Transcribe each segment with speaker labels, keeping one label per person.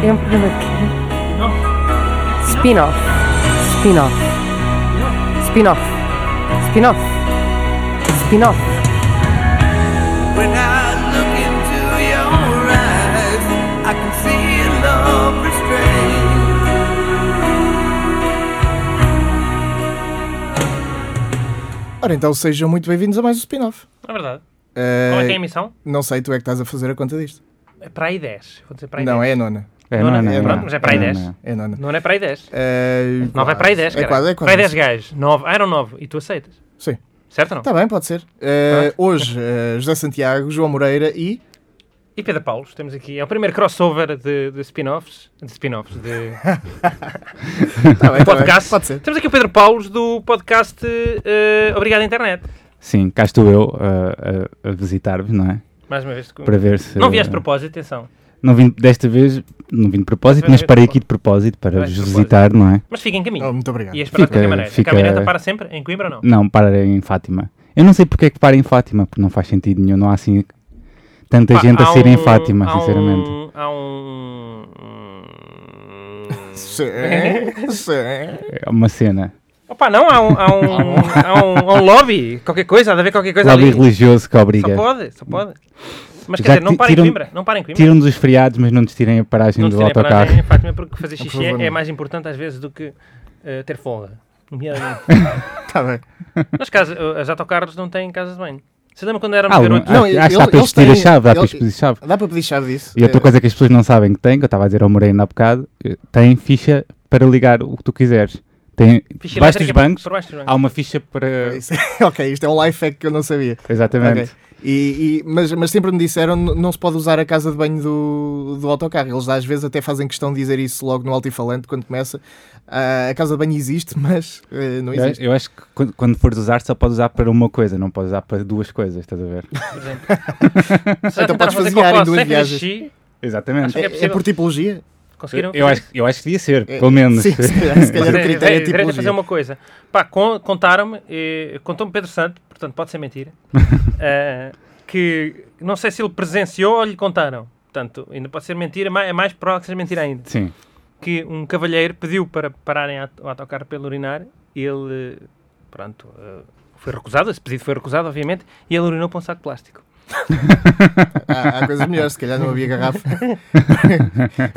Speaker 1: Tempo de quê? Spin-off. Spin-off. Spin-off. Spin-off. Spin-off.
Speaker 2: When I look into your eyes, I can see love restrained.
Speaker 3: Ora então, sejam muito bem-vindos a mais um spin-off.
Speaker 4: É verdade.
Speaker 3: Eh,
Speaker 4: Qual é que é a emissão?
Speaker 3: Não sei, tu é que estás a fazer a conta disto.
Speaker 4: É para aí 10. Vou dizer para aí
Speaker 3: não,
Speaker 4: 10.
Speaker 3: é a nona.
Speaker 5: É,
Speaker 4: Não,
Speaker 5: não,
Speaker 4: não,
Speaker 5: não,
Speaker 4: pronto,
Speaker 5: não.
Speaker 4: mas é para aí
Speaker 5: Não,
Speaker 4: 10.
Speaker 5: não.
Speaker 3: É a nona.
Speaker 4: Não é para aí 10.
Speaker 3: Eh,
Speaker 4: Não vai para aí 10,
Speaker 3: É
Speaker 4: cara.
Speaker 3: quase, é
Speaker 4: Para aí 10
Speaker 3: quase.
Speaker 4: gajos. Nove. Eram 9. E tu aceitas.
Speaker 3: Sim.
Speaker 4: Certo ou não?
Speaker 3: Está Tá bem, pode ser.
Speaker 4: Tá
Speaker 3: Eh, hoje, eh, José Santiago, João Moreira e...
Speaker 4: E Pedro Paulo, temos aqui. É o primeiro crossover de, de spin-offs. De spin-offs. De
Speaker 3: Tá bem, tá bem.
Speaker 4: podcast.
Speaker 3: Pode ser.
Speaker 4: Temos aqui o Pedro Paulos do podcast eh, Obrigado Internet.
Speaker 5: Sim, cá estou eu uh, a, a visitar-vos, não é?
Speaker 4: Mais uma vez.
Speaker 5: Para um- ver se.
Speaker 4: Não vieste de propósito, atenção.
Speaker 5: Não vim, desta vez não vim de propósito,
Speaker 4: Vai
Speaker 5: mas
Speaker 4: ver
Speaker 5: parei
Speaker 4: de
Speaker 5: aqui de propósito para
Speaker 4: Vais
Speaker 5: vos
Speaker 4: de
Speaker 5: visitar, não é?
Speaker 4: Mas fica em
Speaker 3: Oh,
Speaker 4: caminho.
Speaker 3: muito obrigado.
Speaker 4: E as parar de qualquer
Speaker 5: Fica-
Speaker 4: maneira.
Speaker 5: fica-
Speaker 4: A caminhoneta para sempre? Em Coimbra ou não?
Speaker 5: Não, parei em Fátima. Eu não sei porque é que parei em Fátima, porque não faz sentido nenhum, não há assim tanta
Speaker 4: Pá,
Speaker 5: gente a
Speaker 4: há
Speaker 5: ser em
Speaker 4: um-
Speaker 5: Fátima,
Speaker 4: há um-
Speaker 5: sinceramente.
Speaker 4: Há um.
Speaker 3: Sim, sim.
Speaker 5: É uma cena.
Speaker 4: Opa, não, há um, há um, há um, há um lobby, qualquer coisa, há de haver qualquer coisa
Speaker 5: Lobby
Speaker 4: ali.
Speaker 5: religioso que
Speaker 4: Só
Speaker 5: obriga.
Speaker 4: pode, só pode. Mas quer
Speaker 5: Já
Speaker 4: dizer, não
Speaker 5: ti-
Speaker 4: parem em
Speaker 5: tiram-
Speaker 4: Coimbra, não parem em Coimbra.
Speaker 5: Tiram-nos os feriados, mas não nos tirem a paragem
Speaker 4: Não
Speaker 5: do
Speaker 4: tirem a
Speaker 5: autocarro.
Speaker 4: paragem em Fátima porque fazer xixi
Speaker 3: favor,
Speaker 4: é, é
Speaker 3: não.
Speaker 4: mais importante às vezes do que eh, ter folga. Nomeadamente.
Speaker 3: Está Tá bem.
Speaker 4: Nas casas, eh, as autocarros não têm casas de banho. Você lembra quando éramos
Speaker 5: Ah,
Speaker 4: garotos?
Speaker 3: Não,
Speaker 5: não, acho que
Speaker 3: ele-
Speaker 5: dá para
Speaker 3: eles
Speaker 5: pedir a
Speaker 3: têm-
Speaker 5: chave, dá para
Speaker 3: ele-
Speaker 5: pedir chave.
Speaker 3: Dá para pedir chave disso?
Speaker 5: E outra
Speaker 3: Eh,
Speaker 5: coisa que as pessoas não sabem que tem, que eu estava a dizer ao Moreno há bocado, eh, tem ficha para ligar o que tu quiseres. Tem
Speaker 4: Ficha
Speaker 5: baixo dos
Speaker 4: elétrica um por-
Speaker 5: bancos,
Speaker 4: por baixo dos bancos.
Speaker 5: há um uma ficha para.
Speaker 3: isso- ok, isto é um life hack que eu não sabia.
Speaker 5: Exatamente.
Speaker 3: Ok. E, e- mas, mas sempre me disseram n- não se pode usar a casa de banho do, do autocarro. Eles às vezes até fazem questão de dizer isso logo no altifalante quando começa. Ah, a casa de banho existe, mas eh, não
Speaker 5: Eu,
Speaker 3: existe.
Speaker 5: eu acho que quando, quando fores usar, só podes usar para uma coisa, não podes usar para duas coisas, estás a ver?
Speaker 4: por exemplo. Se já
Speaker 3: Então
Speaker 4: tentaram
Speaker 3: podes
Speaker 4: fazer
Speaker 3: fasear em duas
Speaker 4: cocó sem fazer
Speaker 3: viagens.
Speaker 4: xixi,
Speaker 5: Exatamente.
Speaker 4: Acho é
Speaker 3: É, é
Speaker 4: possível.
Speaker 3: por tipologia?
Speaker 4: Conseguiram
Speaker 5: Eu acho, eu acho que devia ser, pelo menos.
Speaker 3: É, Sim, se calhar, se calhar o
Speaker 4: Mas, eh,
Speaker 3: critério é
Speaker 4: eh, queria fazer
Speaker 3: tipologia.
Speaker 4: uma coisa. Pá, con- contaram-me, eh, contou-me Pedro Santo, portanto pode ser mentira, eh, que não sei se ele presenciou ou lhe contaram. Portanto, ainda pode ser mentira, ma- é mais provável que seja mentira ainda.
Speaker 5: Sim.
Speaker 4: Que um cavalheiro pediu para pararem a- o autocarro para ele urinar, ele, eh, pronto, eh, foi recusado, esse pedido foi recusado, obviamente, e ele urinou para um saco de plástico.
Speaker 3: Há, há coisas melhores, se calhar não havia garrafa.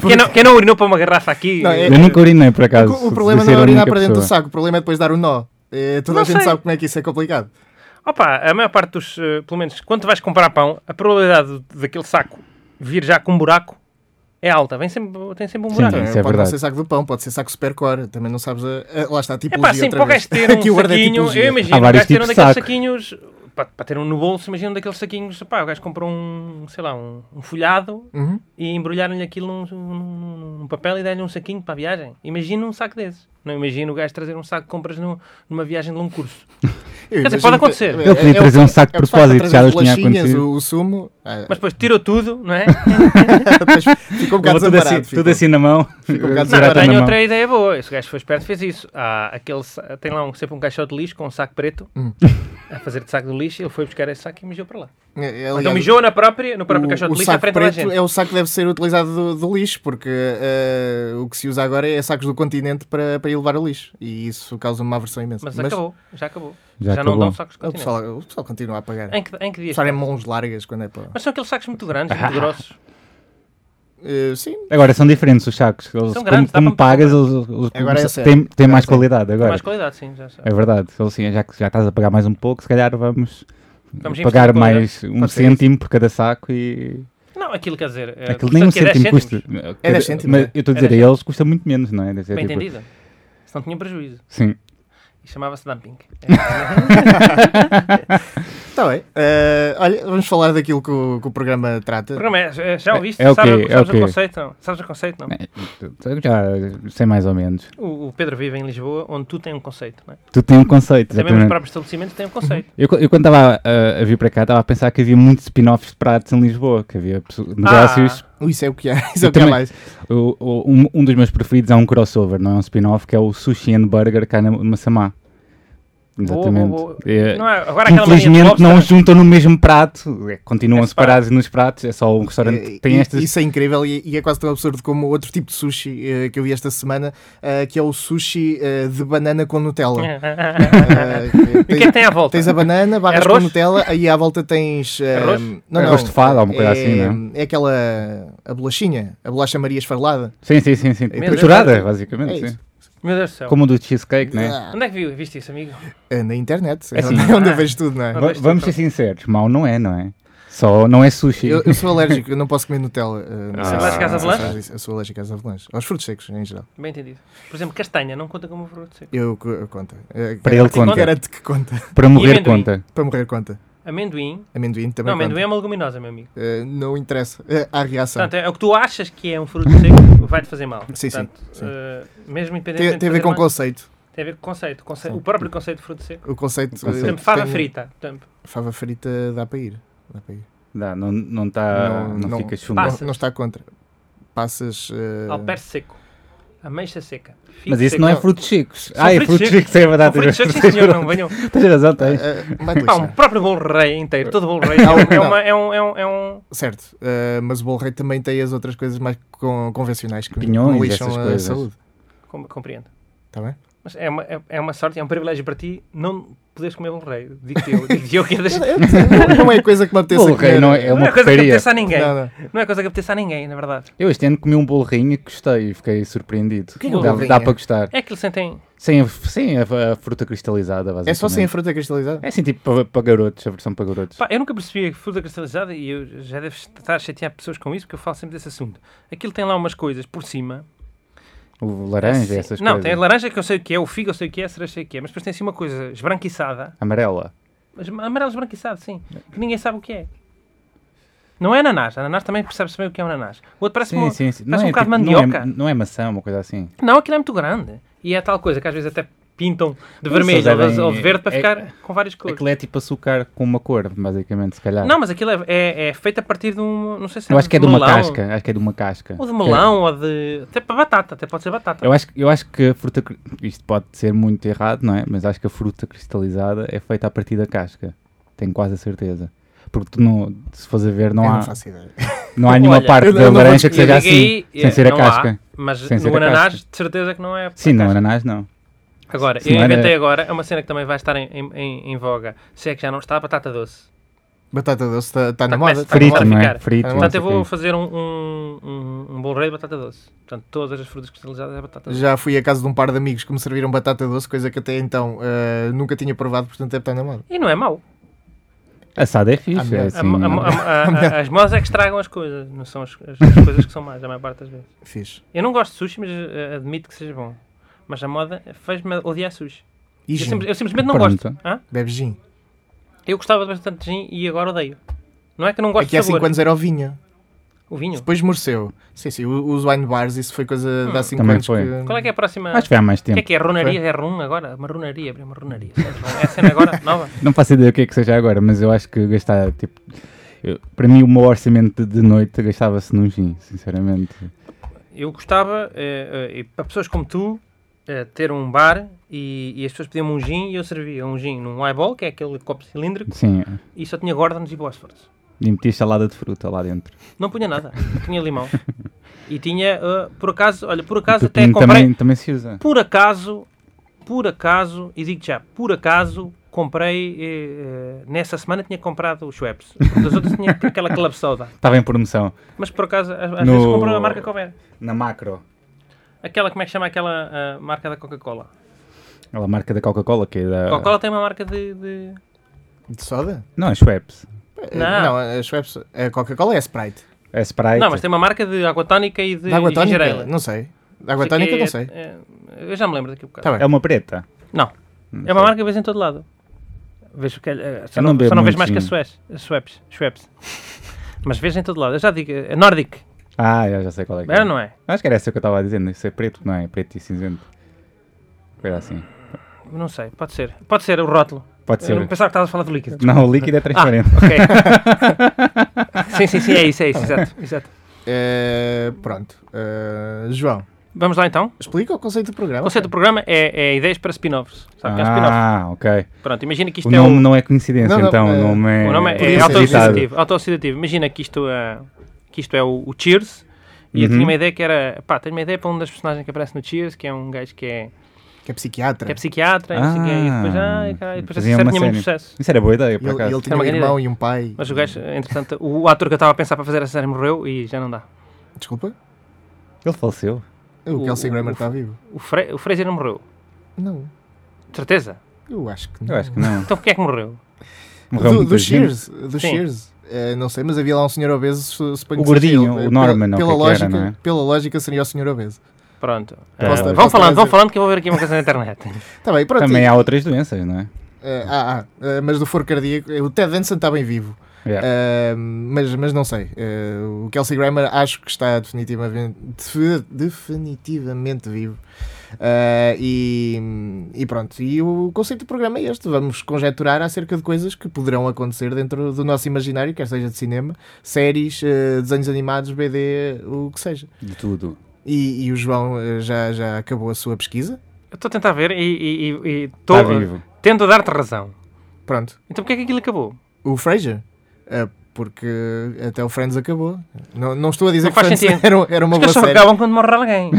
Speaker 4: Quem não, quem não urinou para uma garrafa aqui?
Speaker 3: Não, é-
Speaker 4: eh,
Speaker 5: Eu nunca urinei, por acaso.
Speaker 3: O, o
Speaker 5: de
Speaker 3: problema
Speaker 5: ser
Speaker 3: não é
Speaker 5: a
Speaker 3: urinar
Speaker 5: única
Speaker 3: para dentro do
Speaker 5: pessoa.
Speaker 3: saco, o problema é depois dar o nó. Eh, toda
Speaker 4: Não
Speaker 3: a gente
Speaker 4: sei.
Speaker 3: sabe como é que isso é complicado.
Speaker 4: Opa, a maior parte dos. eh, pelo menos quando tu vais comprar pão, a probabilidade de- daquele saco vir já com um buraco é alta. Vem sempre, tem sempre um buraco.
Speaker 5: Sim. Isso
Speaker 3: Eh,
Speaker 5: é
Speaker 3: pode não
Speaker 5: verdade.
Speaker 3: ser saco do pão, pode ser saco supercore, também não sabes. A, a- lá está a
Speaker 4: É pá,
Speaker 3: tipologia.
Speaker 4: assim,
Speaker 3: outra
Speaker 4: para o
Speaker 3: vez.
Speaker 4: gajo ter um
Speaker 3: Aqui o word é
Speaker 4: saquinho,
Speaker 3: tipologia.
Speaker 4: eu imagino,
Speaker 5: Há
Speaker 4: o
Speaker 5: vários
Speaker 4: gajo ter um
Speaker 5: tipos de
Speaker 4: daqueles
Speaker 5: saco.
Speaker 4: saquinhos, para, ter um no bolso, imagina um daqueles saquinhos, pá, o gajo comprou um, sei lá, um, um folhado
Speaker 3: Uhum.
Speaker 4: e embrulharam-lhe aquilo num, num- num papel e deram-lhe um saquinho para a viagem. Imagina um saco desses. Não imagino o gajo trazer um saco de compras no- numa viagem de longo curso.
Speaker 3: Eu
Speaker 4: Quer dizer,
Speaker 3: imagino
Speaker 4: pode
Speaker 3: que-
Speaker 4: acontecer.
Speaker 3: é-
Speaker 5: Ele podia
Speaker 3: é- é o-
Speaker 5: trazer um saco de
Speaker 3: é o
Speaker 5: propósito,
Speaker 3: trazer
Speaker 5: já
Speaker 3: as
Speaker 5: lhes tinha
Speaker 3: bolachinhas,
Speaker 5: acontecido.
Speaker 3: O, o sumo. Ah,
Speaker 4: Mas depois tirou tudo, não é?
Speaker 3: depois ficou um bocado
Speaker 5: Levou tudo assim,
Speaker 3: desamparado. ficou.
Speaker 5: tudo assim na mão.
Speaker 3: um bocado
Speaker 4: Não,
Speaker 5: Direto
Speaker 4: eu
Speaker 5: na
Speaker 4: tenho
Speaker 5: mão.
Speaker 4: outra ideia boa. Esse gajo foi esperto e fez isso. Há aquele, sa- tem lá um, sempre um caixote de lixo com um saco preto
Speaker 3: Hum.
Speaker 4: a fazer de saco de lixo. Ele foi buscar esse saco e mijou para lá.
Speaker 3: É- é,
Speaker 4: Ou Então
Speaker 3: aliás,
Speaker 4: mijou na própria, no próprio
Speaker 3: o-
Speaker 4: caixote
Speaker 3: o
Speaker 4: de lixo à
Speaker 3: saco
Speaker 4: frente da
Speaker 3: preto
Speaker 4: gente.
Speaker 3: é o saco que deve ser utilizado do, do lixo, porque eh, o que se usa agora é sacos do continente para, para elevar o lixo. E isso causa uma aversão imensa.
Speaker 4: Mas, acabou, já acabou. Já,
Speaker 5: Já
Speaker 4: não
Speaker 5: acabou.
Speaker 4: dão sacos de
Speaker 3: É O
Speaker 4: continente.
Speaker 3: pessoal, o pessoal continua a pagar.
Speaker 4: Em que, em que dias?
Speaker 3: Usarem mãos largas quando é para.
Speaker 4: Mas são aqueles sacos muito grandes,
Speaker 5: Ah,
Speaker 4: muito grossos.
Speaker 3: Eh, sim,
Speaker 5: Agora são diferentes os sacos. Eles,
Speaker 4: São
Speaker 5: como
Speaker 4: grandes, dá
Speaker 5: como
Speaker 4: para-
Speaker 5: pagas, eles, eles-
Speaker 3: Agora é sério.
Speaker 5: têm, têm
Speaker 3: Agora
Speaker 5: mais
Speaker 3: é sério.
Speaker 5: qualidade
Speaker 4: Tem
Speaker 5: agora.
Speaker 4: mais qualidade, sim. Já sei.
Speaker 5: É verdade. Eles, assim, já que já estás a pagar mais um pouco, se calhar vamos,
Speaker 4: Vamos
Speaker 5: pagar
Speaker 4: investir na
Speaker 5: mais um
Speaker 3: Pode ser
Speaker 5: cêntimo por cada saco e.
Speaker 4: Não, aquilo quer dizer. eh,
Speaker 5: É- Aquilo nem um
Speaker 4: custa que é 10
Speaker 5: cêntimo custa.
Speaker 4: cêntimos.
Speaker 3: É
Speaker 5: Cada-
Speaker 3: 10 cêntimos,
Speaker 5: Mas
Speaker 3: é.
Speaker 5: eu estou
Speaker 4: É
Speaker 5: a dizer, a
Speaker 4: 10
Speaker 5: eles custa muito menos, não é? Deve ser
Speaker 4: Bem
Speaker 5: tipo-
Speaker 4: entendido. Se não tinha prejuízo.
Speaker 5: Sim.
Speaker 4: E chamava-se dumping. É,
Speaker 3: está bem. Eh, olha, vamos falar daquilo que o, que o programa trata.
Speaker 4: O programa é- é- já ouviste?
Speaker 5: É o
Speaker 4: Sabes-
Speaker 5: quê? É o
Speaker 4: Sabes o
Speaker 5: quê?
Speaker 4: conceito? não? Sabes o conceito, não?
Speaker 5: Eu Já sei mais ou menos.
Speaker 4: O o Pedro vive em Lisboa, onde tu tem um conceito, não é?
Speaker 5: Tu tens um conceito,
Speaker 4: Também os
Speaker 5: exatamente.
Speaker 4: próprios estabelecimentos têm um conceito.
Speaker 5: Eu, eu quando estava a, a vir para cá, estava a pensar que havia muitos spin-offs de pratos em Lisboa, que havia pesso-
Speaker 4: Ah.
Speaker 5: negócios.
Speaker 3: Isso é o que há, isso é
Speaker 5: Eu
Speaker 3: o que há
Speaker 5: também-
Speaker 3: mais.
Speaker 5: O- o- um, um dos meus preferidos é um crossover, não é um spin-off, que é o Sushi and Burger cá na Massamá. Exatamente.
Speaker 4: Boa, boa, boa.
Speaker 5: É,
Speaker 4: Não é- agora aquela mania de
Speaker 5: Infelizmente não os
Speaker 4: lobster-
Speaker 5: juntam no mesmo prato, é, continuam
Speaker 4: É separado.
Speaker 5: separados nos pratos, é só um restaurante que tem
Speaker 3: E-
Speaker 5: estas.
Speaker 3: Isso é incrível e, e é quase tão absurdo como outro tipo de sushi eh, que eu vi esta semana, eh, que é o sushi eh, de banana com Nutella. Eh, que
Speaker 4: É. E o
Speaker 3: tem-
Speaker 4: que é que tem à volta? É
Speaker 3: Tens a banana, barras com
Speaker 4: Arroz? É
Speaker 3: Nutella, aí à volta tens. eh,
Speaker 4: Arroz?
Speaker 3: Não,
Speaker 5: É Arroz estufado, alguma coisa
Speaker 3: é,
Speaker 5: assim, não
Speaker 3: é? aquela. a bolachinha, a bolacha Maria esfarlada.
Speaker 5: Sim, sim, sim, sim.
Speaker 4: Deus,
Speaker 5: Misturada,
Speaker 4: é-
Speaker 5: basicamente.
Speaker 3: é
Speaker 5: sim.
Speaker 3: isso. É.
Speaker 4: Meu Deus do céu.
Speaker 5: Como o do cheesecake, né?
Speaker 3: Ah,
Speaker 4: Onde é que vi- viste isso, amigo?
Speaker 3: é na internet, é
Speaker 5: É assim.
Speaker 3: onde, onde eu vejo tudo, não é?
Speaker 5: Va- Vamos
Speaker 4: então.
Speaker 5: ser sinceros, mau não é, não é? Só não é sushi.
Speaker 3: Eu, eu sou alérgico, eu não posso comer Nutella. eh, não
Speaker 5: Ah.
Speaker 3: sei se-
Speaker 5: Alérgico às
Speaker 3: não sei se
Speaker 4: avelãs?
Speaker 3: faz isso. Eu sou alérgico às avelãs. Aos frutos secos, em geral.
Speaker 4: Bem entendido. Por exemplo, castanha não conta como um fruto seco.
Speaker 3: Eu, co- eu conta. Eh,
Speaker 5: Para ele conta.
Speaker 3: Garanto que conta.
Speaker 5: Para morrer,
Speaker 4: amendoim?
Speaker 5: conta.
Speaker 3: Para morrer conta.
Speaker 4: Amendoim.
Speaker 3: Amendoim também
Speaker 4: não, amendoim
Speaker 3: conta.
Speaker 4: é uma leguminosa, meu amigo.
Speaker 3: Eh, não interessa. Eh, há reação.
Speaker 4: Portanto, é o que tu achas que é um fruto seco vai-te fazer mal.
Speaker 3: Sim, sim,
Speaker 4: Portanto,
Speaker 3: sim.
Speaker 4: eh, mesmo independentemente
Speaker 3: Tem, tem a
Speaker 4: de
Speaker 3: ver com
Speaker 4: fazer mal,
Speaker 3: conceito.
Speaker 4: tem a ver com conceito. conceito
Speaker 3: Sim.
Speaker 4: o próprio conceito de fruto seco.
Speaker 3: O conceito.
Speaker 5: O conceito.
Speaker 4: Por
Speaker 3: eh,
Speaker 4: exemplo, fava
Speaker 3: tem-
Speaker 4: frita. Portanto,
Speaker 3: Fava frita dá para ir. Dá para ir.
Speaker 5: Dá, não, não, tá,
Speaker 3: Não,
Speaker 5: não,
Speaker 3: não.
Speaker 5: fica chumbo.
Speaker 4: Passa. Passas.
Speaker 3: Não, não está contra. Passas. eh,
Speaker 4: alperce seco. Ameixa seca. figo
Speaker 5: Mas isso
Speaker 4: seco.
Speaker 5: não é frutos chicos.
Speaker 4: São
Speaker 5: Ah, é
Speaker 4: frutos
Speaker 5: frutos chicos, é
Speaker 4: São
Speaker 5: verdade.
Speaker 4: frutos secos, sim, senhor, não venham.
Speaker 5: Tens razão, tens.
Speaker 3: eh, vai-te
Speaker 4: Pá, um
Speaker 3: lixar.
Speaker 4: próprio bolo rei inteiro, todo bolo rei.
Speaker 3: Não,
Speaker 4: é,
Speaker 3: não.
Speaker 4: uma, é um. É um, é um
Speaker 3: Certo, eh, mas o bolo rei também tem as outras coisas mais con- convencionais que
Speaker 5: Pinhões,
Speaker 3: não lixam
Speaker 5: essas
Speaker 3: a
Speaker 5: coisas.
Speaker 3: saúde.
Speaker 4: com- compreendo.
Speaker 3: Está bem?
Speaker 4: Mas é uma, é, é uma sorte, é um privilégio para ti não poderes comer bolo rei. Digo-te eu, digo-te eu que é das...
Speaker 3: Não- não é coisa que me apeteça
Speaker 5: Bolo
Speaker 3: comer.
Speaker 5: rei não é, é
Speaker 4: Não
Speaker 5: uma
Speaker 4: é coisa que
Speaker 5: porcaria.
Speaker 4: apeteça a ninguém.
Speaker 3: Não, não.
Speaker 4: Não é coisa que apeteça a ninguém, na verdade.
Speaker 5: Eu este ano comi um bolo rainha que gostei e fiquei surpreendido.
Speaker 4: que é um
Speaker 5: dá,
Speaker 3: bolo
Speaker 5: dá
Speaker 3: rainha?
Speaker 5: para gostar.
Speaker 4: É aquilo que sentem.
Speaker 5: Sem, a, sem a, a fruta cristalizada, basicamente.
Speaker 3: É só sem a fruta cristalizada?
Speaker 5: É assim, tipo, para, para garotos, a versão para garotos.
Speaker 4: Pá, eu nunca percebi a fruta cristalizada e eu já devo estar a chatear pessoas com isso porque eu falo sempre desse assunto. Aquilo tem lá umas coisas por cima.
Speaker 5: O laranja,
Speaker 4: Assim-
Speaker 5: essas
Speaker 4: não,
Speaker 5: coisas.
Speaker 4: tem a laranja que eu sei o que é, o figo eu sei o que é, a cereja eu sei o que é, mas depois tem assim uma coisa esbranquiçada.
Speaker 5: Amarela.
Speaker 4: Mas amarelo esbranquiçado, sim. Que ninguém sabe o que é. Não é ananás. Ananás também percebe-se bem o que é um ananás. O outro parece,
Speaker 5: Sim,
Speaker 4: uma-
Speaker 5: sim, sim.
Speaker 4: parece um bocado de
Speaker 5: não, é,
Speaker 4: mandioca. Não,
Speaker 5: não é maçã, uma coisa assim.
Speaker 4: aquilo é muito grande. E é tal coisa que às vezes até pintam de
Speaker 5: Mas
Speaker 4: vermelho
Speaker 5: eles devem-
Speaker 4: ou de- ou de verde para
Speaker 5: é-
Speaker 4: ficar com várias cores.
Speaker 5: Aquilo é tipo açúcar com uma cor, basicamente, se calhar.
Speaker 4: Não, mas aquilo é, é, é feito a partir de um. Não sei se
Speaker 5: eu acho que é de uma
Speaker 4: melão,
Speaker 5: casca. Acho que é de uma casca.
Speaker 4: Ou de melão, ou de. Até para batata, até pode ser batata.
Speaker 5: Eu acho, que- eu acho que a fruta. cri- Isto pode ser muito errado, não é? Mas acho que a fruta cristalizada é feita a partir da casca. Tenho quase a certeza. Porque tu não, se fores a ver, não
Speaker 3: Eu
Speaker 5: há,
Speaker 3: não faço ideia.
Speaker 5: não há nenhuma
Speaker 4: Olha,
Speaker 5: parte
Speaker 3: eu não
Speaker 5: da
Speaker 3: vou
Speaker 5: laranja que
Speaker 4: Eu
Speaker 5: seja
Speaker 4: digo
Speaker 5: assim,
Speaker 4: aí, é,
Speaker 5: sem ser a
Speaker 4: não
Speaker 5: casca.
Speaker 4: há, mas
Speaker 5: Sem ser
Speaker 4: no
Speaker 5: a
Speaker 4: ananás,
Speaker 5: casca.
Speaker 4: de certeza que não é.
Speaker 5: Sim, não,
Speaker 4: casca.
Speaker 5: ananás não.
Speaker 4: Agora,
Speaker 5: Se
Speaker 4: eu
Speaker 5: não era-
Speaker 4: inventei agora, é uma cena que também vai estar em, em, em, em voga. Se é que já não está, a batata doce.
Speaker 3: Batata doce está na
Speaker 4: Tá,
Speaker 3: moda.
Speaker 4: começa-
Speaker 3: tá na
Speaker 5: Frito,
Speaker 4: bora
Speaker 3: moda.
Speaker 5: não é?
Speaker 4: ficar.
Speaker 5: Frito.
Speaker 3: Tá,
Speaker 5: não
Speaker 4: Portanto,
Speaker 5: sei
Speaker 4: eu
Speaker 5: o
Speaker 4: vou
Speaker 5: quê.
Speaker 4: fazer um, um, um, um bolo rei de batata doce. Portanto, todas as frutas cristalizadas é batata doce.
Speaker 3: Já fui à casa de um par de amigos que me serviram batata doce, coisa que até então eh, nunca tinha provado, portanto deve estar na moda.
Speaker 4: E não é mau.
Speaker 5: Assado é
Speaker 3: Ah,
Speaker 5: fixe.
Speaker 3: não.
Speaker 5: é
Speaker 4: A-
Speaker 5: assim,
Speaker 4: a-
Speaker 5: não-
Speaker 4: a- a- a- As mãos é que estragam as coisas, não são as, as- as coisas que são más, a maior parte das vezes.
Speaker 3: Fiz.
Speaker 4: Eu não gosto de sushi, mas eh, admito que seja bom. Mas a moda fez-me odiar sushi.
Speaker 3: E
Speaker 4: Eu,
Speaker 3: gin.
Speaker 4: simples- eu simplesmente não
Speaker 5: Pronto.
Speaker 4: gosto. Hã?
Speaker 3: Bebe gin.
Speaker 4: Eu gostava bastante de gin e agora odeio. Não é que não gosto
Speaker 3: Aqui
Speaker 4: de
Speaker 3: há
Speaker 4: sabor.
Speaker 3: 5 anos era o vinho.
Speaker 4: O vinho.
Speaker 3: Depois morceu. Sim, sim. o- Os wine bars, isso foi coisa de há 5
Speaker 5: Também
Speaker 3: anos
Speaker 5: foi.
Speaker 3: que.
Speaker 4: Ah. Qual é que é a próxima?
Speaker 5: Acho que foi há mais
Speaker 4: O que é
Speaker 5: tempo.
Speaker 4: que é? Runaria? É rum agora? Uma runaria, abrir uma runaria. É a cena agora? Nova?
Speaker 5: Não faço ideia o que é que seja agora, mas eu acho que gastar, tipo. eu- para mim, o meu orçamento de noite gastava-se num gin, sinceramente.
Speaker 4: Eu gostava, eh, eh, e para pessoas como tu, eh, ter um bar e, e as pessoas pediam um gin e eu servia um gin num eyeball, que é aquele copo cilíndrico,
Speaker 5: Sim,
Speaker 4: e só tinha Gordons e Bosfords.
Speaker 5: e meti salada de fruta lá dentro.
Speaker 4: Não punha nada. Tinha limão. E tinha, eh, por acaso, olha, por acaso até
Speaker 5: Pepino
Speaker 4: comprei...
Speaker 5: também, também se usa.
Speaker 4: Por acaso, por acaso, e digo já, por acaso comprei, eh, eh, nessa semana tinha comprado o Schweppes. Das outras tinha aquela club soda.
Speaker 5: Estava em promoção.
Speaker 4: Mas por acaso, às, às
Speaker 5: No-
Speaker 4: vezes compro a marca que houver.
Speaker 5: Na macro.
Speaker 4: Aquela, como é que chama aquela ah, marca da Coca-Cola?
Speaker 5: Ela marca da Coca-Cola, que é da.
Speaker 4: Coca-Cola tem uma marca de... de-
Speaker 3: De soda?
Speaker 5: Não, é Schweppes.
Speaker 3: Eh,
Speaker 4: Não.
Speaker 3: Não, a Schweppes. A Coca-Cola é Sprite.
Speaker 5: É Sprite.
Speaker 4: Não, mas tem uma marca de água tónica e de
Speaker 3: Da água
Speaker 4: e ginger ale.
Speaker 3: tónica? Não sei. Da água tónica,
Speaker 4: que é-
Speaker 3: não sei.
Speaker 4: é- eu já me lembro daqui a bocado.
Speaker 3: Tá bem.
Speaker 5: É uma preta.
Speaker 4: Não. é uma marca que vês em todo lado. Vejo que, eh, só
Speaker 5: Eu
Speaker 4: não,
Speaker 5: não bebo
Speaker 4: só não vejo
Speaker 5: muito
Speaker 4: mais que a
Speaker 5: gin.
Speaker 4: Suez, a Schweppes. Schweppes. Mas vês em todo lado. Eu já digo, é Nordic.
Speaker 5: Ah, eu já sei qual é que
Speaker 4: Era, não é?
Speaker 5: Acho que era essa que eu estava dizendo. Isso é preto, não é? Preto e cinzento. Era assim.
Speaker 4: Não sei, pode ser. Pode ser o rótulo.
Speaker 5: Pode ser.
Speaker 4: Eu não pensava que estavas a falar do líquido.
Speaker 5: Não, o líquido é
Speaker 4: Ah,
Speaker 5: transparente.
Speaker 4: ok. sim, sim, sim, é isso, é isso, exato. exato.
Speaker 3: Eh, pronto. Eh, João,
Speaker 4: Vamos lá então.
Speaker 3: Explica o conceito do
Speaker 4: O
Speaker 3: programa.
Speaker 4: conceito do programa é, é ideias para spin-offs. Sabe o que é um spin-off?
Speaker 5: Ah, ok.
Speaker 4: Pronto, imagina que isto
Speaker 5: O
Speaker 4: é um,
Speaker 5: nome não é coincidência,
Speaker 3: Não, não,
Speaker 5: então.
Speaker 3: é-
Speaker 5: O nome é,
Speaker 4: O nome é, é
Speaker 3: Podia ser.
Speaker 4: autooxidativo. autooxidativo. Imagina que isto é, que isto é o, o Cheers. E eu
Speaker 5: Uhum.
Speaker 4: tinha uma ideia que era. Pá, tenho uma ideia para um das personagens que aparece no Cheers, que é um gajo que é,
Speaker 3: Que é
Speaker 4: que
Speaker 3: psiquiatra.
Speaker 4: é psiquiatra. e não sei o quê, e depois,
Speaker 5: Ah,
Speaker 4: ai, cara, e depois essa
Speaker 5: fazia
Speaker 4: série
Speaker 5: uma
Speaker 4: tinha muito
Speaker 5: série.
Speaker 4: sucesso.
Speaker 5: Isso era boa ideia,
Speaker 3: E
Speaker 5: por
Speaker 3: ele,
Speaker 5: acaso.
Speaker 3: ele tinha
Speaker 4: uma
Speaker 3: um
Speaker 4: grande
Speaker 3: irmão e um pai.
Speaker 4: Mas o gajo, entretanto, o ator que eu estava a pensar para fazer essa série morreu e já não dá.
Speaker 3: Desculpa?
Speaker 5: Ele faleceu.
Speaker 3: O
Speaker 4: O-
Speaker 3: Kelsey
Speaker 4: o-
Speaker 3: Grammer
Speaker 4: o-
Speaker 3: está vivo.
Speaker 4: O, Fre o Fraser não morreu.
Speaker 3: Não,
Speaker 4: De certeza.
Speaker 3: eu acho que não.
Speaker 5: Eu acho que não.
Speaker 4: Então quem é que morreu?
Speaker 5: Morreu
Speaker 3: do,
Speaker 5: muita
Speaker 3: do
Speaker 5: gente.
Speaker 3: Shears. Do
Speaker 4: Sim.
Speaker 3: Shears. Eh, não sei, mas havia lá um senhor obeso. se- se
Speaker 5: O gordinho, o Norman, ou o
Speaker 3: pela,
Speaker 5: que é que
Speaker 3: lógica,
Speaker 5: era, não é?
Speaker 3: pela lógica, seria o senhor obeso.
Speaker 4: Pronto.
Speaker 5: Posso
Speaker 4: Ah,
Speaker 5: estar-
Speaker 4: vão
Speaker 3: posso
Speaker 4: falando, vão
Speaker 3: trazer-
Speaker 4: falando que eu vou ver aqui uma coisa na internet.
Speaker 3: Está Tá bem, pronto.
Speaker 5: Também
Speaker 3: e-
Speaker 5: há outras doenças, não é?
Speaker 3: eh, ah, ah, eh, mas do foro cardíaco, eh, o Ted Danson está bem vivo.
Speaker 5: Yeah.
Speaker 4: É.
Speaker 3: Eh, mas, mas não sei. Eh, o Kelsey Grammer acho que está definitivamente, defi- definitivamente vivo. Eh, e, e pronto. E o conceito do programa é este: vamos conjecturar acerca de coisas que poderão acontecer dentro do nosso imaginário, quer seja de cinema, séries, eh, desenhos animados, BD, o que seja.
Speaker 5: De tudo.
Speaker 3: E, e o João eh, já, já acabou a sua pesquisa.
Speaker 4: Eu estou a tentar ver e- e e- e estou
Speaker 5: Está Tá vivo.
Speaker 4: tento dar-te razão.
Speaker 3: Pronto.
Speaker 4: Então porquê é que aquilo acabou?
Speaker 3: O Frasier. eh, porque até o Friends acabou. Não, não estou a dizer
Speaker 4: Não
Speaker 3: que
Speaker 4: faz
Speaker 3: Friends
Speaker 4: sentido.
Speaker 3: era, um, era uma
Speaker 4: As
Speaker 3: boa
Speaker 4: coisas só
Speaker 3: série.
Speaker 4: acabam quando morre alguém.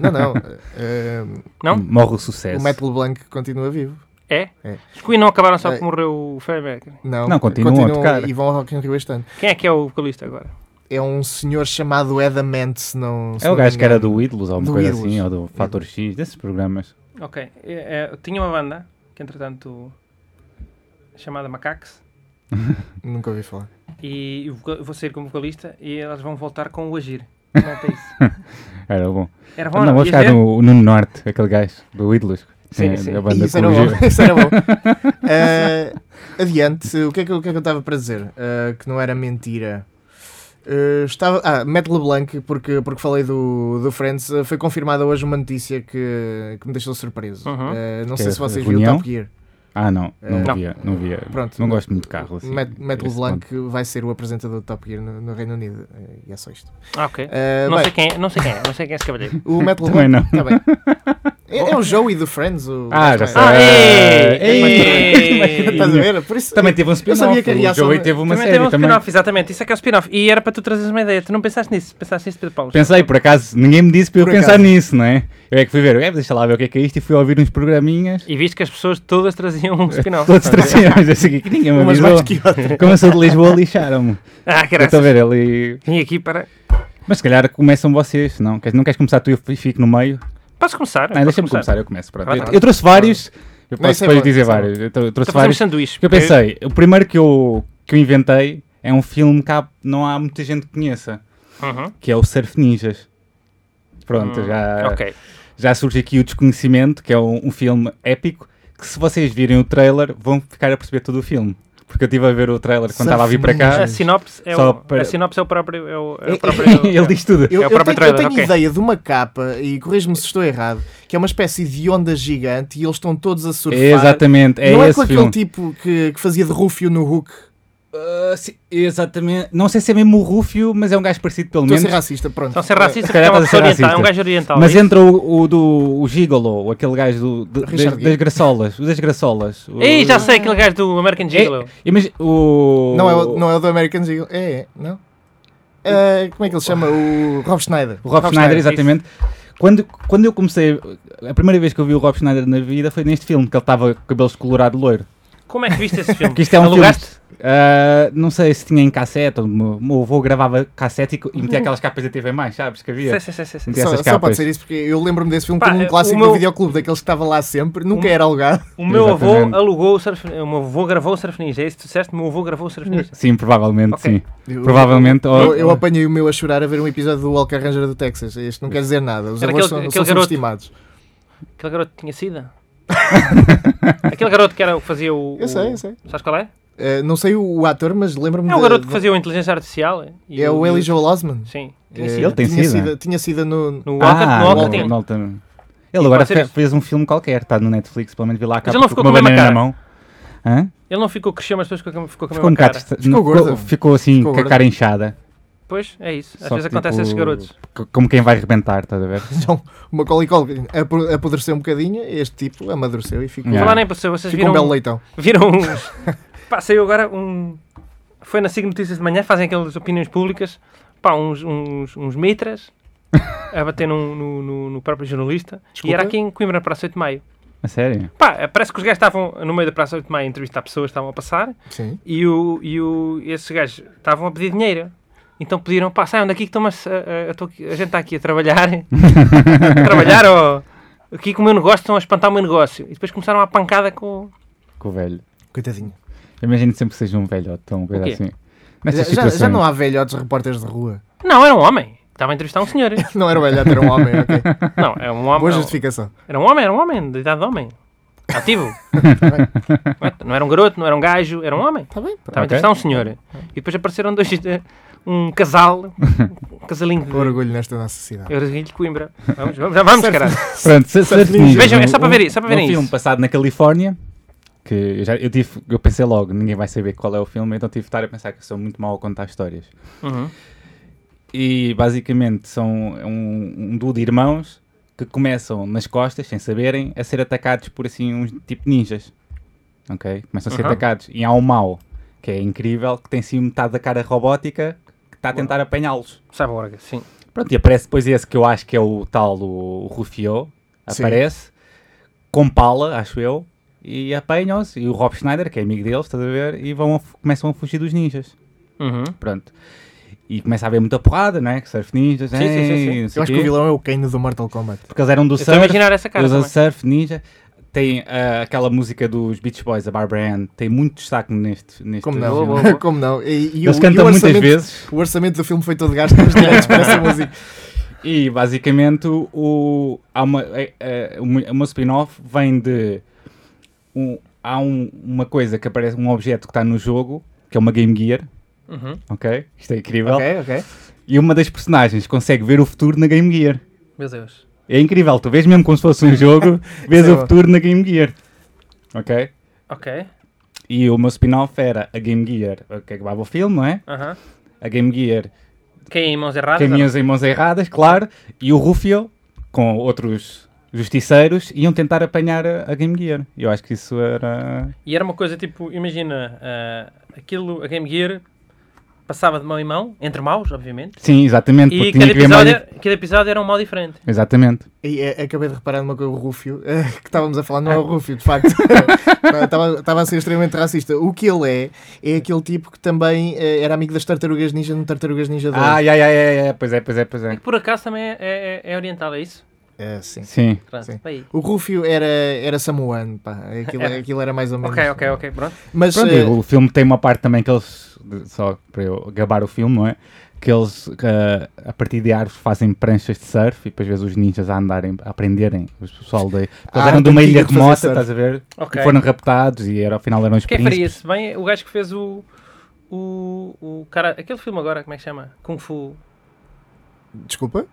Speaker 3: Não, não. eh,
Speaker 4: Não?
Speaker 5: Morre o sucesso.
Speaker 3: o Matt LeBlanc continua vivo.
Speaker 4: É?
Speaker 3: É.
Speaker 4: Os Queen não acabaram só
Speaker 3: É.
Speaker 4: porque morreu o Freddie Mercury.
Speaker 3: Não,
Speaker 5: Não, continuam a tocar.
Speaker 3: E vão ao Rock in Rio este ano.
Speaker 4: Quem é que é o vocalista agora?
Speaker 3: É um senhor chamado Edamant, se não se
Speaker 5: É o
Speaker 3: não me
Speaker 5: gajo que era
Speaker 3: engano.
Speaker 5: do Ídolos ou
Speaker 3: Do
Speaker 5: alguma coisa
Speaker 3: Ídolos.
Speaker 5: assim, ou do Fator X, desses programas.
Speaker 4: Ok. É, é, tinha uma banda que entretanto chamada Macaques
Speaker 3: Nunca ouvi falar.
Speaker 4: e eu vou- eu vou sair como vocalista e elas vão voltar com o Agir. Não é isso.
Speaker 5: Era bom.
Speaker 4: Era bom,
Speaker 5: Não, vou
Speaker 4: ias
Speaker 5: ficar
Speaker 4: ver?
Speaker 5: no, no Norte, aquele gajo do Ídolos.
Speaker 4: Sim,
Speaker 5: É,
Speaker 4: sim.
Speaker 5: da banda
Speaker 3: Isso era
Speaker 5: Coruja.
Speaker 3: bom. Isso era bom. Eh, adiante, o que, é que, o que é que eu estava para dizer? Eh, que não era mentira. Eh, estava, ah, Matt LeBlanc, porque, porque falei do, do Friends, eh, foi confirmada hoje uma notícia que, que me deixou surpreso.
Speaker 4: Uhum.
Speaker 3: Eh, não
Speaker 5: Que
Speaker 3: sei
Speaker 5: é
Speaker 3: se vocês
Speaker 5: a
Speaker 3: viram
Speaker 5: reunião?
Speaker 3: Top Gear.
Speaker 5: Ah, não, não,
Speaker 4: Não.
Speaker 5: via, não via.
Speaker 3: É. Pronto.
Speaker 5: Não gosto muito de carro. Assim,
Speaker 3: Matt, Matt
Speaker 5: Esse
Speaker 3: LeBlanc vai ser o apresentador de Top Gear no, no Reino Unido. Eh, E é só isto.
Speaker 4: Ah, ok.
Speaker 3: Eh,
Speaker 4: Não
Speaker 3: bem,
Speaker 4: sei, quem é, não sei quem é, não sei quem é esse cavalheiro.
Speaker 3: O Matt
Speaker 5: Também
Speaker 3: LeBlanc. Tá bem. É, é o Joey do Friends. O...
Speaker 5: Ah, já sei.
Speaker 4: Ah, ei!
Speaker 5: Ei!
Speaker 4: Ei!
Speaker 3: Estás a ver? Por isso,
Speaker 5: Também teve um spin-off.
Speaker 3: sabia que a
Speaker 5: o
Speaker 3: reação-
Speaker 5: Joey teve uma
Speaker 4: também
Speaker 5: série
Speaker 4: teve um
Speaker 5: também.
Speaker 4: spin-off, exatamente. Isso é que é o spin-off. E era para tu trazeres uma ideia. Tu não pensaste nisso? Pensaste nisso, Pedro Paulo?
Speaker 5: Pensei, por acaso, ninguém me disse para eu
Speaker 3: Por
Speaker 5: pensar
Speaker 3: acaso.
Speaker 5: nisso, não é? Eu é que fui ver, é, deixa lá ver o que é que é isto e fui ouvir uns programinhas.
Speaker 4: E viste que as pessoas todas traziam um spin-off.
Speaker 5: Todos trazidos, assim, que ninguém me
Speaker 3: Umas mais
Speaker 5: avisou.
Speaker 3: que outras.
Speaker 5: Como eu sou de Lisboa, lixaram-me.
Speaker 4: Ah,
Speaker 5: Eu estou a
Speaker 4: graças.
Speaker 5: ver ali.
Speaker 4: Vim aqui para...
Speaker 5: Mas se calhar começam vocês, não? Queres- Não queres começar tu e eu fico no meio?
Speaker 4: Posso começar?
Speaker 5: Não,
Speaker 4: Posso
Speaker 5: Ah, deixa-me começar, eu começo. Pronto.
Speaker 4: Ah,
Speaker 5: Eu,
Speaker 4: tá.
Speaker 5: eu trouxe vários, eu
Speaker 3: Não,
Speaker 5: posso
Speaker 3: isso é
Speaker 5: depois
Speaker 3: bom, isso
Speaker 5: dizer
Speaker 3: é bom.
Speaker 5: vários. Eu trou- trouxe
Speaker 4: Então fazemos
Speaker 5: vários.
Speaker 4: sanduíches.
Speaker 5: Porque eu
Speaker 4: porque-
Speaker 5: pensei, o primeiro que eu, que eu inventei é um filme que há- não há muita gente que conheça,
Speaker 4: Uhum.
Speaker 5: que é o Surf Ninjas. Pronto,
Speaker 4: Hum,
Speaker 5: Então já,
Speaker 4: Ok.
Speaker 5: já surge aqui o Desconhecimento, que é um, um filme épico, que se vocês virem o trailer vão ficar a perceber todo o filme. Porque eu estive a ver o trailer quando
Speaker 3: Surf
Speaker 5: estava a vir para cá.
Speaker 4: A sinopse é,
Speaker 5: Só
Speaker 4: o,
Speaker 5: para-
Speaker 4: a sinopse é o próprio. É o, é o
Speaker 3: É-
Speaker 4: próprio
Speaker 5: Ele diz tudo.
Speaker 3: Eu,
Speaker 4: É
Speaker 3: eu
Speaker 4: o
Speaker 3: tenho, eu
Speaker 4: próprio trailer,
Speaker 3: tenho
Speaker 4: ok.
Speaker 3: ideia de uma capa, e corrijo-me se estou errado, que é uma espécie de onda gigante e eles estão todos a surfar.
Speaker 5: Exatamente, é
Speaker 3: não é
Speaker 5: esse
Speaker 3: com aquele
Speaker 5: filme.
Speaker 3: tipo que, que fazia de Rufio no Hook.
Speaker 5: Ah, sim, exatamente. Não sei se é mesmo o Rúfio, mas é um gajo parecido pelo
Speaker 3: Estou a
Speaker 5: menos.
Speaker 3: ser racista, pronto.
Speaker 4: Então, ser racista
Speaker 5: Se
Speaker 4: porque é
Speaker 5: calhar
Speaker 4: uma
Speaker 5: estás a ser
Speaker 4: pessoa oriental. É um
Speaker 5: racista.
Speaker 4: gajo oriental.
Speaker 5: Mas
Speaker 4: é
Speaker 5: entra o, o do o Gigolo, aquele gajo do, de-
Speaker 3: Richard
Speaker 5: das, das graçolas. O das graçolas. O-
Speaker 4: isso? Ei, já sei, aquele gajo do American Gigolo.
Speaker 5: É, imagi- o...
Speaker 3: Não é, o, não é o do American Eagle. É, é, não? Ah, como é que ele se chama? O Rob Schneider.
Speaker 5: o Rob,
Speaker 4: Rob Schneider,
Speaker 5: Schneider, exatamente. Quando, quando eu comecei, a primeira vez que eu vi o Rob Schneider na vida foi neste filme, que ele estava com cabelos colorado loiro.
Speaker 4: Como é que viste esse filme?
Speaker 5: Porque isto é um
Speaker 4: Alugaste?
Speaker 5: filme. Ah, não sei se tinha em cassete, ou o meu- meu avô gravava cassete e co- e
Speaker 4: Hum.
Speaker 5: metia aquelas capas da TV, mais, sabes? Que havia.
Speaker 4: Sim, sim, sim, sim, sim.
Speaker 5: Metia
Speaker 3: Só,
Speaker 5: essas
Speaker 3: só pode
Speaker 5: capas.
Speaker 3: ser isso, porque eu lembro-me desse filme
Speaker 4: Pá,
Speaker 3: como
Speaker 4: é,
Speaker 3: um clássico
Speaker 4: o meu-
Speaker 3: do videoclube, daqueles que estava lá sempre, nunca era alugado.
Speaker 4: O meu avô
Speaker 5: Exatamente.
Speaker 4: alugou o surf... O meu avô gravou o Surf Ninja. É isso que tu disseste? O meu avô gravou o Surf Ninja.
Speaker 5: Sim, provavelmente,
Speaker 4: Ok.
Speaker 5: sim.
Speaker 3: Eu-
Speaker 5: Provavelmente. ou-
Speaker 3: Eu, eu apanhei o meu a chorar a ver um episódio do Walker Ranger do Texas. Isto não quer dizer nada. Os
Speaker 4: Era
Speaker 3: avós
Speaker 4: aquele-
Speaker 3: são,
Speaker 4: aquele
Speaker 3: são
Speaker 4: garoto.
Speaker 3: subestimados.
Speaker 4: Aquele garoto que tinha sida? aquele garoto que era o que fazia o.
Speaker 3: Eu sei,
Speaker 4: o-
Speaker 3: eu sei.
Speaker 4: Sabes qual é?
Speaker 3: Eh, não sei o, o ator, mas lembro-me
Speaker 4: É o
Speaker 3: de-
Speaker 4: garoto
Speaker 3: de-
Speaker 4: que fazia o Inteligência Artificial. e
Speaker 3: É o Eli Joel Osment.
Speaker 4: Sim.
Speaker 3: Eh,
Speaker 5: sido. Ele tem
Speaker 3: tinha
Speaker 5: sido,
Speaker 3: sido.
Speaker 5: é?
Speaker 3: Tinha sido no.
Speaker 4: No Walker,
Speaker 5: Ah,
Speaker 4: no Walker
Speaker 5: no-
Speaker 4: tinha.
Speaker 5: no Walker. Ele agora
Speaker 4: pode ser
Speaker 5: fe-
Speaker 4: isso.
Speaker 5: fez um filme qualquer, está no Netflix, pelo menos vi lá a capa
Speaker 4: ele não
Speaker 5: com
Speaker 4: ficou
Speaker 5: uma
Speaker 4: com a mesma
Speaker 5: banana na
Speaker 4: cara.
Speaker 5: mão. Hã?
Speaker 4: Ele não ficou cresceu, mas depois ficou com a- ficou com a
Speaker 5: Ficou um
Speaker 4: mesma
Speaker 5: bocado
Speaker 4: cara.
Speaker 5: dist-
Speaker 3: Ficou
Speaker 5: não-
Speaker 3: gordo.
Speaker 5: Ficou assim,
Speaker 3: Ficou
Speaker 5: com a
Speaker 3: gordo.
Speaker 5: cara inchada.
Speaker 4: Pois, é isso. Às
Speaker 5: Só
Speaker 4: vezes
Speaker 5: que,
Speaker 4: acontece a esses
Speaker 5: tipo,
Speaker 4: garotos.
Speaker 5: co- Como quem vai arrebentar, estás a ver?
Speaker 3: Então, o Macaulay Culkin apo- apodreceu um bocadinho, este tipo amadureceu e ficou,
Speaker 5: Yeah.
Speaker 4: Falar nem passou, vocês
Speaker 3: ficou um
Speaker 4: viram,
Speaker 3: belo leitão.
Speaker 4: viram uns... Pá, saiu agora um... Foi na SIG Notícias de Manhã, fazem aquelas opiniões públicas, pá, uns, uns, uns mitras a bater num- no, no- no próprio jornalista. E
Speaker 3: Desculpa?
Speaker 4: era aqui em Coimbra, na Praça 8 de Maio.
Speaker 5: A sério?
Speaker 4: Pá, parece que os gajos estavam no meio da Praça 8 de Maio a entrevistar pessoas, estavam a passar,
Speaker 3: Sim.
Speaker 4: e, o, e o, esses gajos estavam a pedir dinheiro. Então pediram, pá, saiam daqui que estão a, a- eu estou aqui- a gente está aqui a trabalhar. a trabalhar, ó. Aqui com o meu negócio, estão a espantar o meu negócio. E depois começaram a pancada com...
Speaker 5: Com o velho.
Speaker 3: Coitadinho.
Speaker 5: Eu Imagino sempre que seja um velhote, então, uma coisa
Speaker 4: O quê?
Speaker 5: assim.
Speaker 3: Já,
Speaker 5: Nessas
Speaker 3: já-
Speaker 5: situações.
Speaker 3: já não há velhotes repórteres de rua.
Speaker 4: Não, era um homem. Estava a entrevistar um senhor.
Speaker 3: Não era um velhote, era um homem, ok.
Speaker 4: Não, era um homem.
Speaker 3: Boa
Speaker 4: era um-
Speaker 3: justificação.
Speaker 4: Era um homem, era um homem, de idade de homem. Ativo. não era um garoto, não era um gajo, era um homem.
Speaker 3: Está bem?
Speaker 4: Estava
Speaker 5: Ok.
Speaker 4: a entrevistar um senhor. E depois apareceram dois... eh, Um casal. Um casalinho de...
Speaker 3: Com orgulho nesta nossa cidade.
Speaker 4: Orgulho de Coimbra. Vamos, vamos, já vamos, caralho.
Speaker 5: Pronto, se, se atingires
Speaker 4: Vejam, é
Speaker 5: um-
Speaker 4: só para ver isso, só para
Speaker 5: um
Speaker 4: verem isso.
Speaker 5: filme passado na Califórnia, que eu, já, eu, tive, eu pensei logo, ninguém vai saber qual é o filme, então tive de estar a pensar que eu sou muito mau a contar histórias.
Speaker 4: Uhum.
Speaker 5: E basicamente são é um, um duo de irmãos que começam nas costas, sem saberem, a ser atacados por assim uns tipo ninjas. Ok? Começam a ser
Speaker 4: Uhum.
Speaker 5: atacados. E há um mau, que é incrível, que tem assim metade da cara robótica que está a tentar apanhá-los.
Speaker 4: Cyborg, sim.
Speaker 5: Pronto, e aparece depois esse que eu acho que é o tal o Rufio,
Speaker 3: Sim.
Speaker 5: aparece, com pala, acho eu, e apanham-se, e o Rob Schneider, que é amigo deles, estás a ver, e vão a fu- começam a fugir dos ninjas.
Speaker 4: Uhum.
Speaker 5: Pronto. E começa a haver muita porrada, não é? Que surf ninjas,
Speaker 4: Sim, sim, sim,
Speaker 5: ei,
Speaker 4: sim.
Speaker 5: não sei
Speaker 3: Eu acho
Speaker 5: quê.
Speaker 3: que o vilão é o Kane do Mortal Kombat.
Speaker 5: Porque eles eram do
Speaker 4: Eu estou a
Speaker 5: surf,
Speaker 4: imaginar essa cara
Speaker 5: eles eram
Speaker 4: também.
Speaker 5: surf ninja. Tem ah, aquela música dos Beach Boys, a Barbara Ann, tem muito destaque neste, neste
Speaker 3: Como
Speaker 5: filme.
Speaker 4: Boa,
Speaker 3: não?
Speaker 4: boa, boa.
Speaker 3: Como não? E, e o-
Speaker 5: Eles
Speaker 3: e o
Speaker 5: cantam muitas
Speaker 3: orçamento-
Speaker 5: vezes.
Speaker 3: O orçamento do filme foi todo gasto nos direitos para essa música.
Speaker 5: E basicamente o, há uma, é- é- uma, uma spin-off vem de um- há um- uma coisa que aparece, um objeto que está no jogo, que é uma Game Gear,
Speaker 4: Uhum.
Speaker 5: ok? Isto é incrível.
Speaker 3: Ok, ok.
Speaker 5: E uma das personagens consegue ver o futuro na Game Gear.
Speaker 4: Meu Deus.
Speaker 5: É incrível, tu vês mesmo como se fosse um jogo, vês
Speaker 3: Sei
Speaker 5: o
Speaker 3: lá.
Speaker 5: futuro na Game Gear. Ok?
Speaker 4: Ok.
Speaker 5: E o meu spin-off era a Game Gear, que acabava o filme, não é?
Speaker 4: Aham.
Speaker 5: A Game Gear
Speaker 4: Quem em mãos erradas?
Speaker 5: caminhões em mãos erradas, claro, e o Rufio, com outros justiceiros, iam tentar apanhar a, a Game Gear. Eu acho que isso era...
Speaker 4: E era uma coisa tipo, imagina, ah, aquilo, a Game Gear passava de mão em mão, entre maus, obviamente.
Speaker 5: Sim, exatamente,
Speaker 4: E
Speaker 5: porque
Speaker 4: cada
Speaker 5: tinha que ver mal...
Speaker 4: episódio, era- cada episódio era um mal diferente.
Speaker 5: Exatamente.
Speaker 3: E eh, acabei de reparar numa coisa, o Rúfio, eh, que estávamos a falar, não é o Rúfio, de facto. Estava estava a ser extremamente racista. O que ele é, é aquele tipo que também eh, era amigo das Tartarugas Ninja no Tartarugas Ninja 2.
Speaker 5: Ai, ai, ai, ai, ai, pois é, pois é, pois
Speaker 4: E
Speaker 5: é.
Speaker 4: que por acaso também é, é, é oriental, é isso?
Speaker 3: É, sim.
Speaker 5: Sim.
Speaker 4: Pronto,
Speaker 3: Sim.
Speaker 4: tá aí.
Speaker 3: O Rúfio era, era samoano, pá. Aquilo,
Speaker 4: Era.
Speaker 3: aquilo era mais ou menos.
Speaker 4: É. Ok, ok, ok, pronto.
Speaker 3: Mas,
Speaker 5: Pronto,
Speaker 3: eh,
Speaker 5: e o filme tem uma parte também que eles, só para eu gabar o filme, não é? Que eles, eh, a partir de árvores, fazem pranchas de surf e depois vês os ninjas a andarem, a aprenderem. O pessoal daí. Eles
Speaker 3: Ah,
Speaker 5: eram de uma
Speaker 3: antiga
Speaker 5: ilha
Speaker 3: de fazer
Speaker 5: remota,
Speaker 3: surf.
Speaker 5: estás a ver?
Speaker 4: Ok.
Speaker 5: E foram raptados e era, ao final eram os
Speaker 4: Quem faria
Speaker 5: príncipes.
Speaker 4: isso? Bem, o gajo que fez o... O, o cara, aquele filme agora, como é que chama? Kung Fu.
Speaker 3: Desculpa?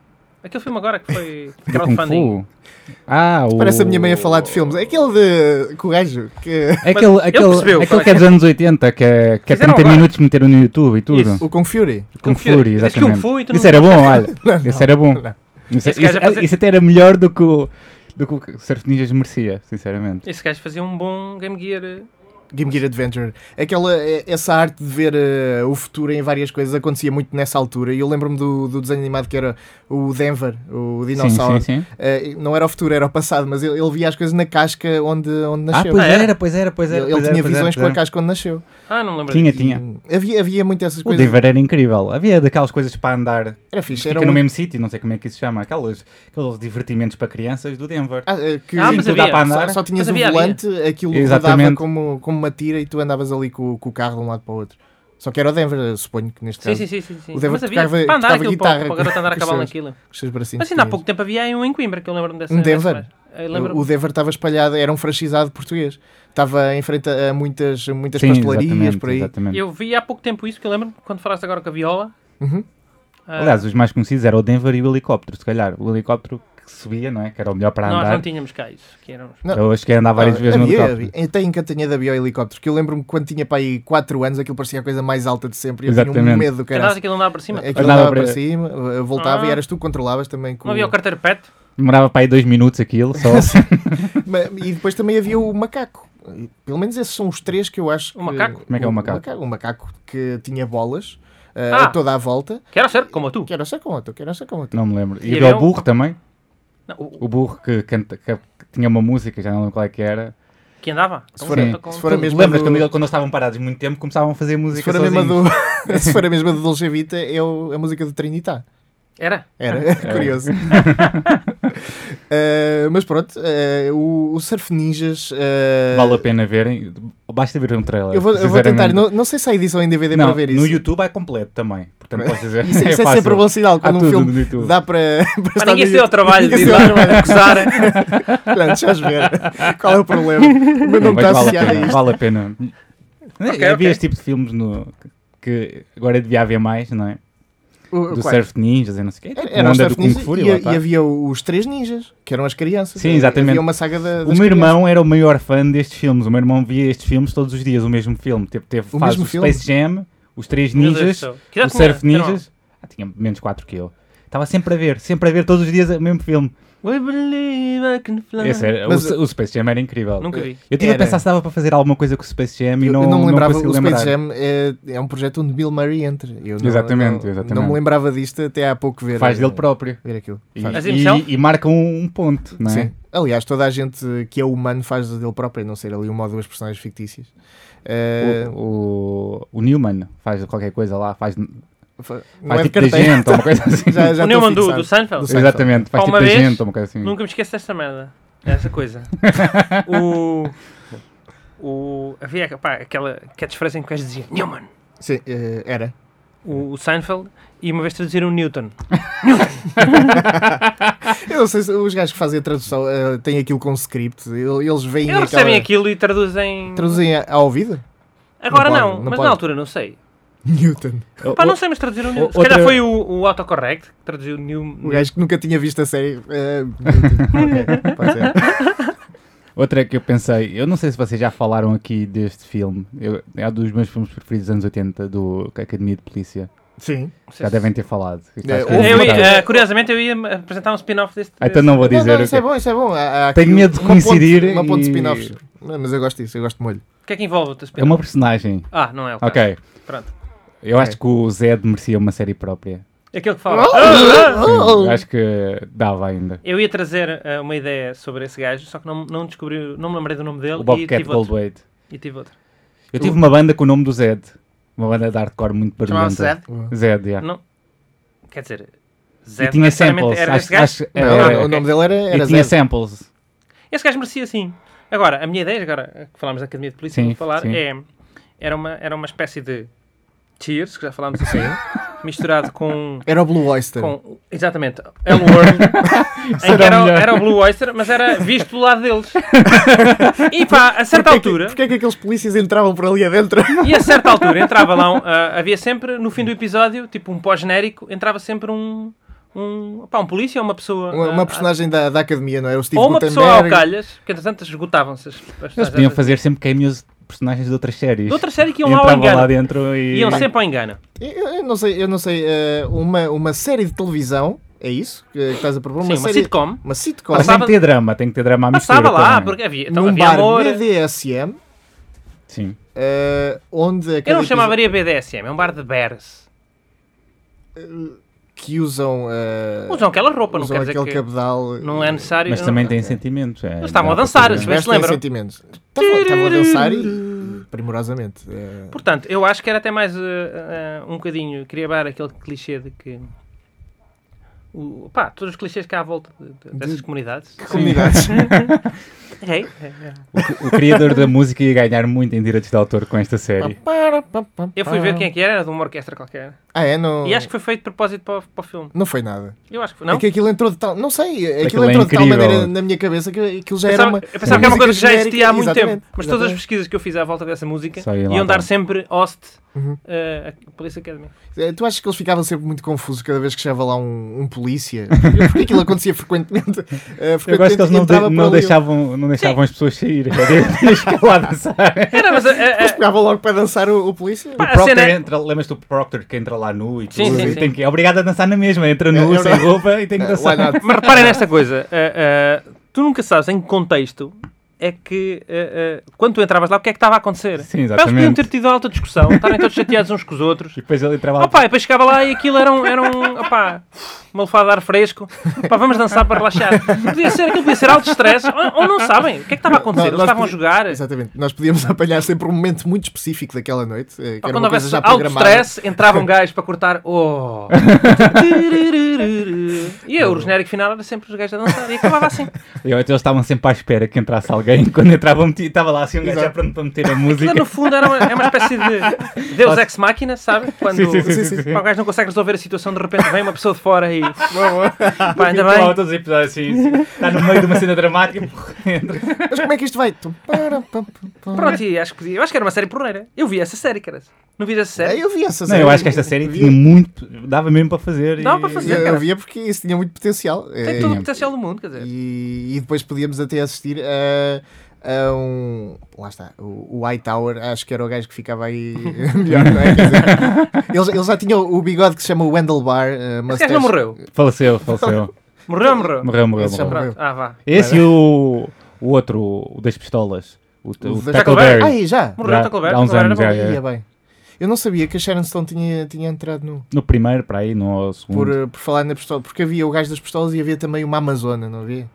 Speaker 4: Aquele filme agora que foi
Speaker 5: Da É Kung
Speaker 4: crowdfunding.
Speaker 5: Fu? Ah, o...
Speaker 3: Parece a minha mãe a falar de filmes. Aquele de. que o gajo. Que...
Speaker 5: Aquele,
Speaker 4: Mas ele
Speaker 5: aquele,
Speaker 4: percebeu qual é
Speaker 5: aquele
Speaker 4: que
Speaker 5: que é dos anos 80, que é, que é
Speaker 4: Fizeram
Speaker 5: 30
Speaker 4: agora.
Speaker 5: minutos que meteram no YouTube e tudo.
Speaker 4: Isso.
Speaker 3: O Kung Fury.
Speaker 5: Kung
Speaker 4: Fury.
Speaker 5: Fury,
Speaker 4: Dizes Kung
Speaker 5: exatamente.
Speaker 4: Fu e tu
Speaker 5: isso
Speaker 4: não-
Speaker 5: era bom, olha. isso era bom. Isso,
Speaker 4: Esse gajo
Speaker 5: isso-
Speaker 4: a fazer-
Speaker 5: isso até era melhor do que o, do que o Surf Ninjas merecia, sinceramente.
Speaker 4: Esse gajo fazia um bom Game Gear. eh,
Speaker 3: Game Gear Adventure. Aquela, eh, essa arte de ver eh, o futuro em várias coisas acontecia muito nessa altura. E eu lembro-me do, do desenho animado que era o Denver, o
Speaker 5: Sim, sim,
Speaker 3: dinossauro.
Speaker 5: sim.
Speaker 3: Eh, não era o futuro, era o passado, mas ele, ele via as coisas na casca onde, onde
Speaker 5: Ah,
Speaker 3: nasceu.
Speaker 5: pois
Speaker 4: Ah, era?
Speaker 5: era, pois era, pois era.
Speaker 3: ele
Speaker 5: pois
Speaker 3: ele
Speaker 5: era,
Speaker 3: tinha
Speaker 5: pois era,
Speaker 3: visões
Speaker 5: pois é.
Speaker 3: com a
Speaker 5: era.
Speaker 3: casca onde nasceu.
Speaker 4: Ah, não lembro.
Speaker 5: Tinha,
Speaker 4: disso.
Speaker 5: tinha.
Speaker 3: Hum, Havia, havia muito essas
Speaker 5: O
Speaker 3: coisas.
Speaker 5: Denver era incrível. Havia daquelas coisas para andar.
Speaker 3: Era fixe.
Speaker 5: Fica
Speaker 3: Era
Speaker 5: no
Speaker 3: um...
Speaker 5: mesmo sítio, não sei como é que isso se chama. Aquelas, aqueles divertimentos para crianças do Denver.
Speaker 3: Ah, eh, que-
Speaker 4: Ah, mas
Speaker 5: Sim, tudo dá
Speaker 4: havia,
Speaker 5: para
Speaker 3: Só,
Speaker 5: andar.
Speaker 3: só tinhas
Speaker 4: Mas havia,
Speaker 3: o volante, aquilo rodava
Speaker 5: Exatamente.
Speaker 3: como, como uma tira e tu andavas ali com, com o carro de um lado para o outro. Só que era o Denver, eu suponho que neste
Speaker 4: Sim,
Speaker 3: caso,
Speaker 4: sim, sim. sim, sim.
Speaker 3: O David
Speaker 4: Mas havia
Speaker 3: tocava-
Speaker 4: para andar
Speaker 3: tocava
Speaker 4: aquilo
Speaker 3: guitarra
Speaker 4: para, para o garoto andar a
Speaker 3: com
Speaker 4: cavalo
Speaker 3: os seus-
Speaker 4: naquilo.
Speaker 3: com os seus bracinhos.
Speaker 4: Mas ainda há
Speaker 3: pequeninos.
Speaker 4: pouco tempo havia aí um em Coimbra, que eu lembro-me dessa.
Speaker 3: Um
Speaker 4: dessa
Speaker 3: Denver?
Speaker 4: mais. Eu
Speaker 3: O
Speaker 4: lembro-me.
Speaker 3: Denver estava espalhado, era um franchisado português. Estava em frente a muitas, muitas
Speaker 5: Sim,
Speaker 3: pastelarias
Speaker 5: exatamente,
Speaker 3: por aí.
Speaker 5: exatamente.
Speaker 4: Eu vi há pouco tempo isso, que eu lembro-me quando falaste agora com a viola.
Speaker 3: Uhum.
Speaker 4: ah,
Speaker 5: Aliás, os mais conhecidos eram o Denver e o helicóptero, se calhar. O helicóptero que subia, não é? Que era o melhor para
Speaker 4: Nós
Speaker 5: andar.
Speaker 4: não tínhamos cá isso. Que éramos...
Speaker 3: Não.
Speaker 5: Eu acho que ia andar várias
Speaker 3: Ah,
Speaker 5: vezes no
Speaker 3: havia,
Speaker 5: helicóptero.
Speaker 3: havia. Até em Cantanheda havia o helicóptero, que eu lembro-me quando tinha para aí 4 anos, aquilo parecia a coisa mais alta de sempre. e Eu tinha
Speaker 5: Exatamente.
Speaker 3: um medo do
Speaker 4: Andares
Speaker 3: cara.
Speaker 4: aquilo andava para cima.
Speaker 3: Aquilo
Speaker 5: Andava
Speaker 3: andava
Speaker 5: para-
Speaker 3: para cima, eu voltava
Speaker 4: Ah.
Speaker 3: e eras tu que controlavas também. Com...
Speaker 4: Não havia o carteiro pet?
Speaker 5: Demorava para aí dois minutos aquilo, só
Speaker 3: Mas- E depois também havia o macaco. E, Pelo menos esses são os três que eu acho.
Speaker 4: O macaco?
Speaker 5: Como é que é o macaco?
Speaker 3: O macaco que tinha bolas eh,
Speaker 4: Ah.
Speaker 3: a toda a volta.
Speaker 4: Que era certo, como a tu.
Speaker 3: Quero ser com outro, quero ser com outro.
Speaker 5: não me lembro.
Speaker 4: E
Speaker 5: E havia
Speaker 4: havia
Speaker 5: o
Speaker 4: um-
Speaker 5: burro também.
Speaker 4: Não, o-
Speaker 5: O burro que, canta- que- que tinha uma música, já não lembro qual é que era.
Speaker 4: que andava.
Speaker 3: Se
Speaker 4: Com-
Speaker 3: for,
Speaker 5: Sim.
Speaker 3: a, se
Speaker 4: com-
Speaker 3: for a
Speaker 5: Tu
Speaker 3: mesma
Speaker 5: Lembras
Speaker 3: do,
Speaker 5: quando, ele- quando eles estavam parados muito tempo, começavam a fazer
Speaker 3: se
Speaker 5: música
Speaker 3: for a mesma
Speaker 5: sozinhos.
Speaker 3: do se for a mesma do Dolce Vita é o- a música do Trinitá
Speaker 4: Era.
Speaker 3: era
Speaker 5: Ah,
Speaker 3: curioso Eh, mas pronto eh, o, o Surf Ninjas eh,
Speaker 5: Vale a pena verem. Basta ver um trailer.
Speaker 3: eu vou, eu vou tentar
Speaker 5: sinceramente.
Speaker 3: não, não sei se há edição em DVD
Speaker 5: Não,
Speaker 3: para ver isso
Speaker 5: no YouTube é completo também. Portanto, podes dizer.
Speaker 3: isso, isso é,
Speaker 5: fácil.
Speaker 3: sempre um bom sinal
Speaker 5: Há
Speaker 3: quando
Speaker 5: tudo
Speaker 3: um filme
Speaker 5: no YouTube.
Speaker 3: dá para, para
Speaker 4: Mas
Speaker 3: estar
Speaker 4: ninguém
Speaker 3: no
Speaker 4: se deu ao
Speaker 3: YouTube.
Speaker 4: trabalho de
Speaker 3: Ninguém
Speaker 4: ir
Speaker 3: se deu
Speaker 4: lá
Speaker 3: ao
Speaker 4: a gozar.
Speaker 3: Pronto, deixa-as ver qual é o problema mas não,
Speaker 5: Não, mas
Speaker 3: está
Speaker 5: vale,
Speaker 3: associado a
Speaker 5: a pena,
Speaker 3: isto
Speaker 5: vale a pena.
Speaker 4: Ok,
Speaker 5: havia
Speaker 4: ok.
Speaker 5: este tipo de filmes no, que agora devia haver mais, não é?
Speaker 3: O-
Speaker 5: Do
Speaker 3: qual? é?
Speaker 5: Surf Ninjas e não sei o quê. Tipo,
Speaker 3: Era o
Speaker 5: onda
Speaker 3: Surf
Speaker 5: do Kung
Speaker 3: Ninja
Speaker 5: Fu
Speaker 3: e,
Speaker 5: e lá tá.
Speaker 3: e havia os três ninjas, que eram as crianças.
Speaker 5: Sim, exatamente.
Speaker 3: Havia uma saga da, das
Speaker 5: O meu irmão era o maior fã destes filmes. O meu irmão via estes filmes todos os dias, o mesmo filme. Teve, teve
Speaker 3: O
Speaker 5: faz
Speaker 3: mesmo
Speaker 5: o
Speaker 3: filme?
Speaker 5: Space Jam, os Três
Speaker 4: Meu Deus do
Speaker 5: Ninjas,
Speaker 4: céu. Que
Speaker 5: o
Speaker 4: idade
Speaker 5: Surf
Speaker 4: tinha? Era
Speaker 5: Ninjas. Ah, tinha menos 4 que eu. Estava sempre a ver, sempre a ver todos os dias o mesmo filme.
Speaker 4: We believe I can fly.
Speaker 5: Esse é- era-
Speaker 3: Mas-
Speaker 5: o, o Space Jam era incrível.
Speaker 4: Nunca vi.
Speaker 5: Eu tive a
Speaker 3: Era.
Speaker 5: pensar se dava para fazer alguma coisa com o Space Jam e
Speaker 3: Eu-
Speaker 5: não,
Speaker 3: eu não me lembrava,
Speaker 5: consegui
Speaker 3: o
Speaker 5: lembrar.
Speaker 3: Space Jam é, é um projeto onde Bill Murray entra. Eu não,
Speaker 5: Exatamente,
Speaker 3: não,
Speaker 5: exatamente.
Speaker 3: Não me lembrava disto até há pouco ver. eh,
Speaker 5: Faz dele próprio.
Speaker 3: Ver aquilo.
Speaker 5: E,
Speaker 3: Faz.
Speaker 4: Mas
Speaker 5: e-
Speaker 4: himself?
Speaker 5: e marca um, um ponto, não é?
Speaker 3: Sim. Aliás, toda a gente que é humano faz dele próprio, a não ser ali uma ou duas personagens fictícias. Eh,
Speaker 5: O, o, o Newman faz qualquer coisa lá, faz,
Speaker 3: fa- não
Speaker 5: faz
Speaker 3: é de
Speaker 5: tipo de
Speaker 3: carteira.
Speaker 5: gente ou uma coisa assim.
Speaker 3: Já- já
Speaker 4: O
Speaker 3: estou
Speaker 4: Newman do,
Speaker 3: fixado.
Speaker 4: do Seinfeld?
Speaker 3: Do Seinfeld.
Speaker 5: Exatamente, faz
Speaker 4: Há
Speaker 5: tipo
Speaker 4: uma
Speaker 5: de
Speaker 4: vez,
Speaker 5: gente ou uma coisa assim.
Speaker 4: Nunca me esqueço desta merda. Essa coisa. o. O. Havia pá, aquela catchphrase em que o gajo dizia Newman.
Speaker 3: Sim, eh, era.
Speaker 4: O, o Seinfeld. E uma vez traduziram o Newton.
Speaker 3: Eu não sei se os gajos que fazem a tradução eh, têm aquilo com script. eu- Eles veem
Speaker 4: Eles
Speaker 3: aquela-
Speaker 4: recebem aquilo e traduzem.
Speaker 3: Traduzem a- ao ouvido?
Speaker 4: Agora
Speaker 3: Não
Speaker 4: não,
Speaker 3: pode, não
Speaker 4: mas
Speaker 3: pode.
Speaker 4: na altura não sei.
Speaker 3: Newton.
Speaker 5: O-
Speaker 4: Pá,
Speaker 5: o-
Speaker 4: não sei, mas traduziram o Newton. Se
Speaker 5: outra-
Speaker 4: calhar foi o, o autocorrect que traduziu o Newman.
Speaker 3: O gajo que nunca tinha visto a série. eh, Newton. Ok, é. pode ser.
Speaker 5: Outra que eu pensei, eu não sei se vocês já falaram aqui deste filme, eu- é um dos meus filmes preferidos dos anos 80, do Academia de Polícia.
Speaker 3: Sim.
Speaker 5: Já devem ter falado.
Speaker 3: É,
Speaker 5: Acho que
Speaker 3: houve
Speaker 5: já
Speaker 4: Eu
Speaker 3: uma
Speaker 5: falaram.
Speaker 4: ia- eh, curiosamente, eu ia apresentar um spin-off deste.
Speaker 5: Ah, Então não vou dizer.
Speaker 3: não, não,
Speaker 5: o
Speaker 3: isso é
Speaker 5: quê.
Speaker 3: bom, isso é bom. Há- há
Speaker 5: Tenho
Speaker 3: aqui
Speaker 5: medo de
Speaker 3: uma ponte-
Speaker 5: coincidir
Speaker 3: Uma ponte de
Speaker 5: e-
Speaker 3: spin-offs. Não, Mas eu gosto disso, eu gosto de molho.
Speaker 4: O que é que envolve o teu
Speaker 5: É
Speaker 4: spin-off?
Speaker 5: uma personagem.
Speaker 4: Ah, não é o caso.
Speaker 5: Ok.
Speaker 4: Pronto.
Speaker 5: Eu acho que o Zed merecia uma série própria.
Speaker 4: Aquilo que fala.
Speaker 5: Ah!
Speaker 3: Oh!
Speaker 5: Eu Acho que dava ainda.
Speaker 4: Eu ia trazer eh, uma ideia sobre esse gajo, só que não, não descobri, não me lembrei do nome dele
Speaker 5: O
Speaker 4: e
Speaker 5: Bobcat
Speaker 4: tive outro.
Speaker 5: Goldthwait.
Speaker 4: E tive outro.
Speaker 5: Eu tive uma banda com o nome do Zed. Uma banda de hardcore muito barulhenta.
Speaker 4: Chamava-se Zed?
Speaker 5: Zed, yeah.
Speaker 4: Não. Quer dizer,
Speaker 5: Ah. E
Speaker 4: Zed
Speaker 5: tinha
Speaker 4: necessariamente
Speaker 5: samples.
Speaker 4: era
Speaker 5: acho-
Speaker 4: esse gajo.
Speaker 5: acho-
Speaker 3: Não,
Speaker 5: era-
Speaker 3: o nome dele era, era
Speaker 5: é- E tinha
Speaker 3: Zed.
Speaker 5: samples.
Speaker 4: Esse gajo merecia sim. Agora, a minha ideia, agora que falámos da Academia de Polícia,
Speaker 5: Sim,
Speaker 4: vou falar,
Speaker 5: sim.
Speaker 4: é. Era uma, era uma espécie de Cheers, que já falámos assim, misturado com.
Speaker 3: Era o Blue Oyster.
Speaker 4: com exatamente, L World, em que
Speaker 5: era
Speaker 4: era, o-
Speaker 5: melhor.
Speaker 4: era o Blue Oyster, mas era visto do lado deles. E pá, a certa
Speaker 3: Porquê que-
Speaker 4: altura.
Speaker 3: Porquê é que aqueles polícias entravam por ali adentro?
Speaker 4: E a certa altura entrava lá, um, ah, havia sempre, no fim do episódio, tipo um pós-genérico, entrava sempre um. Um, pá, um polícia ou uma pessoa.
Speaker 3: Uma,
Speaker 4: ah,
Speaker 3: uma personagem tipo da, da academia, não era? O Steve
Speaker 4: Ou uma pessoa ao
Speaker 3: Gutenberg.
Speaker 4: calhas, porque entretanto esgotavam-se as, as
Speaker 5: Eles podiam fazer sempre cameos de personagens de outras séries.
Speaker 4: De outra série que
Speaker 5: E
Speaker 4: iam lá ao
Speaker 5: entravam lá
Speaker 4: engano.
Speaker 5: dentro e...
Speaker 4: Iam sempre ao engano.
Speaker 3: Eu, eu não sei, eu não sei eh, uma, uma série de televisão, é isso que que estás a propor?
Speaker 4: Sim, uma
Speaker 3: série,
Speaker 4: sitcom.
Speaker 3: Uma sitcom.
Speaker 5: Mas tem
Speaker 4: Passava-
Speaker 5: que ter drama, tem que ter drama à mistura
Speaker 4: Passava lá,
Speaker 5: também.
Speaker 4: porque havia, então,
Speaker 3: num
Speaker 4: havia
Speaker 3: bar
Speaker 4: amor.
Speaker 3: na DSM,
Speaker 5: Sim.
Speaker 3: eh, onde a
Speaker 4: Eu
Speaker 3: cada
Speaker 4: não
Speaker 3: episódio-
Speaker 4: chamaria BDSM, é um bar de bears.
Speaker 3: que usam, eh,
Speaker 4: Usam aquela roupa, não
Speaker 3: usam
Speaker 4: quer dizer
Speaker 3: aquele
Speaker 4: que
Speaker 3: cabedal. eh,
Speaker 4: não é necessário.
Speaker 5: Mas
Speaker 4: não-
Speaker 5: também tem sentimentos. É,
Speaker 4: Eles estavam a
Speaker 5: dá para
Speaker 4: dançar,
Speaker 5: fazer.
Speaker 4: se bem-
Speaker 3: Mas
Speaker 4: se
Speaker 3: tem
Speaker 4: lembram?
Speaker 3: sentimentos. Estavam estavam a dançar e primorosamente. eh,
Speaker 4: Portanto, eu acho que era até mais eh, eh, um bocadinho. Queria dar aquele clichê de que.
Speaker 3: Hum.
Speaker 4: O, pá, todos os clichês que há à volta de- de- dessas comunidades.
Speaker 3: comunidades.
Speaker 4: Hey.
Speaker 5: O, cri- o criador da música ia ganhar muito em direitos de autor com esta série.
Speaker 4: Eu fui ver quem é que era, era de uma orquestra qualquer.
Speaker 3: Ah, é? Não,
Speaker 4: E acho que foi feito de propósito para, o- para o filme.
Speaker 3: não foi nada.
Speaker 4: Eu acho que foi. Não?
Speaker 3: É que aquilo entrou de tal. Não sei, aquilo,
Speaker 5: Aquilo é
Speaker 3: entrou de tal
Speaker 5: incrível.
Speaker 3: maneira na minha cabeça que aquilo já
Speaker 4: Pensava-
Speaker 3: era uma.
Speaker 4: eu pensava que era uma
Speaker 3: música
Speaker 4: coisa que já existia há muito
Speaker 3: genérica.
Speaker 4: tempo. Mas todas as
Speaker 3: exatamente.
Speaker 4: pesquisas que eu fiz à volta dessa música
Speaker 5: Só ia lá
Speaker 4: iam
Speaker 5: dar.
Speaker 4: dar sempre host
Speaker 3: Uhum.
Speaker 4: eh, a Police Academy.
Speaker 3: Eh, Tu achas que eles ficavam sempre muito confusos cada vez que chegava lá um, um polícia? Porque aquilo acontecia frequentemente. eh, frequentemente
Speaker 5: Eu gosto que eles não, de-
Speaker 3: entrava por
Speaker 5: não
Speaker 3: ali.
Speaker 5: deixavam, não deixavam as pessoas sair. Deixa lá dançar.
Speaker 4: Era, mas eh, eh,
Speaker 3: Eles pegavam logo para dançar o, o polícia.
Speaker 4: Pá,
Speaker 5: O
Speaker 4: a
Speaker 5: Proctor
Speaker 4: cena é-
Speaker 5: entra, lembras do Proctor que entra lá nu e tudo,
Speaker 4: Sim, sim,
Speaker 5: e
Speaker 4: sim.
Speaker 5: Tem que, é obrigado a dançar na mesma, entra nu,
Speaker 3: Eu-
Speaker 5: sem roupa e tem que
Speaker 3: Eh, é why
Speaker 5: dançar.
Speaker 3: not?
Speaker 4: Mas reparem nesta coisa, eh, eh, tu nunca sabes em que contexto é que eh, eh, quando tu entravas lá, o que é que estava a acontecer?
Speaker 5: Sim,
Speaker 4: Pá, Eles podiam
Speaker 5: exatamente. Tipo,
Speaker 4: ter tido alta discussão, estarem todos chateados uns com os outros.
Speaker 5: E depois ele entrava lá.
Speaker 4: Opa, e depois chegava lá e aquilo era um, era um opá, uma lufada de ar fresco. Opá, vamos dançar para relaxar. Podia ser, aquilo podia ser alto estresse, ou, ou não sabem o que é que estava a acontecer. Eles
Speaker 3: nós
Speaker 4: estavam a
Speaker 3: podi-
Speaker 4: jogar.
Speaker 3: Exatamente. Nós podíamos apanhar sempre um momento muito específico daquela noite. eh, Que
Speaker 4: Pá,
Speaker 3: era
Speaker 4: quando
Speaker 3: uma coisa
Speaker 4: houvesse
Speaker 3: já
Speaker 4: alto
Speaker 3: programada.
Speaker 4: stress, entrava um gajo para cortar. Oh! E eu, o genérico final era sempre os gajos a dançar e acabava assim.
Speaker 5: E eu- eles estavam sempre à espera que entrasse alguém. Quando entrava, meti- estava lá assim um gajo já
Speaker 3: Exato.
Speaker 5: pronto para meter a
Speaker 4: Aquilo,
Speaker 5: música.
Speaker 4: no fundo era uma, é uma espécie de Deus Ex Machina, sabe? Quando
Speaker 5: Sim, sim, sim, sim, sim.
Speaker 4: pá, o gajo não consegue resolver a situação, de repente vem uma pessoa de fora e pá, ainda
Speaker 5: Estavam lá
Speaker 4: bem.
Speaker 5: todos os episódios assim. Está no meio de uma cena dramática. porra, entra. assim.
Speaker 3: Mas como é que isto vai? Tum, para, pam, pam, pam.
Speaker 4: Pronto, e acho que podia. Eu acho que era uma série porreira. Eu vi essa série, caras. Não vi essa
Speaker 3: Ah,
Speaker 4: série?
Speaker 3: Eu vi essa
Speaker 5: Não,
Speaker 3: série.
Speaker 5: eu acho que esta série
Speaker 3: Vi-
Speaker 5: tinha muito. Dava mesmo para fazer.
Speaker 4: Dava
Speaker 5: e-
Speaker 4: para fazer.
Speaker 3: Eu,
Speaker 4: cara.
Speaker 3: eu via porque isso tinha muito potencial. eh,
Speaker 4: Tem todo o potencial do mundo, quer dizer.
Speaker 3: E, e depois podíamos até assistir a, a um. Lá está, o, o Hightower, acho que era o gajo que ficava aí melhor, não é? Quer dizer, ele, ele já tinha o bigode que se chama Wendell Bar. Uh,
Speaker 4: Esse gajo não morreu.
Speaker 5: Faleceu, faleceu.
Speaker 4: Morreu, ou morreu.
Speaker 5: Morreu, morreu,
Speaker 3: Esse é
Speaker 5: morreu.
Speaker 3: um-
Speaker 4: Pronto, ah, vá.
Speaker 5: Esse e o, o outro, o das pistolas. O, o,
Speaker 3: das-
Speaker 5: Tackleberry.
Speaker 3: Ai, Ah, já!
Speaker 4: Morreu
Speaker 5: Já-
Speaker 4: Tackleberry,
Speaker 5: Há uns
Speaker 4: Tackleberry
Speaker 5: anos
Speaker 4: era
Speaker 5: já,
Speaker 4: bom.
Speaker 5: é.
Speaker 3: Ia bem. Eu não sabia que a Sharon Stone tinha, tinha entrado no.
Speaker 5: No primeiro, para aí, no segundo.
Speaker 3: Por, uh, por falar na pistola, porque havia o gajo das pistolas e havia também uma Amazona, não havia?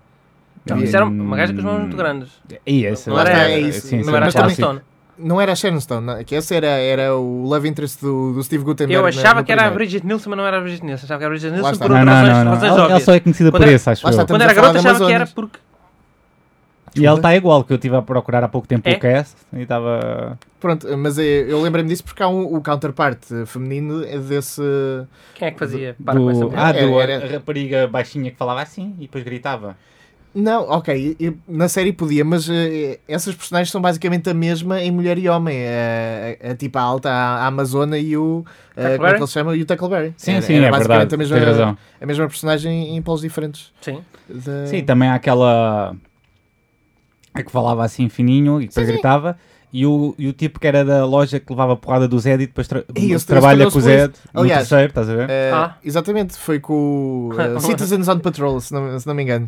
Speaker 4: Não, isso era um- uma gaja com as mãos muito grandes.
Speaker 5: E esse,
Speaker 4: Não era- é
Speaker 3: isso.
Speaker 5: sim, sim,
Speaker 4: Não era a
Speaker 3: mas
Speaker 4: Sharon
Speaker 3: também-
Speaker 4: Stone.
Speaker 3: Não era a Sharon Stone, não, que essa era, era o Love Interest do, é do Steve Gutenberg.
Speaker 4: Eu
Speaker 3: na-
Speaker 4: achava
Speaker 3: no
Speaker 4: que era a
Speaker 3: primeiro.
Speaker 4: Bridget Nielsen, mas não era a Bridget Nielsen. Achava que era a Bridget
Speaker 3: Lá
Speaker 4: Nielsen
Speaker 3: está.
Speaker 4: por
Speaker 5: Não, não,
Speaker 4: razões
Speaker 5: não. não.
Speaker 4: razões
Speaker 5: Ela, ela
Speaker 4: óbvias.
Speaker 5: só é conhecida
Speaker 4: Quando
Speaker 5: por
Speaker 4: era-
Speaker 5: esse, acho
Speaker 3: Lá está,
Speaker 5: eu.
Speaker 4: Quando
Speaker 3: Estamos
Speaker 4: era
Speaker 3: a falar
Speaker 4: garota
Speaker 3: da
Speaker 4: achava que era
Speaker 3: Amazonas.
Speaker 4: porque
Speaker 5: E ela está igual, que eu estive a procurar há pouco tempo
Speaker 4: É?
Speaker 5: o cast e estava.
Speaker 3: Pronto, mas eh, eu lembrei-me disso porque há um, o counterpart eh, feminino é desse.
Speaker 4: Quem é que fazia? Para com essa
Speaker 5: Do...
Speaker 4: mulher.
Speaker 5: Ah, do...
Speaker 3: Era- era-
Speaker 5: a rapariga baixinha que falava assim e depois gritava.
Speaker 3: Não, ok, e- e na série podia, mas eh, essas personagens são basicamente a mesma em mulher e homem. eh, A, a, tipo a alta, a, a Amazona e o. eh, como é
Speaker 4: Tackleberry?
Speaker 3: que ele se chama? E o Tackleberry.
Speaker 5: Sim,
Speaker 3: Era-
Speaker 5: sim,
Speaker 3: era
Speaker 5: é
Speaker 3: basicamente
Speaker 5: verdade.
Speaker 3: A
Speaker 5: Tens
Speaker 3: mesma,
Speaker 5: razão.
Speaker 3: a mesma personagem em polos diferentes.
Speaker 4: Sim.
Speaker 3: da-
Speaker 5: Sim, também há aquela. a que falava assim fininho e depois gritava. E o, e o tipo que era da loja que levava a porrada do Zed e depois tra-
Speaker 3: Ih, esse-
Speaker 5: trabalha
Speaker 3: esse
Speaker 5: com o
Speaker 3: tornou-se
Speaker 5: Zed
Speaker 3: por isso.
Speaker 5: no
Speaker 3: Aliás,
Speaker 5: terceiro, estás a ver?
Speaker 3: Eh,
Speaker 4: Ah.
Speaker 3: Exatamente, foi com o eh, Citizens on Patrol, se não, se não me engano.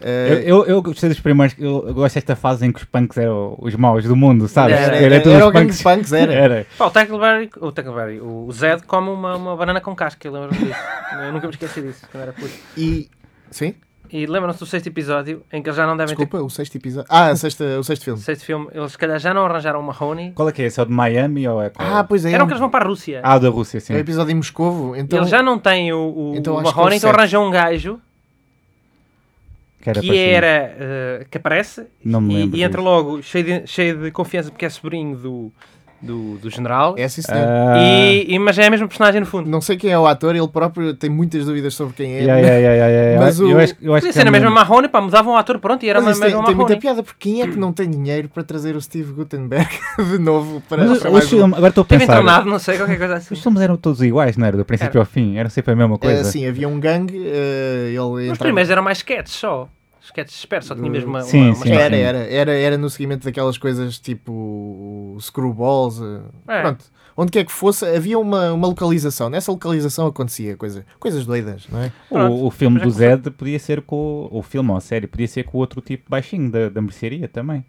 Speaker 4: É.
Speaker 3: Eh,
Speaker 5: Eu, eu, eu gostei dos primeiros. Eu eu gosto desta fase em que os punks eram os maus do mundo, sabes?
Speaker 4: Era-
Speaker 5: tudo
Speaker 3: era
Speaker 5: os
Speaker 3: o gangue de punks, era.
Speaker 4: Pá, o Tackleberry, o Tackleberry, o Zed come uma, uma banana com casca, eu lembro-me disso. Eu nunca me esqueci disso quando era puto.
Speaker 3: E. Sim?
Speaker 4: E lembram-se do sexto episódio em que eles já não devem
Speaker 3: Desculpa, o sexto episódio. Ah, a sexta, o sexto
Speaker 4: ter.
Speaker 3: filme.
Speaker 4: Sexto filme, eles se calhar já não arranjaram uma Honey.
Speaker 5: Qual é que é esse? É o de Miami ou é qual?
Speaker 3: Ah, pois é. é
Speaker 4: Eram
Speaker 3: um-
Speaker 4: que eles vão para a Rússia.
Speaker 5: Ah, o da Rússia, sim.
Speaker 3: É um episódio em Moscovo. Então,
Speaker 4: eles já não têm o, o,
Speaker 3: Então
Speaker 4: o
Speaker 3: acho que é o
Speaker 4: Mahoney, então
Speaker 3: sete.
Speaker 4: arranjam um gajo
Speaker 5: Que era
Speaker 4: que
Speaker 5: parecido.
Speaker 4: era eh, que aparece
Speaker 5: Não me
Speaker 4: e-
Speaker 5: lembro
Speaker 4: e, entra
Speaker 5: disso.
Speaker 4: logo cheio de, cheio de confiança porque é sobrinho do, do, do general.
Speaker 3: É sim, senhor.
Speaker 5: Ah,
Speaker 4: E, e- mas é a mesma personagem no fundo.
Speaker 3: Não sei quem é o ator, ele próprio tem muitas dúvidas sobre quem é.
Speaker 5: yeah, yeah, yeah, yeah, yeah.
Speaker 3: Mas
Speaker 5: eu,
Speaker 3: o-
Speaker 5: acho, eu
Speaker 4: Podia
Speaker 5: acho que é
Speaker 4: ser a mesma
Speaker 5: mesmo.
Speaker 4: Mahoney, pá, mudavam o ator, pronto, e era
Speaker 3: Mas
Speaker 4: uma
Speaker 3: isso tem,
Speaker 4: mesma
Speaker 3: tem muita
Speaker 4: Mahoney.
Speaker 3: piada, porque quem é que não tem dinheiro para trazer o Steve Gutenberg de novo para,
Speaker 5: Mas é
Speaker 3: para
Speaker 5: os
Speaker 3: mais um-
Speaker 5: filmes, agora estou a
Speaker 4: Teve
Speaker 5: pensar.
Speaker 4: entornado, não sei, qualquer coisa assim.
Speaker 5: Os filmes eram todos iguais, não era? Do princípio
Speaker 4: Era.
Speaker 5: ao fim, era sempre a mesma
Speaker 3: Eh,
Speaker 5: coisa.
Speaker 3: sim, havia um gangue, eh, ele
Speaker 4: Os
Speaker 3: entrava-
Speaker 4: primeiros eram mais sketches só. Sketches espertos, só tinha mesmo uma,
Speaker 5: Sim,
Speaker 4: uma,
Speaker 5: sim.
Speaker 4: uma história.
Speaker 5: Era.
Speaker 3: Era, era, era, era no seguimento daquelas coisas tipo screwballs, eh,
Speaker 4: É.
Speaker 3: pronto. Onde quer que fosse, havia uma, uma localização. Nessa localização acontecia coisa, coisas doidas, não é?
Speaker 4: Pronto.
Speaker 5: O, o filme
Speaker 4: Mas é
Speaker 5: do
Speaker 4: que foi-
Speaker 5: Zed podia ser com. O filme ou a série podia ser com outro tipo baixinho da, da mercearia também.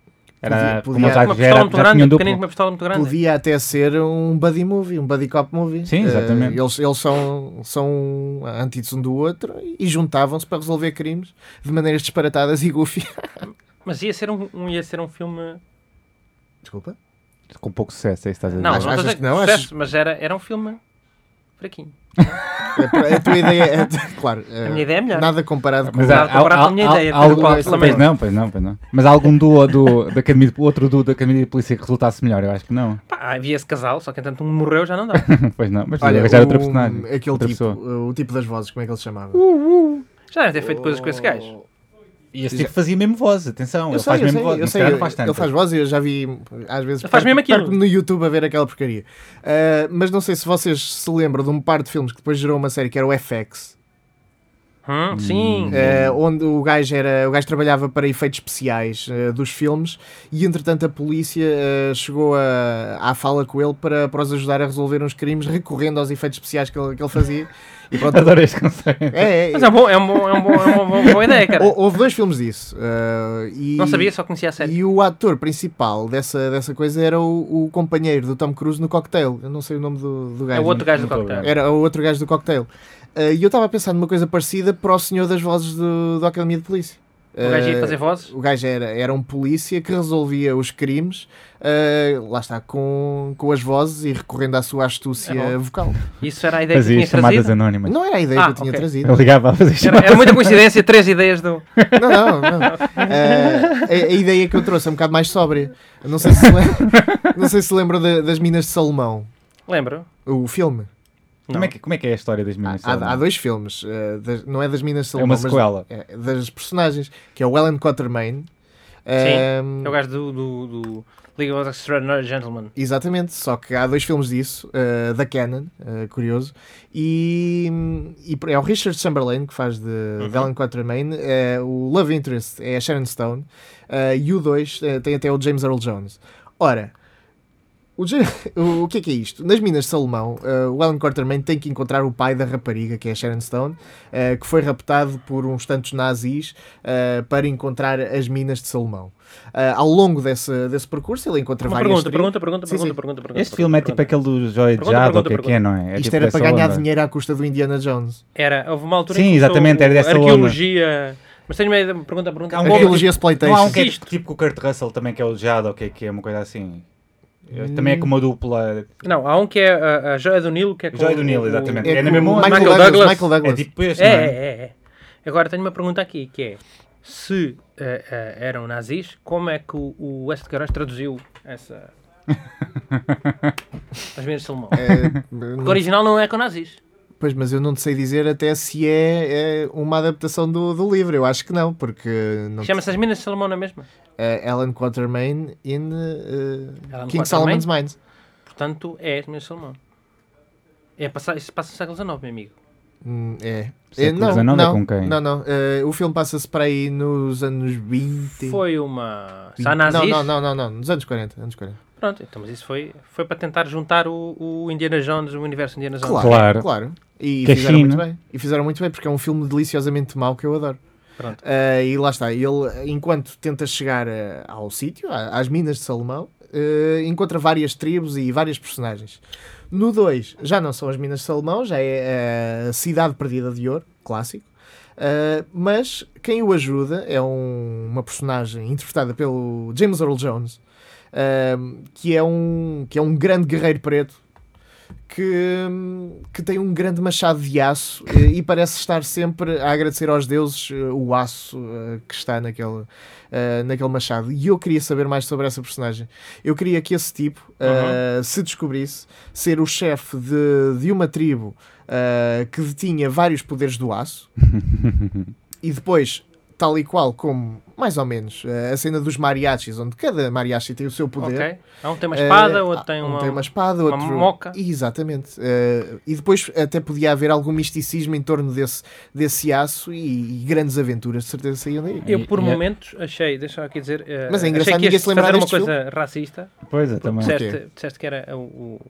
Speaker 3: Podia-
Speaker 5: Era como
Speaker 3: podia-
Speaker 5: eles já,
Speaker 4: Uma
Speaker 5: já,
Speaker 4: pistola
Speaker 5: era,
Speaker 4: muito
Speaker 5: já
Speaker 4: grande,
Speaker 5: tinham
Speaker 4: um
Speaker 5: duplo.
Speaker 4: pequenino com uma pistola muito grande.
Speaker 3: Podia até ser um buddy movie, um buddy cop movie.
Speaker 5: Sim,
Speaker 3: Eh,
Speaker 5: exatamente.
Speaker 3: eles, eles são, são antíteses um do outro e juntavam-se para resolver crimes de maneiras disparatadas e goofy.
Speaker 4: Mas ia ser um, um- ia ser um filme.
Speaker 3: Desculpa.
Speaker 5: Com pouco sucesso, é isso que estás a dizer.
Speaker 4: Não,
Speaker 3: Achas
Speaker 4: não, estou a dizer
Speaker 3: que não?
Speaker 4: sucesso,
Speaker 3: Achas-
Speaker 4: mas era, era um filme fraquinho.
Speaker 3: A, a tua ideia é. Claro. eh,
Speaker 4: minha ideia é melhor.
Speaker 3: Nada comparado com.
Speaker 5: Ah, Mas
Speaker 3: o-
Speaker 5: há,
Speaker 4: Claro, comparado com a minha
Speaker 5: há-
Speaker 4: ideia,
Speaker 5: há
Speaker 4: por
Speaker 5: algum-
Speaker 4: qual é
Speaker 5: pois
Speaker 4: lamento.
Speaker 5: não, pois não, pois não. Mas há algum duo do, da academia, de- outro duo da Academia de Polícia que resultasse melhor? Eu acho que não.
Speaker 4: Pá, havia esse casal, só que entanto um morreu já não dá.
Speaker 5: Pois não, mas
Speaker 3: Olha,
Speaker 5: Olha, arranjar outra
Speaker 3: o-
Speaker 5: personagem.
Speaker 3: Aquele
Speaker 5: outra
Speaker 3: tipo,
Speaker 5: pessoa. Um
Speaker 3: o tipo das vozes, como é que ele se chamava?
Speaker 4: Já deve ter feito coisas com esse gajo.
Speaker 5: E esse tipo fazia mesmo voz, atenção.
Speaker 3: Eu
Speaker 5: ele
Speaker 3: sei,
Speaker 5: faz
Speaker 3: eu
Speaker 5: mesmo
Speaker 3: sei,
Speaker 5: voz.
Speaker 3: eu
Speaker 5: mas se
Speaker 3: sei.
Speaker 5: calhar
Speaker 3: eu-
Speaker 5: faz
Speaker 3: ele
Speaker 5: tantas.
Speaker 3: faz voz e eu já vi às vezes
Speaker 4: Ele faz mesmo aquilo.
Speaker 3: perco-me no YouTube a ver aquela porcaria. Ah, mas não sei se vocês se lembram de um par de filmes que depois gerou uma série que era o FX,
Speaker 4: Hum, sim.
Speaker 5: é.
Speaker 3: ah, onde o gajo, era, o gajo trabalhava para efeitos especiais ah, dos filmes e entretanto a polícia ah, chegou a, à fala com ele para, para os ajudar a resolver uns crimes recorrendo aos efeitos especiais que ele, que ele fazia. E pronto,
Speaker 5: Adoro este conceito.
Speaker 3: é, é,
Speaker 4: Mas é, um bom, é, um bom, é, um bom, é uma boa- boa ideia, cara.
Speaker 3: Hou-
Speaker 5: Oh,
Speaker 3: Houve dois filmes disso. ah, e-
Speaker 4: Não sabia, só conhecia a série.
Speaker 3: E o ator principal dessa, dessa coisa era o, o companheiro do Tom Cruise no Cocktail. Eu não sei o nome do, do
Speaker 4: É
Speaker 3: gajo.
Speaker 4: o outro gajo do
Speaker 5: Muito
Speaker 4: cocktail.
Speaker 5: obrigado.
Speaker 3: Era o outro gajo do Cocktail. Ah, E eu estava a pensar numa coisa parecida para o senhor das vozes do, da Academia de Polícia.
Speaker 4: O gajo
Speaker 5: É,
Speaker 4: ia
Speaker 3: Ah,
Speaker 4: fazer vozes.
Speaker 3: o gajo era, era um polícia que resolvia os crimes, ah, lá está, com, com as vozes e recorrendo à sua astúcia
Speaker 4: É bom.
Speaker 3: vocal.
Speaker 4: Isso era a ideia que
Speaker 5: Fazia
Speaker 4: tinha
Speaker 5: chamadas
Speaker 4: trazido.
Speaker 5: anónimas.
Speaker 3: Não era a ideia
Speaker 4: Ah,
Speaker 3: que eu tinha
Speaker 4: ok.
Speaker 3: trazido.
Speaker 5: Eu ligava a fazer chamadas.
Speaker 4: Era, era muita coincidência, três ideias do.
Speaker 3: Não, não, não. Eh, a, a ideia que eu trouxe é um bocado mais sóbria. Não sei se se lembra, não sei se lembra da- das Minas de Salomão,
Speaker 4: Lembro.
Speaker 3: o filme.
Speaker 5: Como é, que, como é que é a história das
Speaker 3: Há,
Speaker 5: meninas?
Speaker 3: há- há dois filmes, eh, das- não é das Minas de
Speaker 5: É
Speaker 3: Salomão,
Speaker 5: uma
Speaker 3: mas-
Speaker 5: sequela.
Speaker 3: é, das personagens, que é o Alan Quatermain. Eh,
Speaker 4: É o gajo do, do, do League of Extraordinary Gentlemen.
Speaker 3: Exatamente, só que há dois filmes disso, eh, da Canon, eh, curioso, e, e é o Richard Chamberlain que faz de,
Speaker 4: Uhum.
Speaker 3: de Alan Quatermain, eh, o Love Interest é a Sharon Stone, eh, e o 2 tem até o James Earl Jones. Ora, o, Ja- o, o que é que é isto? Nas Minas de Salomão, eh, o Alan Quartermain tem que encontrar o pai da rapariga, que é a Sharon Stone, eh, que foi raptado por uns tantos nazis eh, para encontrar as Minas de Salomão. Eh, ao longo desse, desse percurso, ele encontra
Speaker 4: Uma
Speaker 3: várias
Speaker 4: pergunta,
Speaker 3: tribos.
Speaker 4: pergunta, pergunta,
Speaker 3: Sim,
Speaker 4: pergunta,
Speaker 3: sim.
Speaker 4: pergunta, pergunta.
Speaker 5: Este filme é tipo
Speaker 4: pergunta.
Speaker 5: aquele do Joy de
Speaker 4: Pergunta,
Speaker 5: Jado, ou o que é
Speaker 4: pergunta,
Speaker 5: que é, não é? É
Speaker 3: Isto
Speaker 5: tipo
Speaker 3: era
Speaker 5: dessa
Speaker 3: para ganhar
Speaker 5: onda.
Speaker 3: dinheiro à custa do Indiana Jones.
Speaker 4: Era, houve uma altura
Speaker 5: Sim,
Speaker 4: em que
Speaker 5: exatamente,
Speaker 4: começou
Speaker 5: era dessa onda.
Speaker 4: arqueologia. Mas tenho uma ideia, pergunta, pergunta.
Speaker 5: Há um
Speaker 3: A
Speaker 5: Bom,
Speaker 3: trilogia Splaytation.
Speaker 5: Não há um que é
Speaker 4: Existe.
Speaker 5: tipo com o Kurt Russell também, que é o Jado, ou o que é que é, uma coisa assim.
Speaker 3: Hum.
Speaker 5: Eu- Também é com uma dupla.
Speaker 4: Não, há um que é a, a Joia do Nilo, que é com
Speaker 5: Joia do
Speaker 4: o-
Speaker 5: Nilo,
Speaker 4: o-
Speaker 5: exatamente.
Speaker 3: É
Speaker 5: É na
Speaker 3: com
Speaker 5: mesma onda.
Speaker 3: Michael,
Speaker 4: Michael
Speaker 3: Douglas,
Speaker 4: Douglas.
Speaker 3: Michael
Speaker 5: É
Speaker 3: Douglas.
Speaker 5: tipo este,
Speaker 4: É,
Speaker 5: não é?
Speaker 4: é, é, é. Agora tenho uma pergunta aqui, que é se eh, eh, eram nazis, como é que o, o West Garage traduziu essa... As Minas de Salomão.
Speaker 3: Eh,
Speaker 4: Porque o original não é com nazis.
Speaker 3: Pois, mas eu não te sei dizer até se é, é uma adaptação do, do livro. Eu acho que não, porque não
Speaker 4: Chama-se As Minas de Salomão, não é mesmo?
Speaker 3: Eh, Alan Quatermain in eh,
Speaker 4: Alan
Speaker 3: King
Speaker 4: Quatermain?
Speaker 3: Solomon's Mines.
Speaker 4: Portanto, é As Minas de Salomão. É passar, isso passa no século XIX, meu amigo.
Speaker 3: Hum, é.
Speaker 5: Século
Speaker 3: Eh, não,
Speaker 5: XIX é
Speaker 3: não,
Speaker 5: com quem?
Speaker 3: não, não. Eh, o filme passa-se para aí nos anos 20.
Speaker 4: Foi uma... Se há
Speaker 3: Não,
Speaker 4: nazis...
Speaker 3: não, não, não, não, nos anos 40, anos 40.
Speaker 4: Pronto, então, mas isso foi, foi para tentar juntar o, o Indiana Jones, o universo Indiana Jones.
Speaker 3: Claro, claro.
Speaker 5: Claro.
Speaker 3: E
Speaker 5: Que é
Speaker 3: fizeram muito
Speaker 5: China.
Speaker 3: bem. E fizeram muito bem, porque é um filme deliciosamente mau que eu adoro.
Speaker 4: Pronto.
Speaker 3: Eh, e lá está, ele, enquanto tenta chegar eh, ao sítio, à- às Minas de Salomão, eh, encontra várias tribos e várias personagens. No 2, já não são as Minas de Salomão, já é eh, a Cidade Perdida de Ouro, clássico. Eh, mas quem o ajuda é um- uma personagem interpretada pelo James Earl Jones, eh, que, é um, que é um grande guerreiro preto que, hum, que tem um grande machado de aço eh, e parece estar sempre a agradecer aos deuses eh, o aço eh, que está naquele, eh, naquele machado. E eu queria saber mais sobre essa personagem. Eu queria que esse tipo eh, se descobrisse ser o chefe de, de uma tribo eh, que detinha vários poderes do aço e depois. Tal e qual como, mais ou menos, eh, a cena dos mariachis, onde cada mariachi tem o seu poder.
Speaker 4: Ok. Há um tem uma espada,
Speaker 3: Eh,
Speaker 4: outro tem
Speaker 3: um
Speaker 4: uma...
Speaker 3: tem uma espada,
Speaker 4: uma
Speaker 3: outro...
Speaker 4: moca.
Speaker 3: Exatamente. Eh, e depois até podia haver algum misticismo em torno desse, desse aço e, e grandes aventuras de certeza saíam daí.
Speaker 4: Eu, por
Speaker 5: E- e é-
Speaker 4: momentos, achei, deixa eu aqui dizer, eh,
Speaker 3: Mas é
Speaker 4: achei
Speaker 3: engraçado
Speaker 4: que
Speaker 3: ninguém
Speaker 4: este
Speaker 3: se lembrar
Speaker 4: fazer uma
Speaker 3: deste
Speaker 4: coisa racista,
Speaker 5: Pois é,
Speaker 4: porque
Speaker 5: também.
Speaker 4: disseste, disseste que era o, o,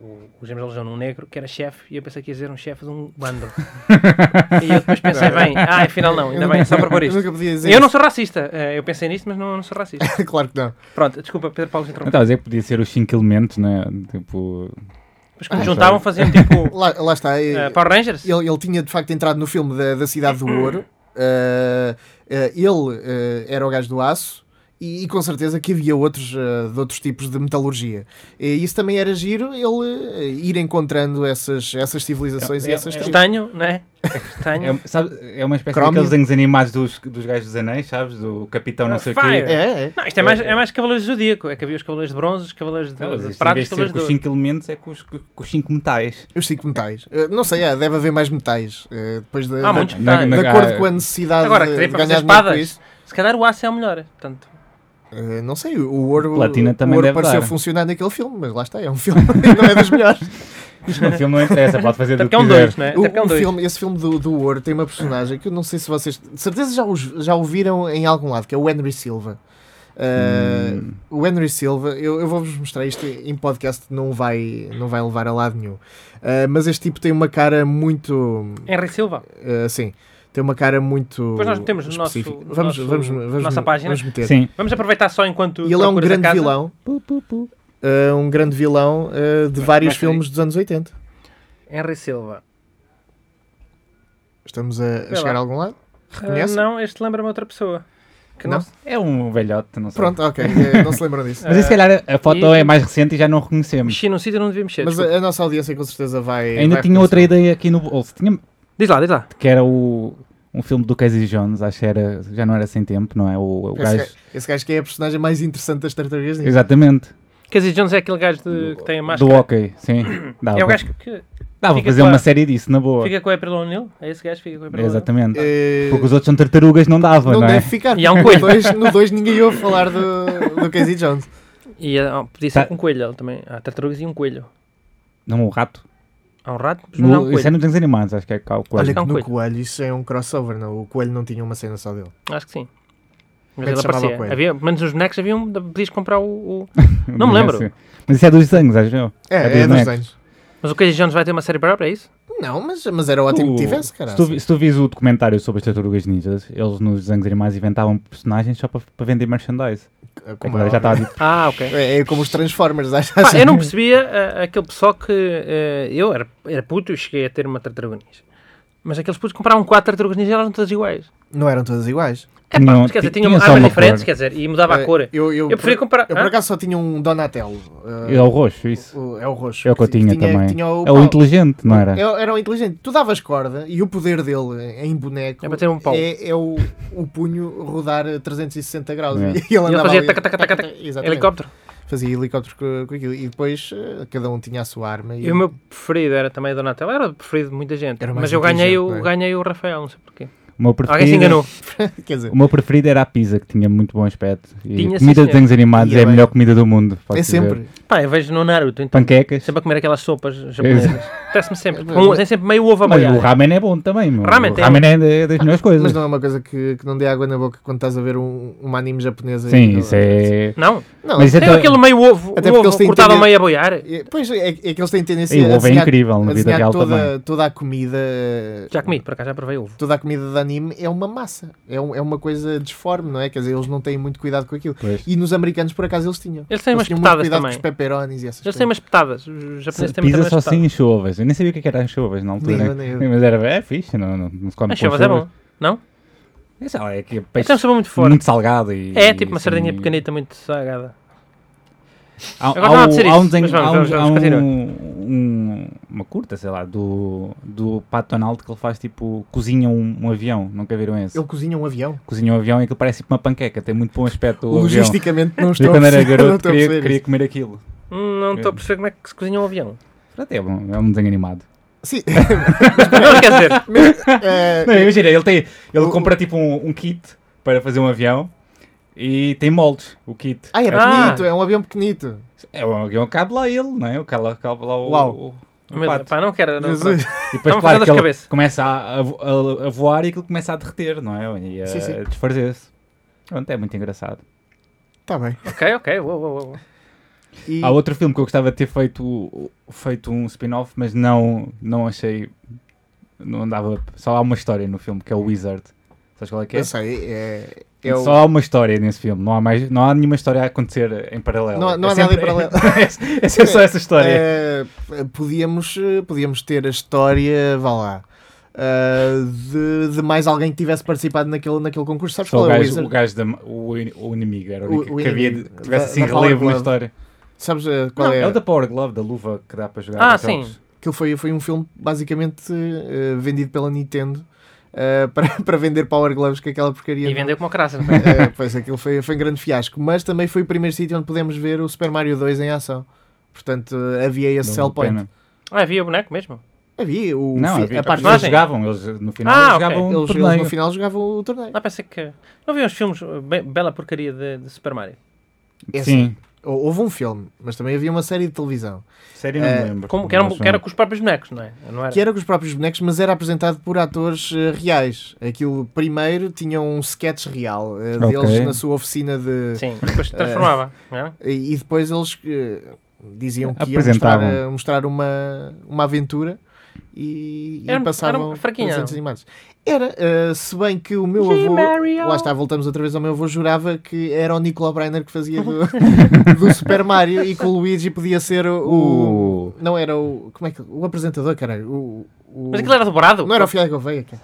Speaker 4: o, o James Legião um negro, que era chefe, e eu pensei que ia dizer um chefe de um bando. e eu depois pensei, bem, ah, afinal não, ainda bem, só para pôr
Speaker 3: Eu
Speaker 4: isto.
Speaker 3: nunca podia dizer
Speaker 4: Eu não sou racista, eh, eu pensei nisto, mas não, não sou racista.
Speaker 3: isso. claro que não.
Speaker 4: Pronto, desculpa, Pedro Paulo, interrompe.
Speaker 5: Então, a dizer que podia ser os 5 elementos, né? Tipo.
Speaker 4: Mas como juntavam, faziam tipo
Speaker 3: Lá, lá está. eh,
Speaker 4: eh, Power Rangers.
Speaker 3: ele, ele tinha de facto entrado no filme da, da Cidade do Ouro. Eh, eh, ele eh, era o gajo do aço. E, e com certeza que havia outros eh, de outros tipos de metalurgia. E isso também era giro, ele eh, ir encontrando essas, essas civilizações
Speaker 5: É-
Speaker 3: e
Speaker 5: é-
Speaker 3: essas
Speaker 5: é-
Speaker 3: tribos.
Speaker 4: Castanho, não é? É Castanho.
Speaker 5: É, sabe, é uma espécie
Speaker 3: Crómio.
Speaker 5: daqueles desenhos animados dos, dos gajos dos anéis, sabes? Do capitão não sei o
Speaker 4: Fire.
Speaker 5: quê.
Speaker 3: É, é.
Speaker 4: Não, isto é mais, é mais cavaleiros do zodíaco. É que havia os cavaleiros de bronze, os cavaleiros de,
Speaker 5: Não, mas
Speaker 4: de
Speaker 5: isto, em
Speaker 4: prata,
Speaker 5: vez
Speaker 4: os
Speaker 5: de ser
Speaker 4: cavaleiros
Speaker 5: com os
Speaker 4: de.
Speaker 5: 5 elementos, é com os, com os 5 metais.
Speaker 3: Os cinco metais. Eh, Não sei, é, deve haver mais metais. eh, Depois da,
Speaker 4: Há muitos
Speaker 3: da-
Speaker 4: metais.
Speaker 5: Na-
Speaker 3: de
Speaker 5: na-
Speaker 3: acordo com a necessidade
Speaker 4: Agora,
Speaker 3: de,
Speaker 4: que
Speaker 3: de
Speaker 4: daí para fazer
Speaker 3: ganhar dinheiro com
Speaker 4: espadas.
Speaker 3: isso.
Speaker 4: Se calhar o aço é o melhor. Portanto,
Speaker 3: Eh, não sei, o ouro,
Speaker 5: Platina também
Speaker 3: o ouro
Speaker 5: deve
Speaker 3: pareceu
Speaker 5: dar.
Speaker 3: funcionar naquele filme, mas lá está, é um filme, não é dos melhores.
Speaker 5: Isto no filme não interessa, pode fazer
Speaker 4: até
Speaker 5: do
Speaker 4: porque
Speaker 5: que
Speaker 4: é um
Speaker 5: quiser.
Speaker 4: 2, não é? Até
Speaker 3: O,
Speaker 4: porque é um
Speaker 3: o
Speaker 4: 2.
Speaker 3: filme, esse filme do, do ouro tem uma personagem que eu não sei se vocês de certeza já, os, já o viram em algum lado, que é o Henry Silva. Eh,
Speaker 5: Hum.
Speaker 3: O Henry Silva, eu, eu vou-vos mostrar isto em podcast, não vai, não vai levar a lado nenhum. Eh, mas este tipo tem uma cara muito.
Speaker 4: Henry Silva.
Speaker 3: eh, sim, tem uma cara muito.
Speaker 4: Depois nós metemos no nosso-
Speaker 3: específica.
Speaker 4: no
Speaker 3: vamos,
Speaker 4: nosso-
Speaker 3: vamos, vamos,
Speaker 4: nossa página.
Speaker 3: Vamos meter.
Speaker 5: Sim.
Speaker 4: Vamos aproveitar só enquanto.
Speaker 3: E ele é um
Speaker 4: procuras a
Speaker 3: grande
Speaker 4: casa.
Speaker 3: vilão. Uh, um grande vilão uh, de vários
Speaker 4: é
Speaker 5: mas
Speaker 3: filmes dos anos 80.
Speaker 4: Henry Silva.
Speaker 3: Estamos a, a
Speaker 4: lá.
Speaker 3: chegar a algum lado? Reconhece?
Speaker 4: Ah, não, este lembra-me outra pessoa. Que não.
Speaker 3: Não?
Speaker 5: É um velhote, não sei.
Speaker 3: Pronto, ok. uh, não se lembram disso.
Speaker 4: É,
Speaker 5: Mas e se calhar a foto
Speaker 4: e-
Speaker 5: é mais recente e já não reconhecemos.
Speaker 4: Mexi num sítio e não devia mexer.
Speaker 3: Mas
Speaker 4: desculpa.
Speaker 3: a, a nossa audiência com certeza vai.
Speaker 5: Ainda
Speaker 3: vai
Speaker 5: tinha outra
Speaker 3: reconhecer.
Speaker 5: ideia aqui no bolso. Tinha,
Speaker 3: é-
Speaker 4: Diz lá, diz lá.
Speaker 5: que era o, um filme do Casey Jones, acho que era, já não era sem tempo, não é? O, o
Speaker 3: Esse
Speaker 5: gajo.
Speaker 3: gajo, esse gajo que é a personagem mais interessante das Tartarugas Ninja.
Speaker 5: Exatamente.
Speaker 4: Casey Jones é aquele gajo de- é- que tem a
Speaker 5: Do
Speaker 4: máscara.
Speaker 5: hockey, sim. Dava,
Speaker 4: É o gajo que
Speaker 5: dava
Speaker 4: fica
Speaker 5: fazer
Speaker 4: com a-
Speaker 5: uma série disso, na boa.
Speaker 4: fica com a April O'Neil. É esse gajo que fica com a April O'Neil.
Speaker 5: Exatamente.
Speaker 3: Uh,
Speaker 5: Porque os outros são tartarugas, não davam,
Speaker 3: não
Speaker 5: não, é?
Speaker 3: deve ficar.
Speaker 4: E há um
Speaker 3: porque
Speaker 4: coelho.
Speaker 3: No 2 ninguém ouve falar do, do Casey Jones.
Speaker 4: E ah, podia ser
Speaker 5: Tá.
Speaker 4: com um coelho ele também. Há tartarugas e um coelho.
Speaker 5: Não, um rato.
Speaker 4: Há um rato, mas
Speaker 5: No-
Speaker 4: não há um
Speaker 5: isso é
Speaker 4: coelho.
Speaker 5: nos desenhos animados, acho que é cá o
Speaker 3: Olha
Speaker 5: coelho.
Speaker 3: que
Speaker 4: é um
Speaker 3: no
Speaker 4: coelho.
Speaker 3: coelho. isso é um crossover, não? O coelho não tinha uma cena só dele.
Speaker 4: Acho que sim.
Speaker 3: Como
Speaker 4: Mas
Speaker 3: é que
Speaker 4: ele
Speaker 3: se chamava o
Speaker 4: aparecia.
Speaker 3: coelho?
Speaker 4: Havia, pelo menos nos bonecos havia um. Podias comprar o. o- Não me lembro.
Speaker 5: Sim. Mas isso é dos desenhos, acho eu.
Speaker 3: É,
Speaker 5: É
Speaker 3: é,
Speaker 5: dos
Speaker 3: dos
Speaker 5: bonecos.
Speaker 3: anos.
Speaker 4: Mas o Casey Jones vai ter uma série própria, é isso?
Speaker 3: Não, mas, mas era ótimo
Speaker 5: Tu-
Speaker 3: que tivesse,
Speaker 5: Uh,
Speaker 3: assim,
Speaker 5: se
Speaker 3: caralho.
Speaker 5: tu, vi- se tu vis o documentário sobre as tartarugas ninjas, eles nos desenhos animais inventavam personagens só para, para vender merchandise.
Speaker 3: Como
Speaker 5: Agora
Speaker 3: é,
Speaker 5: já tá- está
Speaker 4: Ah, ok.
Speaker 3: é, assim. é como os Transformers, acho.
Speaker 4: Pá, eu não percebia ah, aquele pessoal que. ah, eu era, era puto e cheguei a ter uma tartaruga ninja. Mas aqueles putos compravam quatro tartarugas ninja e elas eram todas iguais.
Speaker 3: Não eram todas iguais.
Speaker 4: É pá,
Speaker 5: Não,
Speaker 4: mas quer dizer,
Speaker 5: ti-
Speaker 4: tinham
Speaker 5: tinha só
Speaker 4: armas
Speaker 5: uma
Speaker 4: diferentes,
Speaker 5: cor.
Speaker 4: quer dizer, e mudava a cor.
Speaker 3: Eh, Eu, eu,
Speaker 4: Eu preferia comprar-
Speaker 3: Eu por
Speaker 4: Hã?
Speaker 3: acaso só tinha um Donatello.
Speaker 5: É
Speaker 3: eh,
Speaker 5: o roxo, isso.
Speaker 3: o- é o roxo.
Speaker 5: É o que eu tinha, também.
Speaker 3: tinha o
Speaker 5: é o
Speaker 3: pau.
Speaker 5: inteligente, não era?
Speaker 3: É- Era o inteligente. Tu davas corda e o poder dele em boneco
Speaker 4: É bater um pau.
Speaker 3: é, é o, o punho rodar a 360 graus.
Speaker 5: É.
Speaker 3: E ele
Speaker 4: E ele
Speaker 3: andava
Speaker 4: fazia
Speaker 3: ali,
Speaker 4: taca, taca, taca, taca,
Speaker 3: Exatamente.
Speaker 4: helicóptero.
Speaker 3: Fazia helicópteros co- com, aquilo. E depois eh, cada um tinha a sua arma. E,
Speaker 4: E o meu preferido era também o Donatello. Era o preferido de muita gente.
Speaker 3: Uhum. Era o mais
Speaker 4: Mas eu ganhei o,
Speaker 3: inteligente, não é?
Speaker 4: ganhei o Rafael, não sei porquê.
Speaker 5: O meu
Speaker 4: Alguém se
Speaker 5: preferido,
Speaker 4: enganou.
Speaker 3: Quer dizer,
Speaker 5: O meu preferido era a pizza, que tinha muito bom aspecto. E
Speaker 4: Tinha, sim,
Speaker 5: comida
Speaker 4: senhor.
Speaker 5: de desenhos animados
Speaker 3: Ia
Speaker 5: é a
Speaker 3: bem.
Speaker 5: melhor comida do mundo. posso
Speaker 3: é
Speaker 5: dizer.
Speaker 3: sempre.
Speaker 4: Pá, eu vejo no Naruto, então.
Speaker 5: Panquecas.
Speaker 4: Sempre a comer aquelas sopas japonesas. Parece-me sempre. Com- tem sempre meio ovo a
Speaker 5: Mas o
Speaker 4: boiar.
Speaker 5: ramen é bom também. meu.
Speaker 4: Ramen
Speaker 5: o
Speaker 4: tem-
Speaker 5: ramen é da- das melhores coisas.
Speaker 3: Mas não é uma coisa que, que não dê água na boca quando estás a ver um, um anime japonês. aí,
Speaker 5: Sim,
Speaker 3: não-
Speaker 5: isso é.
Speaker 4: Não.
Speaker 3: Não,
Speaker 5: Mas isso é
Speaker 4: Tem
Speaker 5: tão-
Speaker 4: aquele meio ovo,
Speaker 3: Até
Speaker 4: o
Speaker 3: porque eles
Speaker 4: ovo
Speaker 3: têm
Speaker 4: cortado ao
Speaker 3: tendência-
Speaker 4: meio a boiar.
Speaker 3: É, Pois é, é que eles têm tendência
Speaker 5: E o
Speaker 3: a
Speaker 5: ovo é
Speaker 3: desenhar,
Speaker 5: incrível na
Speaker 3: a
Speaker 5: vida
Speaker 3: desenhar
Speaker 5: real também.
Speaker 3: toda, toda a comida.
Speaker 4: Já comi, por acaso já provei ovo.
Speaker 3: Toda a comida de anime é uma massa, é, um- é uma coisa disforme, não é? Quer dizer, eles não têm muito cuidado com aquilo.
Speaker 5: Pois.
Speaker 3: E nos americanos, por acaso, eles tinham.
Speaker 4: Eles têm umas
Speaker 3: tinham muito
Speaker 4: petadas
Speaker 3: cuidado
Speaker 4: também.
Speaker 3: com os pepperonis e essas
Speaker 4: Eles
Speaker 3: coisas.
Speaker 4: têm umas petadas. Os japoneses têm
Speaker 5: Pizza
Speaker 4: também
Speaker 5: só assim,
Speaker 4: umas
Speaker 5: sem
Speaker 4: petadas.
Speaker 5: enxovas. Eu nem sabia o que é que era enxovas na altura.
Speaker 3: Nem eu, nem eu.
Speaker 5: Mas era, é fixe, não, não, não se come
Speaker 4: Mas
Speaker 5: com
Speaker 4: chovas é bom.
Speaker 5: enxovas.
Speaker 4: Não?
Speaker 5: É só, é que é
Speaker 4: Mas
Speaker 5: peixe
Speaker 4: tem um sabor muito forte.
Speaker 5: muito salgado. E,
Speaker 4: É, tipo uma
Speaker 5: e,
Speaker 4: sardinha
Speaker 5: assim,
Speaker 4: pequenita, muito salgada.
Speaker 5: Há,
Speaker 4: Agora não há de ser
Speaker 5: há
Speaker 4: isso,
Speaker 5: um desenho,
Speaker 4: mas vamos,
Speaker 5: há um-
Speaker 4: vamos, vamos
Speaker 5: há um-
Speaker 4: continuar.
Speaker 5: um- uma curta, sei lá, do, do Pato Donald que ele faz tipo, cozinha um, um avião, nunca viram esse?
Speaker 3: Ele cozinha um avião.
Speaker 5: Cozinha um avião e aquilo parece tipo uma panqueca, tem muito bom aspecto o avião.
Speaker 3: Logisticamente, não
Speaker 5: Eu
Speaker 3: estou
Speaker 5: quando
Speaker 3: a
Speaker 5: era
Speaker 3: perceber- não
Speaker 5: garoto
Speaker 3: estou a
Speaker 5: queria,
Speaker 3: perceber
Speaker 5: queria
Speaker 3: isso.
Speaker 5: comer aquilo.
Speaker 4: Hum, Não estou a perceber como é que se cozinha um avião.
Speaker 5: Pronto, é bom, é um desenho animado.
Speaker 3: Sim,
Speaker 4: Não, quer dizer,
Speaker 3: eh,
Speaker 5: Não, imagina, ele, tem, ele
Speaker 3: O-
Speaker 5: compra tipo um, um kit para fazer um avião e tem moldes, o kit.
Speaker 3: ah, é
Speaker 4: Ah.
Speaker 3: pequenito, é um avião pequenito.
Speaker 5: É um avião, cabe lá ele, não é? O cara cabe lá o...
Speaker 3: Uau.
Speaker 5: o- o
Speaker 4: meu,
Speaker 5: pato.
Speaker 4: pá, não quero. Não,
Speaker 3: Jesus.
Speaker 4: pronto.
Speaker 5: E depois,
Speaker 4: Estão
Speaker 5: claro,
Speaker 4: fora
Speaker 5: que
Speaker 4: das
Speaker 5: ele
Speaker 4: cabeças.
Speaker 5: começa a, a vo- a- a voar e aquilo começa a derreter, não é? E a,
Speaker 3: Sim, sim.
Speaker 5: a desfazer-se. Pronto, é muito engraçado.
Speaker 3: Está Tá bem.
Speaker 4: Ok, ok, uou, uou, uou.
Speaker 3: E
Speaker 5: Há outro filme que eu gostava de ter feito, feito um spin-off, mas não, não achei. Não dava. Só há uma história no filme, que é o Wizard. Sabes qual é que é?
Speaker 3: eu sei, é, é o-
Speaker 5: Só há uma história nesse filme, não há, mais, não há nenhuma história a acontecer em paralelo.
Speaker 3: Não há- não
Speaker 5: É
Speaker 3: há nada em
Speaker 5: sempre-
Speaker 3: paralelo.
Speaker 5: é
Speaker 3: É,
Speaker 5: sempre só essa história.
Speaker 3: Eh, podíamos, eh, podíamos ter a história, vá lá. ah, de, de mais alguém que tivesse participado naquele, naquele concurso. Sabes
Speaker 5: Só o
Speaker 3: qual é o
Speaker 5: gajo, o
Speaker 3: Wizard?
Speaker 5: gajo da, o, in- o inimigo era o
Speaker 3: O-
Speaker 5: único
Speaker 3: o
Speaker 5: que havia de-
Speaker 3: inimigo.
Speaker 5: que tivesse
Speaker 3: Da-
Speaker 5: assim
Speaker 3: da Power
Speaker 5: relevo na
Speaker 3: Glove.
Speaker 5: história.
Speaker 3: Sabes ah, qual
Speaker 5: Não,
Speaker 3: é?
Speaker 5: o da Power Glove, da luva que dá para jogar.
Speaker 4: Ah,
Speaker 5: nos jogos.
Speaker 4: sim.
Speaker 3: Aquilo foi, foi um filme basicamente eh, vendido pela Nintendo eh, para, para vender Power Gloves que é aquela porcaria.
Speaker 4: E
Speaker 3: não-
Speaker 4: vendeu como craça.
Speaker 3: Eh, pois aquilo foi, foi um grande fiasco. Mas também foi o primeiro sítio onde podemos ver o Super Mario 2 em ação. Portanto, eh, havia esse
Speaker 5: Não
Speaker 3: sell
Speaker 5: vale a
Speaker 3: point.
Speaker 5: pena.
Speaker 4: Ah, havia o boneco mesmo.
Speaker 3: Havia o
Speaker 5: Não,
Speaker 3: fi-
Speaker 5: havia-
Speaker 3: a parte
Speaker 5: eles
Speaker 4: personagem.
Speaker 5: jogavam, eles no final
Speaker 4: Ah,
Speaker 5: eles
Speaker 4: ok.
Speaker 5: jogavam
Speaker 3: eles,
Speaker 5: um
Speaker 3: eles
Speaker 5: torneio.
Speaker 3: no final jogavam o torneio.
Speaker 4: Ah, pensei que. Não vi uns filmes, uh, be- bela porcaria de, de Super Mario.
Speaker 3: É assim,
Speaker 5: Sim,
Speaker 3: hou- Houve um filme, mas também havia uma série de televisão
Speaker 5: sério não
Speaker 3: Eh,
Speaker 5: me lembro.
Speaker 4: Como, que, era, um
Speaker 5: Mas,
Speaker 4: que era com os próprios bonecos, não é? Não era?
Speaker 3: que era com os próprios bonecos, mas era apresentado por atores eh, reais. Aquilo primeiro tinha um sketch real eh,
Speaker 5: Ok.
Speaker 3: deles na sua oficina de,
Speaker 4: Sim, depois se transformava. não é? era?
Speaker 3: E e depois eles eh, diziam que iam mostrar,
Speaker 5: Apresentavam.
Speaker 3: eh, mostrar uma, uma aventura e, e
Speaker 4: Era- era
Speaker 3: passavam
Speaker 4: um fraquinho,
Speaker 3: desenhos
Speaker 4: não?
Speaker 3: animados. Era, eh, se bem que o meu avô.
Speaker 4: Mario!
Speaker 3: Lá está, voltamos outra vez ao meu avô, jurava que era o Nicolau Breiner que fazia do, do Super Mario e que o Luigi podia ser o.
Speaker 5: O...
Speaker 3: Não era o. Como é que. O apresentador, caralho. O, o-
Speaker 4: Mas aquilo era dobrado?
Speaker 3: Não era o Fiel Gouveia, cara.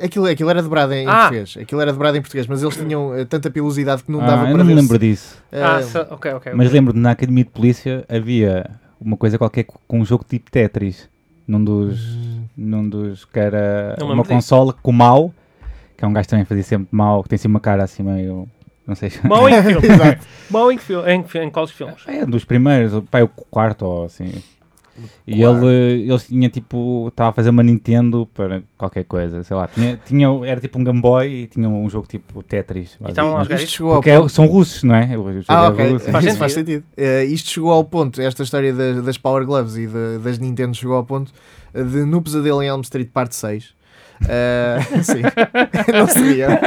Speaker 3: Aquilo, aquilo era dobrado em, em
Speaker 4: Ah.
Speaker 3: português. Aquilo era dobrado em português, mas eles tinham eh, tanta pilosidade que não dava
Speaker 5: Ah, eu
Speaker 3: para
Speaker 5: não me
Speaker 3: ver se-
Speaker 5: lembro disso.
Speaker 4: Ah,
Speaker 3: eh,
Speaker 4: se- ok, ok.
Speaker 5: Mas lembro-me na Academia de Polícia havia uma coisa qualquer co- com um jogo tipo Tetris. Num dos. Num dos que era
Speaker 4: Hum. Não me
Speaker 5: uma
Speaker 4: lembro disso.
Speaker 5: consola com mal, que é um gajo que também fazia sempre mal, que tem assim uma cara assim meio. Não sei.
Speaker 4: Mau em que filme? Mau em que filme? Em, que fi- em quais filmes?
Speaker 5: É, um dos primeiros, pai, o quarto ou assim. E ele, ele tinha tipo, estava a fazer uma Nintendo para qualquer coisa, sei lá. Tinha, tinha, era tipo um Game Boy e tinha um jogo tipo Tetris.
Speaker 4: Então,
Speaker 5: basicamente.
Speaker 4: acho que
Speaker 3: Isto
Speaker 4: isto.
Speaker 3: chegou ao
Speaker 5: Porque é- são russos, não é? O jogo
Speaker 3: Ah,
Speaker 5: é
Speaker 3: ok.
Speaker 5: russo.
Speaker 4: Faz
Speaker 3: Isso faz sentido. Eh, isto chegou ao ponto, esta história das, das Power Gloves e da- das Nintendo chegou ao ponto eh, de No Pesadelo em Elm Street parte 6. Eh, sim, não sabia.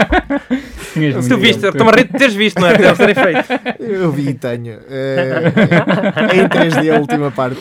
Speaker 5: Tinhas
Speaker 4: Se tu
Speaker 5: muito
Speaker 4: viste,
Speaker 5: tempo.
Speaker 4: estou-me a rir de teres visto, não é? De Eles terem feito.
Speaker 3: Eu vi e tenho. Eh, em 3D, a última parte.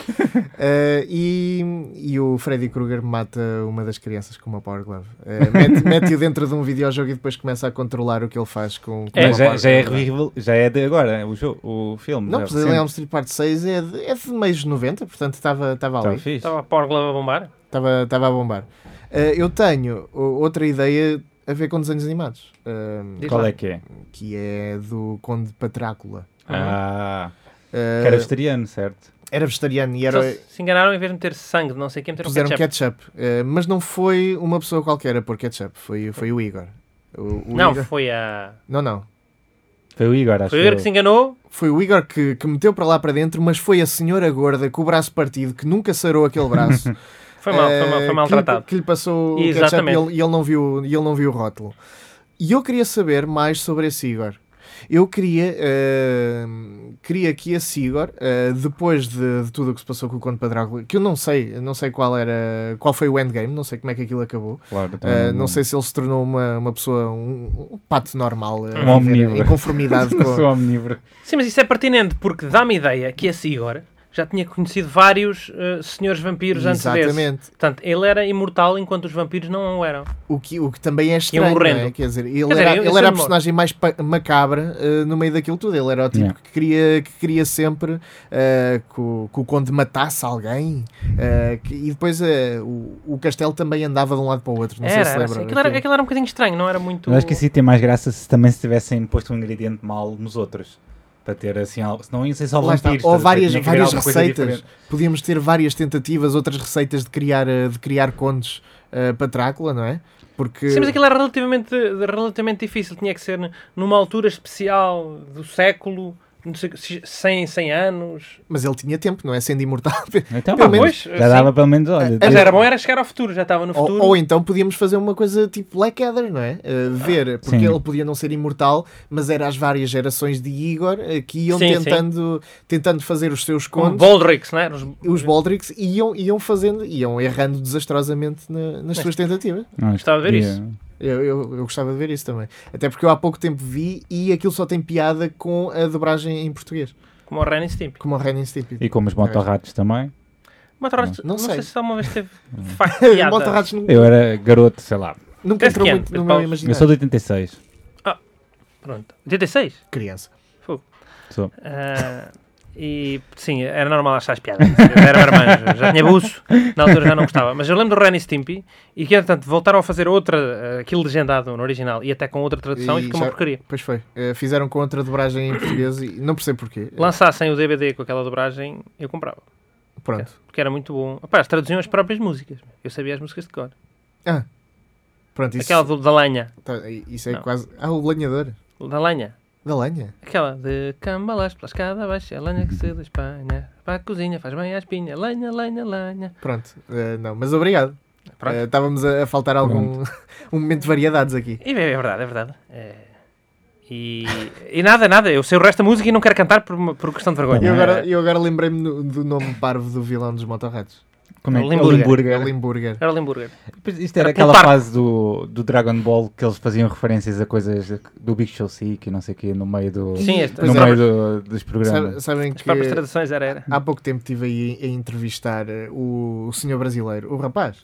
Speaker 3: Eh, e, e o Freddy Krueger mata uma das crianças com uma Power Glove. Eh, mete- Mete-o dentro de um videojogo e depois começa a controlar o que ele faz com. com
Speaker 5: Mas
Speaker 3: uma
Speaker 5: já,
Speaker 3: Power
Speaker 5: já é
Speaker 3: Glove.
Speaker 5: revel- já é de agora, o, jogo, o filme.
Speaker 3: Não, um
Speaker 5: é
Speaker 3: Pesadelo em Elm
Speaker 5: recente.
Speaker 3: Street parte 6 é de, é de meios de 90, portanto estava estava ali.
Speaker 5: Tá fixe.
Speaker 4: Estava a Power Glove a bombar.
Speaker 3: Estava estava a bombar. Eh, eu tenho o- outra ideia a ver com desenhos animados, ehm,
Speaker 4: Diz
Speaker 5: Qual
Speaker 4: lá.
Speaker 5: é que é?
Speaker 3: que é do Conde Patrácula.
Speaker 5: Ah,
Speaker 3: Eh,
Speaker 5: que era vegetariano, certo?
Speaker 3: era vegetariano e era,
Speaker 4: Eles se enganaram em vez de meter sangue, de não sei o que, meteram
Speaker 3: puseram
Speaker 4: ketchup.
Speaker 3: ketchup. Eh, mas não foi uma pessoa qualquer a pôr ketchup, foi, foi o Igor. O- o
Speaker 4: Não,
Speaker 3: Igor-
Speaker 4: foi a.
Speaker 3: não, não.
Speaker 5: Foi o Igor, acho
Speaker 4: Foi o Igor que se
Speaker 5: eu.
Speaker 4: enganou.
Speaker 3: Foi o Igor que, que meteu para lá para dentro, mas foi a senhora gorda com o braço partido, que nunca sarou aquele braço.
Speaker 4: Foi mal, foi mal,
Speaker 3: eh,
Speaker 4: foi maltratado.
Speaker 3: Que lhe, que lhe passou o ketchup e
Speaker 4: Exatamente.
Speaker 3: ele, e ele não viu, e ele não viu o rótulo. E eu queria saber mais sobre esse Igor. Eu queria, eh, queria que esse Igor, eh, depois de, de tudo o que se passou com o Conde Padrácula, que eu não sei, eu não sei qual era, qual foi o endgame, não sei como é que aquilo acabou.
Speaker 5: Claro, eu também
Speaker 3: Eh, não sei se ele se tornou uma, uma pessoa, um, um pato normal, eh,
Speaker 5: Um omnívoro.
Speaker 3: em conformidade
Speaker 5: Não sou
Speaker 3: com.
Speaker 5: omnívoro.
Speaker 4: Sim, mas isso é pertinente porque dá-me ideia que esse Igor já tinha conhecido vários eh, senhores vampiros antes desse.
Speaker 3: Exatamente.
Speaker 4: Portanto, ele era imortal enquanto os vampiros não o eram.
Speaker 3: O que, o que também é estranho, não
Speaker 4: horrendo.
Speaker 3: é? Quer dizer, ele
Speaker 4: Quer dizer,
Speaker 3: era,
Speaker 4: eu-
Speaker 3: ele
Speaker 4: isso
Speaker 3: era
Speaker 4: é
Speaker 3: a
Speaker 4: mo-
Speaker 3: personagem mais pa- macabra eh, no meio daquilo tudo. Ele era o tipo
Speaker 5: Yeah.
Speaker 3: que, queria, que queria sempre eh, que, o, que o conde matasse alguém. eh, que- e depois eh, o, o castelo também andava de um lado para o outro. Não
Speaker 4: era,
Speaker 3: sei se
Speaker 4: era
Speaker 3: lembram.
Speaker 4: assim. Aquilo, era,
Speaker 3: Aquilo-
Speaker 4: aquilo era um bocadinho estranho, não era muito.
Speaker 5: Eu acho que isso ia ter mais graça se também se tivessem posto um ingrediente mal nos outros. Para ter assim algo. Senão ia ser só
Speaker 3: Lá está.
Speaker 5: vampiros.
Speaker 3: Ou
Speaker 5: estás a ver?
Speaker 3: várias,
Speaker 5: Tinha que haver
Speaker 3: várias
Speaker 5: alguma coisa
Speaker 3: receitas.
Speaker 5: diferente.
Speaker 3: Podíamos ter várias tentativas, outras receitas de criar, eh, de criar condes eh, para Drácula, não é? Porque
Speaker 4: Sim, mas aquilo era relativamente, relativamente difícil. Tinha que ser numa altura especial do século, não sei, 100, 100 anos.
Speaker 3: mas ele tinha tempo, não é? Sendo imortal.
Speaker 5: Então,
Speaker 3: Pelo assim,
Speaker 5: pá,
Speaker 4: menos,
Speaker 5: já dava pelo menos. Olha,
Speaker 4: Mas era bom, era chegar ao futuro, já estava no
Speaker 3: É. Ou,
Speaker 4: futuro.
Speaker 3: ou então podíamos fazer uma coisa tipo Blackadder, não é? Uh, ver, porque
Speaker 5: Sim.
Speaker 3: ele podia não ser imortal, mas era as várias gerações de Igor uh, que iam
Speaker 4: Sim, sim.
Speaker 3: tentando, tentando fazer os seus
Speaker 4: com
Speaker 3: contos.
Speaker 4: Boldrix, não é? Os-
Speaker 3: os Baldricks iam, iam fazendo, iam errando desastrosamente na- nas suas tentativas.
Speaker 5: Não,
Speaker 4: Gostava de ver
Speaker 5: podia-
Speaker 4: isso.
Speaker 3: Eu, eu, eu gostava de ver isso também. Até porque eu há pouco tempo vi e aquilo só tem piada com a dobragem em português,
Speaker 4: como o Ren e Stimpy.
Speaker 3: como o Ren e Stimpy.
Speaker 5: E como os motorratos também.
Speaker 4: Mas agora, não,
Speaker 3: Não
Speaker 4: sei.
Speaker 3: sei.
Speaker 4: se alguma vez teve de facto piada.
Speaker 3: Motorratos nu-
Speaker 5: Eu era garoto, sei lá.
Speaker 3: nunca
Speaker 4: Desde
Speaker 3: entrou
Speaker 4: que ano?
Speaker 3: muito
Speaker 4: Desde
Speaker 3: no
Speaker 4: qual-
Speaker 3: meu
Speaker 4: eu
Speaker 5: Eu sou
Speaker 3: imaginário.
Speaker 5: de 86.
Speaker 4: Pronto. 86?
Speaker 3: Criança.
Speaker 4: Fogo.
Speaker 5: Sou.
Speaker 4: Ah, E sim, era normal achar as piadas. Eu era marmanjo, já tinha buço, na altura já não gostava. Mas eu lembro do Ren e Stimpy e que, entretanto, voltaram a fazer outra, eh, aquilo legendado no original e até com outra tradução e, ficou uma
Speaker 3: já-
Speaker 4: porcaria.
Speaker 3: Pois foi. Eh, fizeram com outra dobragem em português e não percebo porquê. Eh,
Speaker 4: Lançassem É. o DVD com aquela dobragem, eu comprava.
Speaker 3: Pronto.
Speaker 4: Porque era muito bom. Opá, eles traduziam as próprias músicas. Eu sabia as músicas de cor.
Speaker 3: Ah. Pronto, isso,
Speaker 4: Aquela do- da lenha.
Speaker 3: tá, isso é
Speaker 4: Não.
Speaker 3: quase. Ah, o lenhador.
Speaker 4: Da lenha.
Speaker 3: Da lenha.
Speaker 4: Aquela de cambalas pela escada abaixo, a lenha que se despanha. Para a cozinha, faz bem à espinha. Lenha, lenha, lenha.
Speaker 3: Pronto. Eh, não, mas obrigado.
Speaker 4: Pronto.
Speaker 3: Eh, estávamos a, a faltar algum um momento de variedades aqui.
Speaker 4: E é, é verdade, é verdade. É. E, e nada, nada. Eu sei o resto da música e não quero cantar por, uma- por questão de vergonha.
Speaker 3: E eu agora,
Speaker 4: Era-
Speaker 3: eu agora lembrei-me do, do nome parvo do vilão dos motorretos.
Speaker 5: Como é que
Speaker 4: Limburger.
Speaker 3: É o
Speaker 5: Limburger.
Speaker 3: Limburger.
Speaker 4: Era Limburger.
Speaker 5: Isto era
Speaker 4: Era pelo
Speaker 5: aquela
Speaker 4: parque.
Speaker 5: fase do, do Dragon Ball que eles faziam referências a coisas do Big Show Sick e não sei o quê no meio, do,
Speaker 4: Sim, este,
Speaker 3: Pois
Speaker 5: no
Speaker 3: é.
Speaker 4: as,
Speaker 5: meio
Speaker 4: próprias,
Speaker 5: do- dos
Speaker 3: Sabe-
Speaker 5: programas.
Speaker 3: sabem
Speaker 4: as
Speaker 3: que
Speaker 4: próprias traduções era, era.
Speaker 3: há pouco tempo estive aí a entrevistar eh, o, senhor brasileiro, o rapaz,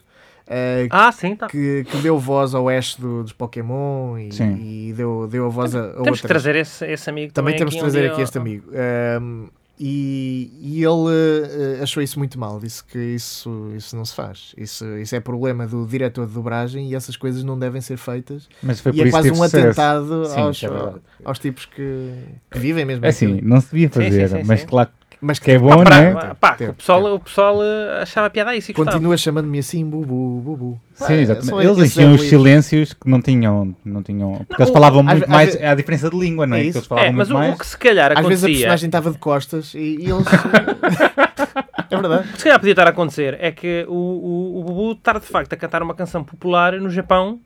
Speaker 3: eh,
Speaker 4: Ah, sim, tá.
Speaker 3: que, que deu voz ao Ash do- dos Pokémon e,
Speaker 5: Sim.
Speaker 3: e deu, deu a voz a, a
Speaker 4: Temos que
Speaker 3: outras.
Speaker 4: trazer esse, esse amigo
Speaker 3: Também
Speaker 4: também.
Speaker 3: temos de
Speaker 4: aqui um
Speaker 3: trazer
Speaker 4: dia,
Speaker 3: aqui este
Speaker 4: ó,
Speaker 3: amigo. Ahm, e, e ele eh, achou isso muito mal, disse que isso, isso não se faz. Isso, isso é problema do diretor de dobragem e essas coisas não devem ser feitas.
Speaker 5: Mas foi
Speaker 3: e
Speaker 5: por
Speaker 3: é
Speaker 5: isso
Speaker 3: quase
Speaker 5: que teve
Speaker 3: um
Speaker 5: sucesso.
Speaker 3: atentado
Speaker 5: Sim,
Speaker 3: aos,
Speaker 5: isso é verdade.
Speaker 3: aos tipos que, que vivem mesmo
Speaker 5: É assim,
Speaker 3: aquilo.
Speaker 5: não se devia
Speaker 4: Sim, sim,
Speaker 5: fazer,
Speaker 4: sim,
Speaker 5: mas
Speaker 4: sim.
Speaker 5: claro
Speaker 3: Mas
Speaker 5: que é
Speaker 4: Pá,
Speaker 5: bom, não
Speaker 4: pra-
Speaker 5: é?
Speaker 3: é?
Speaker 4: pá,
Speaker 3: Teve,
Speaker 4: o pessoal, o pessoal eh, achava piada a isso e gostava.
Speaker 3: continua chamando-me assim, bubu, bubu. Pá,
Speaker 5: Sim,
Speaker 3: é
Speaker 5: exatamente.
Speaker 3: só-
Speaker 5: Eles assim, um
Speaker 3: isso
Speaker 5: enchiam
Speaker 3: é
Speaker 5: os
Speaker 3: lindo.
Speaker 5: silêncios que não tinham. Não tinham porque eles
Speaker 3: o-
Speaker 5: falavam
Speaker 3: às
Speaker 5: muito
Speaker 3: ve- às
Speaker 5: mais.
Speaker 3: ve-
Speaker 5: É a diferença de língua, não é?
Speaker 3: É
Speaker 5: Que
Speaker 3: isso.
Speaker 5: eles falavam
Speaker 4: É, mas
Speaker 5: muito
Speaker 4: o, o
Speaker 5: mais.
Speaker 4: que se calhar
Speaker 3: Às vezes a
Speaker 4: acontecia,
Speaker 3: personagem estava de costas e, e eles. é verdade.
Speaker 4: o que se calhar podia estar a acontecer é que o, o, o Bubu estar de facto a cantar uma canção popular no Japão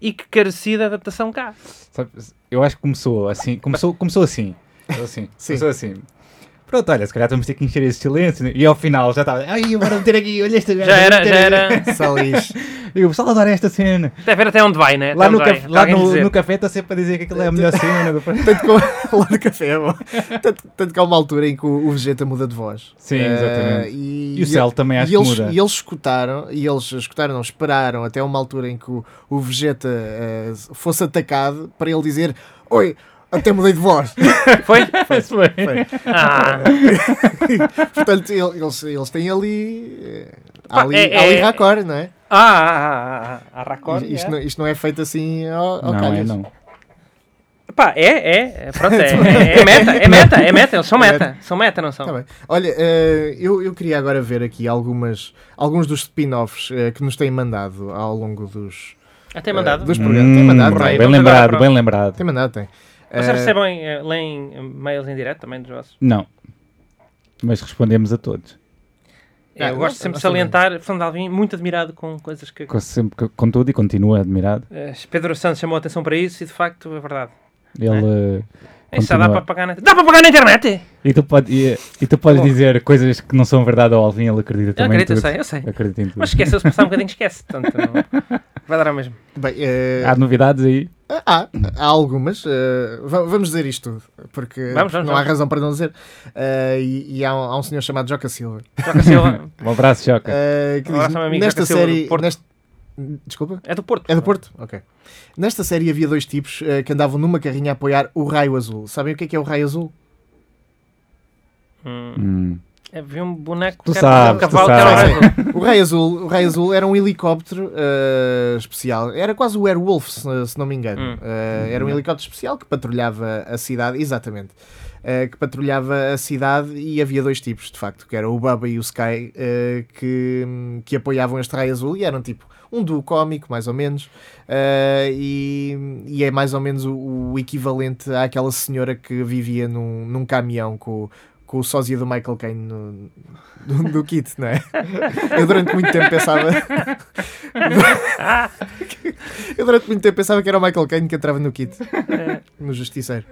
Speaker 4: e que carecia de adaptação cá.
Speaker 5: Sabe, eu acho que começou assim. Começou, começou assim. Começou assim.
Speaker 3: Sim.
Speaker 5: Começou assim. Pronto, olha, se calhar vamos ter que encher esse silêncio. né? E ao final já estava. Ai, bora meter aqui, olha esta.
Speaker 4: Já era, já era.
Speaker 3: Só lixo.
Speaker 5: E o pessoal adora esta cena.
Speaker 4: Deve ver até onde vai, né?
Speaker 5: Lá
Speaker 4: até
Speaker 5: no,
Speaker 4: onde vai.
Speaker 5: café, lá
Speaker 4: Alguém
Speaker 5: no,
Speaker 4: dizer.
Speaker 5: no café está sempre a dizer que aquela é a melhor cena. Do...
Speaker 3: Tanto que, lá no café, é bom. Tanto, tanto que há uma altura em que o, o Vegeta muda de voz.
Speaker 5: Sim,
Speaker 3: Eh,
Speaker 5: exatamente.
Speaker 3: e,
Speaker 5: E o Cell também acho
Speaker 3: e
Speaker 5: que
Speaker 3: eles,
Speaker 5: muda.
Speaker 3: e eles escutaram, e eles escutaram, não, esperaram até uma altura em que o, o Vegeta eh, fosse atacado para ele dizer: Oi, até mudei de voz.
Speaker 4: Foi?
Speaker 5: Isso bem.
Speaker 4: Ah,
Speaker 3: Portanto, ele- eles, eles têm ali. eh, há
Speaker 4: Pá,
Speaker 3: ali,
Speaker 4: é-
Speaker 3: há ali
Speaker 4: é-
Speaker 3: racor, não é?
Speaker 4: ah, ah, ah, ah, ah raccord,
Speaker 3: Isto,
Speaker 4: é.
Speaker 3: não, isto não é feito assim ao, ao
Speaker 5: Não, é
Speaker 3: calhas.
Speaker 5: não.
Speaker 4: Pá, é, é, é, pronto, é, é, é meta, é meta, é meta, eles são meta, são meta, não são?
Speaker 3: Tá bem. Olha, eh, eu, eu queria agora ver aqui algumas, alguns dos spin-offs eh, que nos têm mandado ao longo dos.
Speaker 4: Até mandado.
Speaker 3: eh, dos programas. Tem mandado,
Speaker 5: Hum,
Speaker 3: tem.
Speaker 5: bem
Speaker 4: Vamos agora
Speaker 5: lembrado,
Speaker 4: para-
Speaker 5: bem lembrado.
Speaker 3: Tem mandado, tem.
Speaker 4: Vocês
Speaker 3: Eh,
Speaker 4: recebem, eh, leem eh, mails em direto também dos vossos?
Speaker 5: Não. Mas respondemos a todos.
Speaker 4: Eu
Speaker 3: Ah,
Speaker 4: gosto
Speaker 3: nós-
Speaker 4: sempre de
Speaker 3: nós também.
Speaker 4: salientar, Fernando Alvim, muito admirado com coisas que...
Speaker 5: Com- Sempre, que- com tudo e continua admirado.
Speaker 4: Eh, Pedro Santos chamou a atenção para isso e, de facto, é verdade.
Speaker 5: Ele. eh,
Speaker 4: Isso já dá
Speaker 5: continua.
Speaker 4: para pagar na internet. Dá para pagar na internet!
Speaker 5: E tu, pode, e, eh, e tu podes dizer coisas que não são verdade ao Alvin, ele acredita
Speaker 4: Eu
Speaker 5: também.
Speaker 4: acredito,
Speaker 5: em
Speaker 4: eu
Speaker 5: tudo.
Speaker 4: sei, eu sei.
Speaker 5: Acredita em tudo.
Speaker 4: Mas esquece, se passar um bocadinho esquece, portanto, não- vai dar ao mesmo.
Speaker 3: Bem, eh,
Speaker 5: Há novidades aí?
Speaker 3: há, há algumas. eh, va- vamos dizer isto tudo, porque
Speaker 4: Vamos, vamos,
Speaker 3: não há
Speaker 4: vamos.
Speaker 3: razão para não dizer. Eh, e e há, um, há um senhor chamado Joca Silva
Speaker 4: Joca Silva
Speaker 5: Um abraço, Choca.
Speaker 3: eh, que
Speaker 4: Um abraço
Speaker 3: diz,
Speaker 4: ao meu amigo
Speaker 3: nesta
Speaker 4: Joca Silva do
Speaker 3: série.
Speaker 4: Porto."
Speaker 3: neste- Desculpa?
Speaker 4: é do Porto.
Speaker 3: É do Porto? Ok. Nesta série havia dois tipos eh, que andavam numa carrinha a apoiar o raio azul. Sabem o que é que é o raio azul?
Speaker 4: Hum.
Speaker 5: Hum.
Speaker 4: Havia um boneco
Speaker 5: Tu
Speaker 4: que era um
Speaker 5: sabes, tu
Speaker 4: cavalo que era um
Speaker 5: sabes.
Speaker 4: raio azul.
Speaker 3: O raio azul, o raio azul era um helicóptero eh, especial. Era quase o Werewolf, se, se não me engano.
Speaker 4: Hum.
Speaker 3: Eh, era um helicóptero especial que patrulhava a cidade, exatamente. eh, que patrulhava a cidade e havia dois tipos, de facto, que era o Bubba e o Sky, eh, que, que apoiavam este raio azul e eram tipo um duo cómico, mais ou menos, eh, e, e é mais ou menos o, o equivalente àquela senhora que vivia num, num caminhão com, o- com o sósia do Michael Caine no- do, do kit, não é? Eu durante muito tempo pensava. Eu durante muito tempo pensava que era o Michael Caine que entrava no kit, no Justiceiro.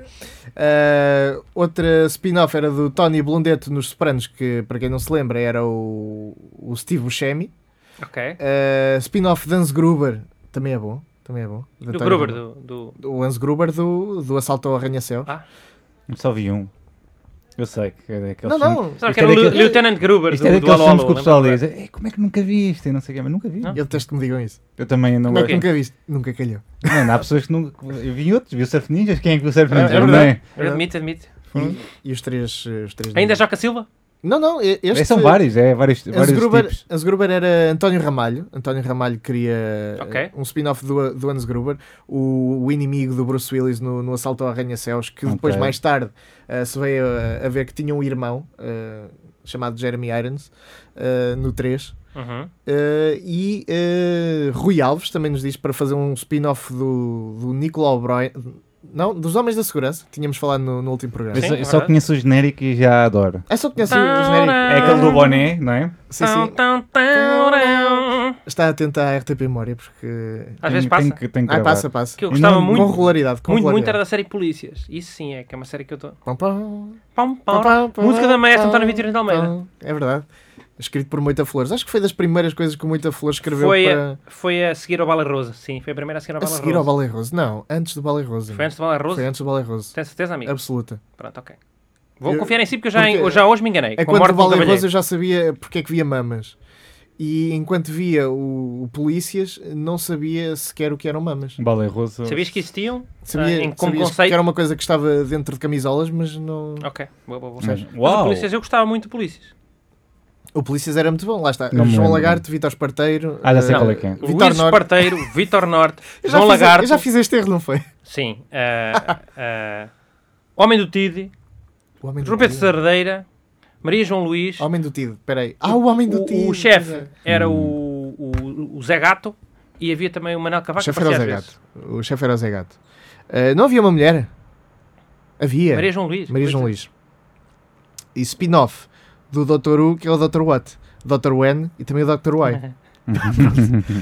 Speaker 3: Ah, outra spin-off era do Tony Blundetto nos Sopranos, que para quem não se lembra era o, o Steve Buscemi.
Speaker 4: Ok.
Speaker 3: Ah, spin-off de Hans Gruber, também é bom. Também é bom. Da
Speaker 4: Do
Speaker 3: Tony
Speaker 4: Gruber, do, do...
Speaker 3: O Hans Gruber do, do Assalto ao Arranha-Céu.
Speaker 4: Ah,
Speaker 5: Só vi um. Eu sei que é daqueles
Speaker 3: não,
Speaker 5: filmes-
Speaker 3: não.
Speaker 4: Sabe
Speaker 5: Isto
Speaker 4: que era
Speaker 5: é
Speaker 4: o Lu-
Speaker 5: daquele-
Speaker 4: Lieutenant Gruber
Speaker 5: Isto é
Speaker 4: do, do
Speaker 5: daqueles
Speaker 4: Alô
Speaker 5: filmes
Speaker 4: Alô.
Speaker 5: que o pessoal diz:
Speaker 4: lembra-se?
Speaker 5: "Ei, como é que nunca vi isto? E não sei o quê, mas nunca vi.
Speaker 4: Não?
Speaker 3: Eu detesto que me digam isso.
Speaker 5: Eu também não
Speaker 3: Como é que
Speaker 5: gosto.
Speaker 3: nunca viste? Nunca calhou.
Speaker 5: Mano, há pessoas que nunca. Eu vi outros, vi o Surf Ninjas. Quem é que viu o Surf
Speaker 3: É
Speaker 5: Ninjas?
Speaker 3: verdade.
Speaker 5: Não é?
Speaker 4: Eu Admito, admito.
Speaker 5: Foram-
Speaker 3: E os três. eh, Os três
Speaker 4: Hum? Ainda é Joca Silva?
Speaker 3: Não, não, e- este.
Speaker 5: São vários, é vários,
Speaker 3: A
Speaker 5: vários
Speaker 3: Zgruber,
Speaker 5: tipos.
Speaker 3: a Zgruber era António Ramalho. António Ramalho queria
Speaker 4: Ok.
Speaker 3: eh, um spin-off do, do Hans Gruber, o, o inimigo do Bruce Willis no, no Assalto ao Arranha-Céus, que depois,
Speaker 5: Ok.
Speaker 3: mais tarde, eh, se veio a, a ver que tinha um irmão eh, chamado Jeremy Irons eh, no 3.
Speaker 4: Uhum.
Speaker 3: Eh, e eh, Rui Alves também nos diz para fazer um spin-off do, do Nicolau Broi. Não, dos Homens da Segurança, que tínhamos falado no, no último programa.
Speaker 5: Eu, só, eu só
Speaker 4: verdade.
Speaker 5: conheço o genérico e já adoro.
Speaker 3: É só conhecer o genérico.
Speaker 5: É aquele do boné, não é?
Speaker 3: Sim, sim.
Speaker 4: Tão, tão, tão.
Speaker 3: Está atento à RTP Memória, porque.
Speaker 4: Às vezes
Speaker 5: Tenho- tenho
Speaker 4: passa.
Speaker 5: que- tenho que
Speaker 3: Ah,
Speaker 5: gravar.
Speaker 3: passa, passa.
Speaker 4: Que eu gostava
Speaker 5: Não-
Speaker 4: muito,
Speaker 3: Com regularidade, com
Speaker 4: muito, muito era
Speaker 3: regularidade.
Speaker 4: da série Polícias. Isso sim é que é uma série que eu estou.
Speaker 3: Pam, pam,
Speaker 4: Pam,
Speaker 3: pam,
Speaker 4: pam.
Speaker 3: pam, pam,
Speaker 4: Música da maestra
Speaker 3: pam,
Speaker 4: António Vitorino de Almeida.
Speaker 3: pam. É verdade. Escrito por Moita Flores. Acho que foi das primeiras coisas que o Moita Flores escreveu
Speaker 4: Foi,
Speaker 3: para.
Speaker 4: a, foi a seguir ao Bala Rosa. Sim, foi a primeira a seguir ao
Speaker 3: A
Speaker 4: Bala
Speaker 3: seguir ao
Speaker 4: Rosa.
Speaker 3: Ballet Rose. Não, antes do Ballet Rose.
Speaker 4: Foi antes do Bala Rosa?
Speaker 3: Foi antes do Ballet Rose.
Speaker 4: Tens certeza, amigo?
Speaker 3: Absoluta.
Speaker 4: Pronto, ok. Vou
Speaker 3: Eu-
Speaker 4: confiar em si porque eu já,
Speaker 3: porque-
Speaker 4: em- eu já hoje me enganei.
Speaker 3: É
Speaker 4: Com a
Speaker 3: quando
Speaker 4: morte
Speaker 3: o
Speaker 4: do
Speaker 3: Ballet Rose
Speaker 4: Trabalhei.
Speaker 3: eu já sabia porque é que via mamas. E enquanto via o, o Polícias, não sabia sequer o que eram mamas.
Speaker 5: Balé russo.
Speaker 4: Sabias que existiam? Ah,
Speaker 3: Sabia,
Speaker 4: em- como
Speaker 3: sabias
Speaker 4: conceito?
Speaker 3: que era uma coisa que estava dentro de camisolas, mas não.
Speaker 4: Ok, boa, boa, boa.
Speaker 5: Mas-
Speaker 4: Mas o
Speaker 5: Uau!
Speaker 4: Polícias, eu gostava muito de Polícias.
Speaker 3: O Polícias era muito bom, lá está.
Speaker 5: Não me
Speaker 3: João
Speaker 5: lembro.
Speaker 3: Lagarto, Vitor Esparteiro.
Speaker 5: Ah, já sei
Speaker 3: eh,
Speaker 5: qual é que é.
Speaker 3: Vitor
Speaker 4: Luís
Speaker 3: Norte.
Speaker 4: Esparteiro, Vitor Norte,
Speaker 3: Eu já
Speaker 4: João
Speaker 3: fiz-
Speaker 4: Lagarto.
Speaker 3: Eu já fiz este erro, não foi?
Speaker 4: Sim. ah, ah, Homem do Tide,
Speaker 3: O Homem do
Speaker 4: Roberto
Speaker 3: Tido.
Speaker 4: Sardeira, Maria João Luís.
Speaker 3: Homem do Tido, peraí. Ah, o Homem do é. Tido.
Speaker 4: O, o chefe era
Speaker 3: Hum.
Speaker 4: o, o, o Zé Gato e havia também o Manel
Speaker 3: O
Speaker 4: Cavaco. que
Speaker 3: chefe era o Zé
Speaker 4: aparecia às vezes.
Speaker 3: Gato. O chefe era o Zé Gato. Eh, não havia uma mulher? Havia.
Speaker 4: Maria João Luís.
Speaker 3: Maria João Luís. E spin-off do Dr. U, que é o Dr. What? Dr. Wen e também o Dr. Y.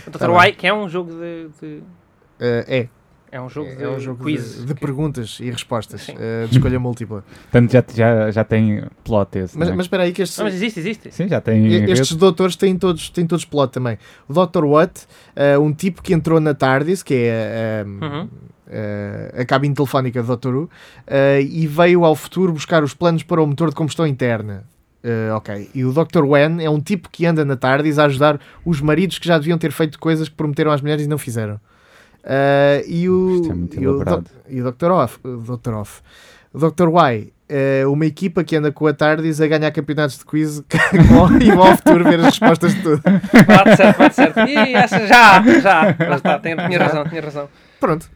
Speaker 4: O Dr.
Speaker 3: Tá
Speaker 4: Uai, que é um jogo de... de-
Speaker 3: Eh, é.
Speaker 4: é um jogo,
Speaker 3: É
Speaker 4: de,
Speaker 3: um jogo
Speaker 4: quiz.
Speaker 3: de, de perguntas e respostas
Speaker 4: Sim.
Speaker 3: eh, de escolha múltipla.
Speaker 5: Portanto, já, já, já tem plot esse.
Speaker 3: Mas,
Speaker 5: não é?
Speaker 3: mas espera aí que estes,
Speaker 4: Não, mas existe, existe.
Speaker 5: Sim, já tem.
Speaker 3: E- Estes
Speaker 5: rede.
Speaker 3: doutores têm todos, têm todos plot também. O Dr. Watt, eh, um tipo que entrou na Tardis, que é eh,
Speaker 4: Uhum.
Speaker 3: eh, a cabine telefónica do Dr. U, eh, e veio ao futuro buscar os planos para o motor de combustão interna. Eh, ok. E o Dr. Wen é um tipo que anda na Tardis a ajudar os maridos que já deviam ter feito coisas que prometeram às mulheres e não fizeram. Eh, e, o,
Speaker 5: Isto é muito
Speaker 3: e, o
Speaker 5: elaborado.
Speaker 3: doc- e o Dr. Off, o Dr. Off. O Dr. Y, eh, uma equipa que anda com a Tardis a ganhar campeonatos de quiz com- e vão ao futuro ver as respostas de tudo.
Speaker 4: Bate certo, bate certo. Ih, essa já, já. Lá está, tinha, tinha razão, tinha razão.
Speaker 3: Pronto.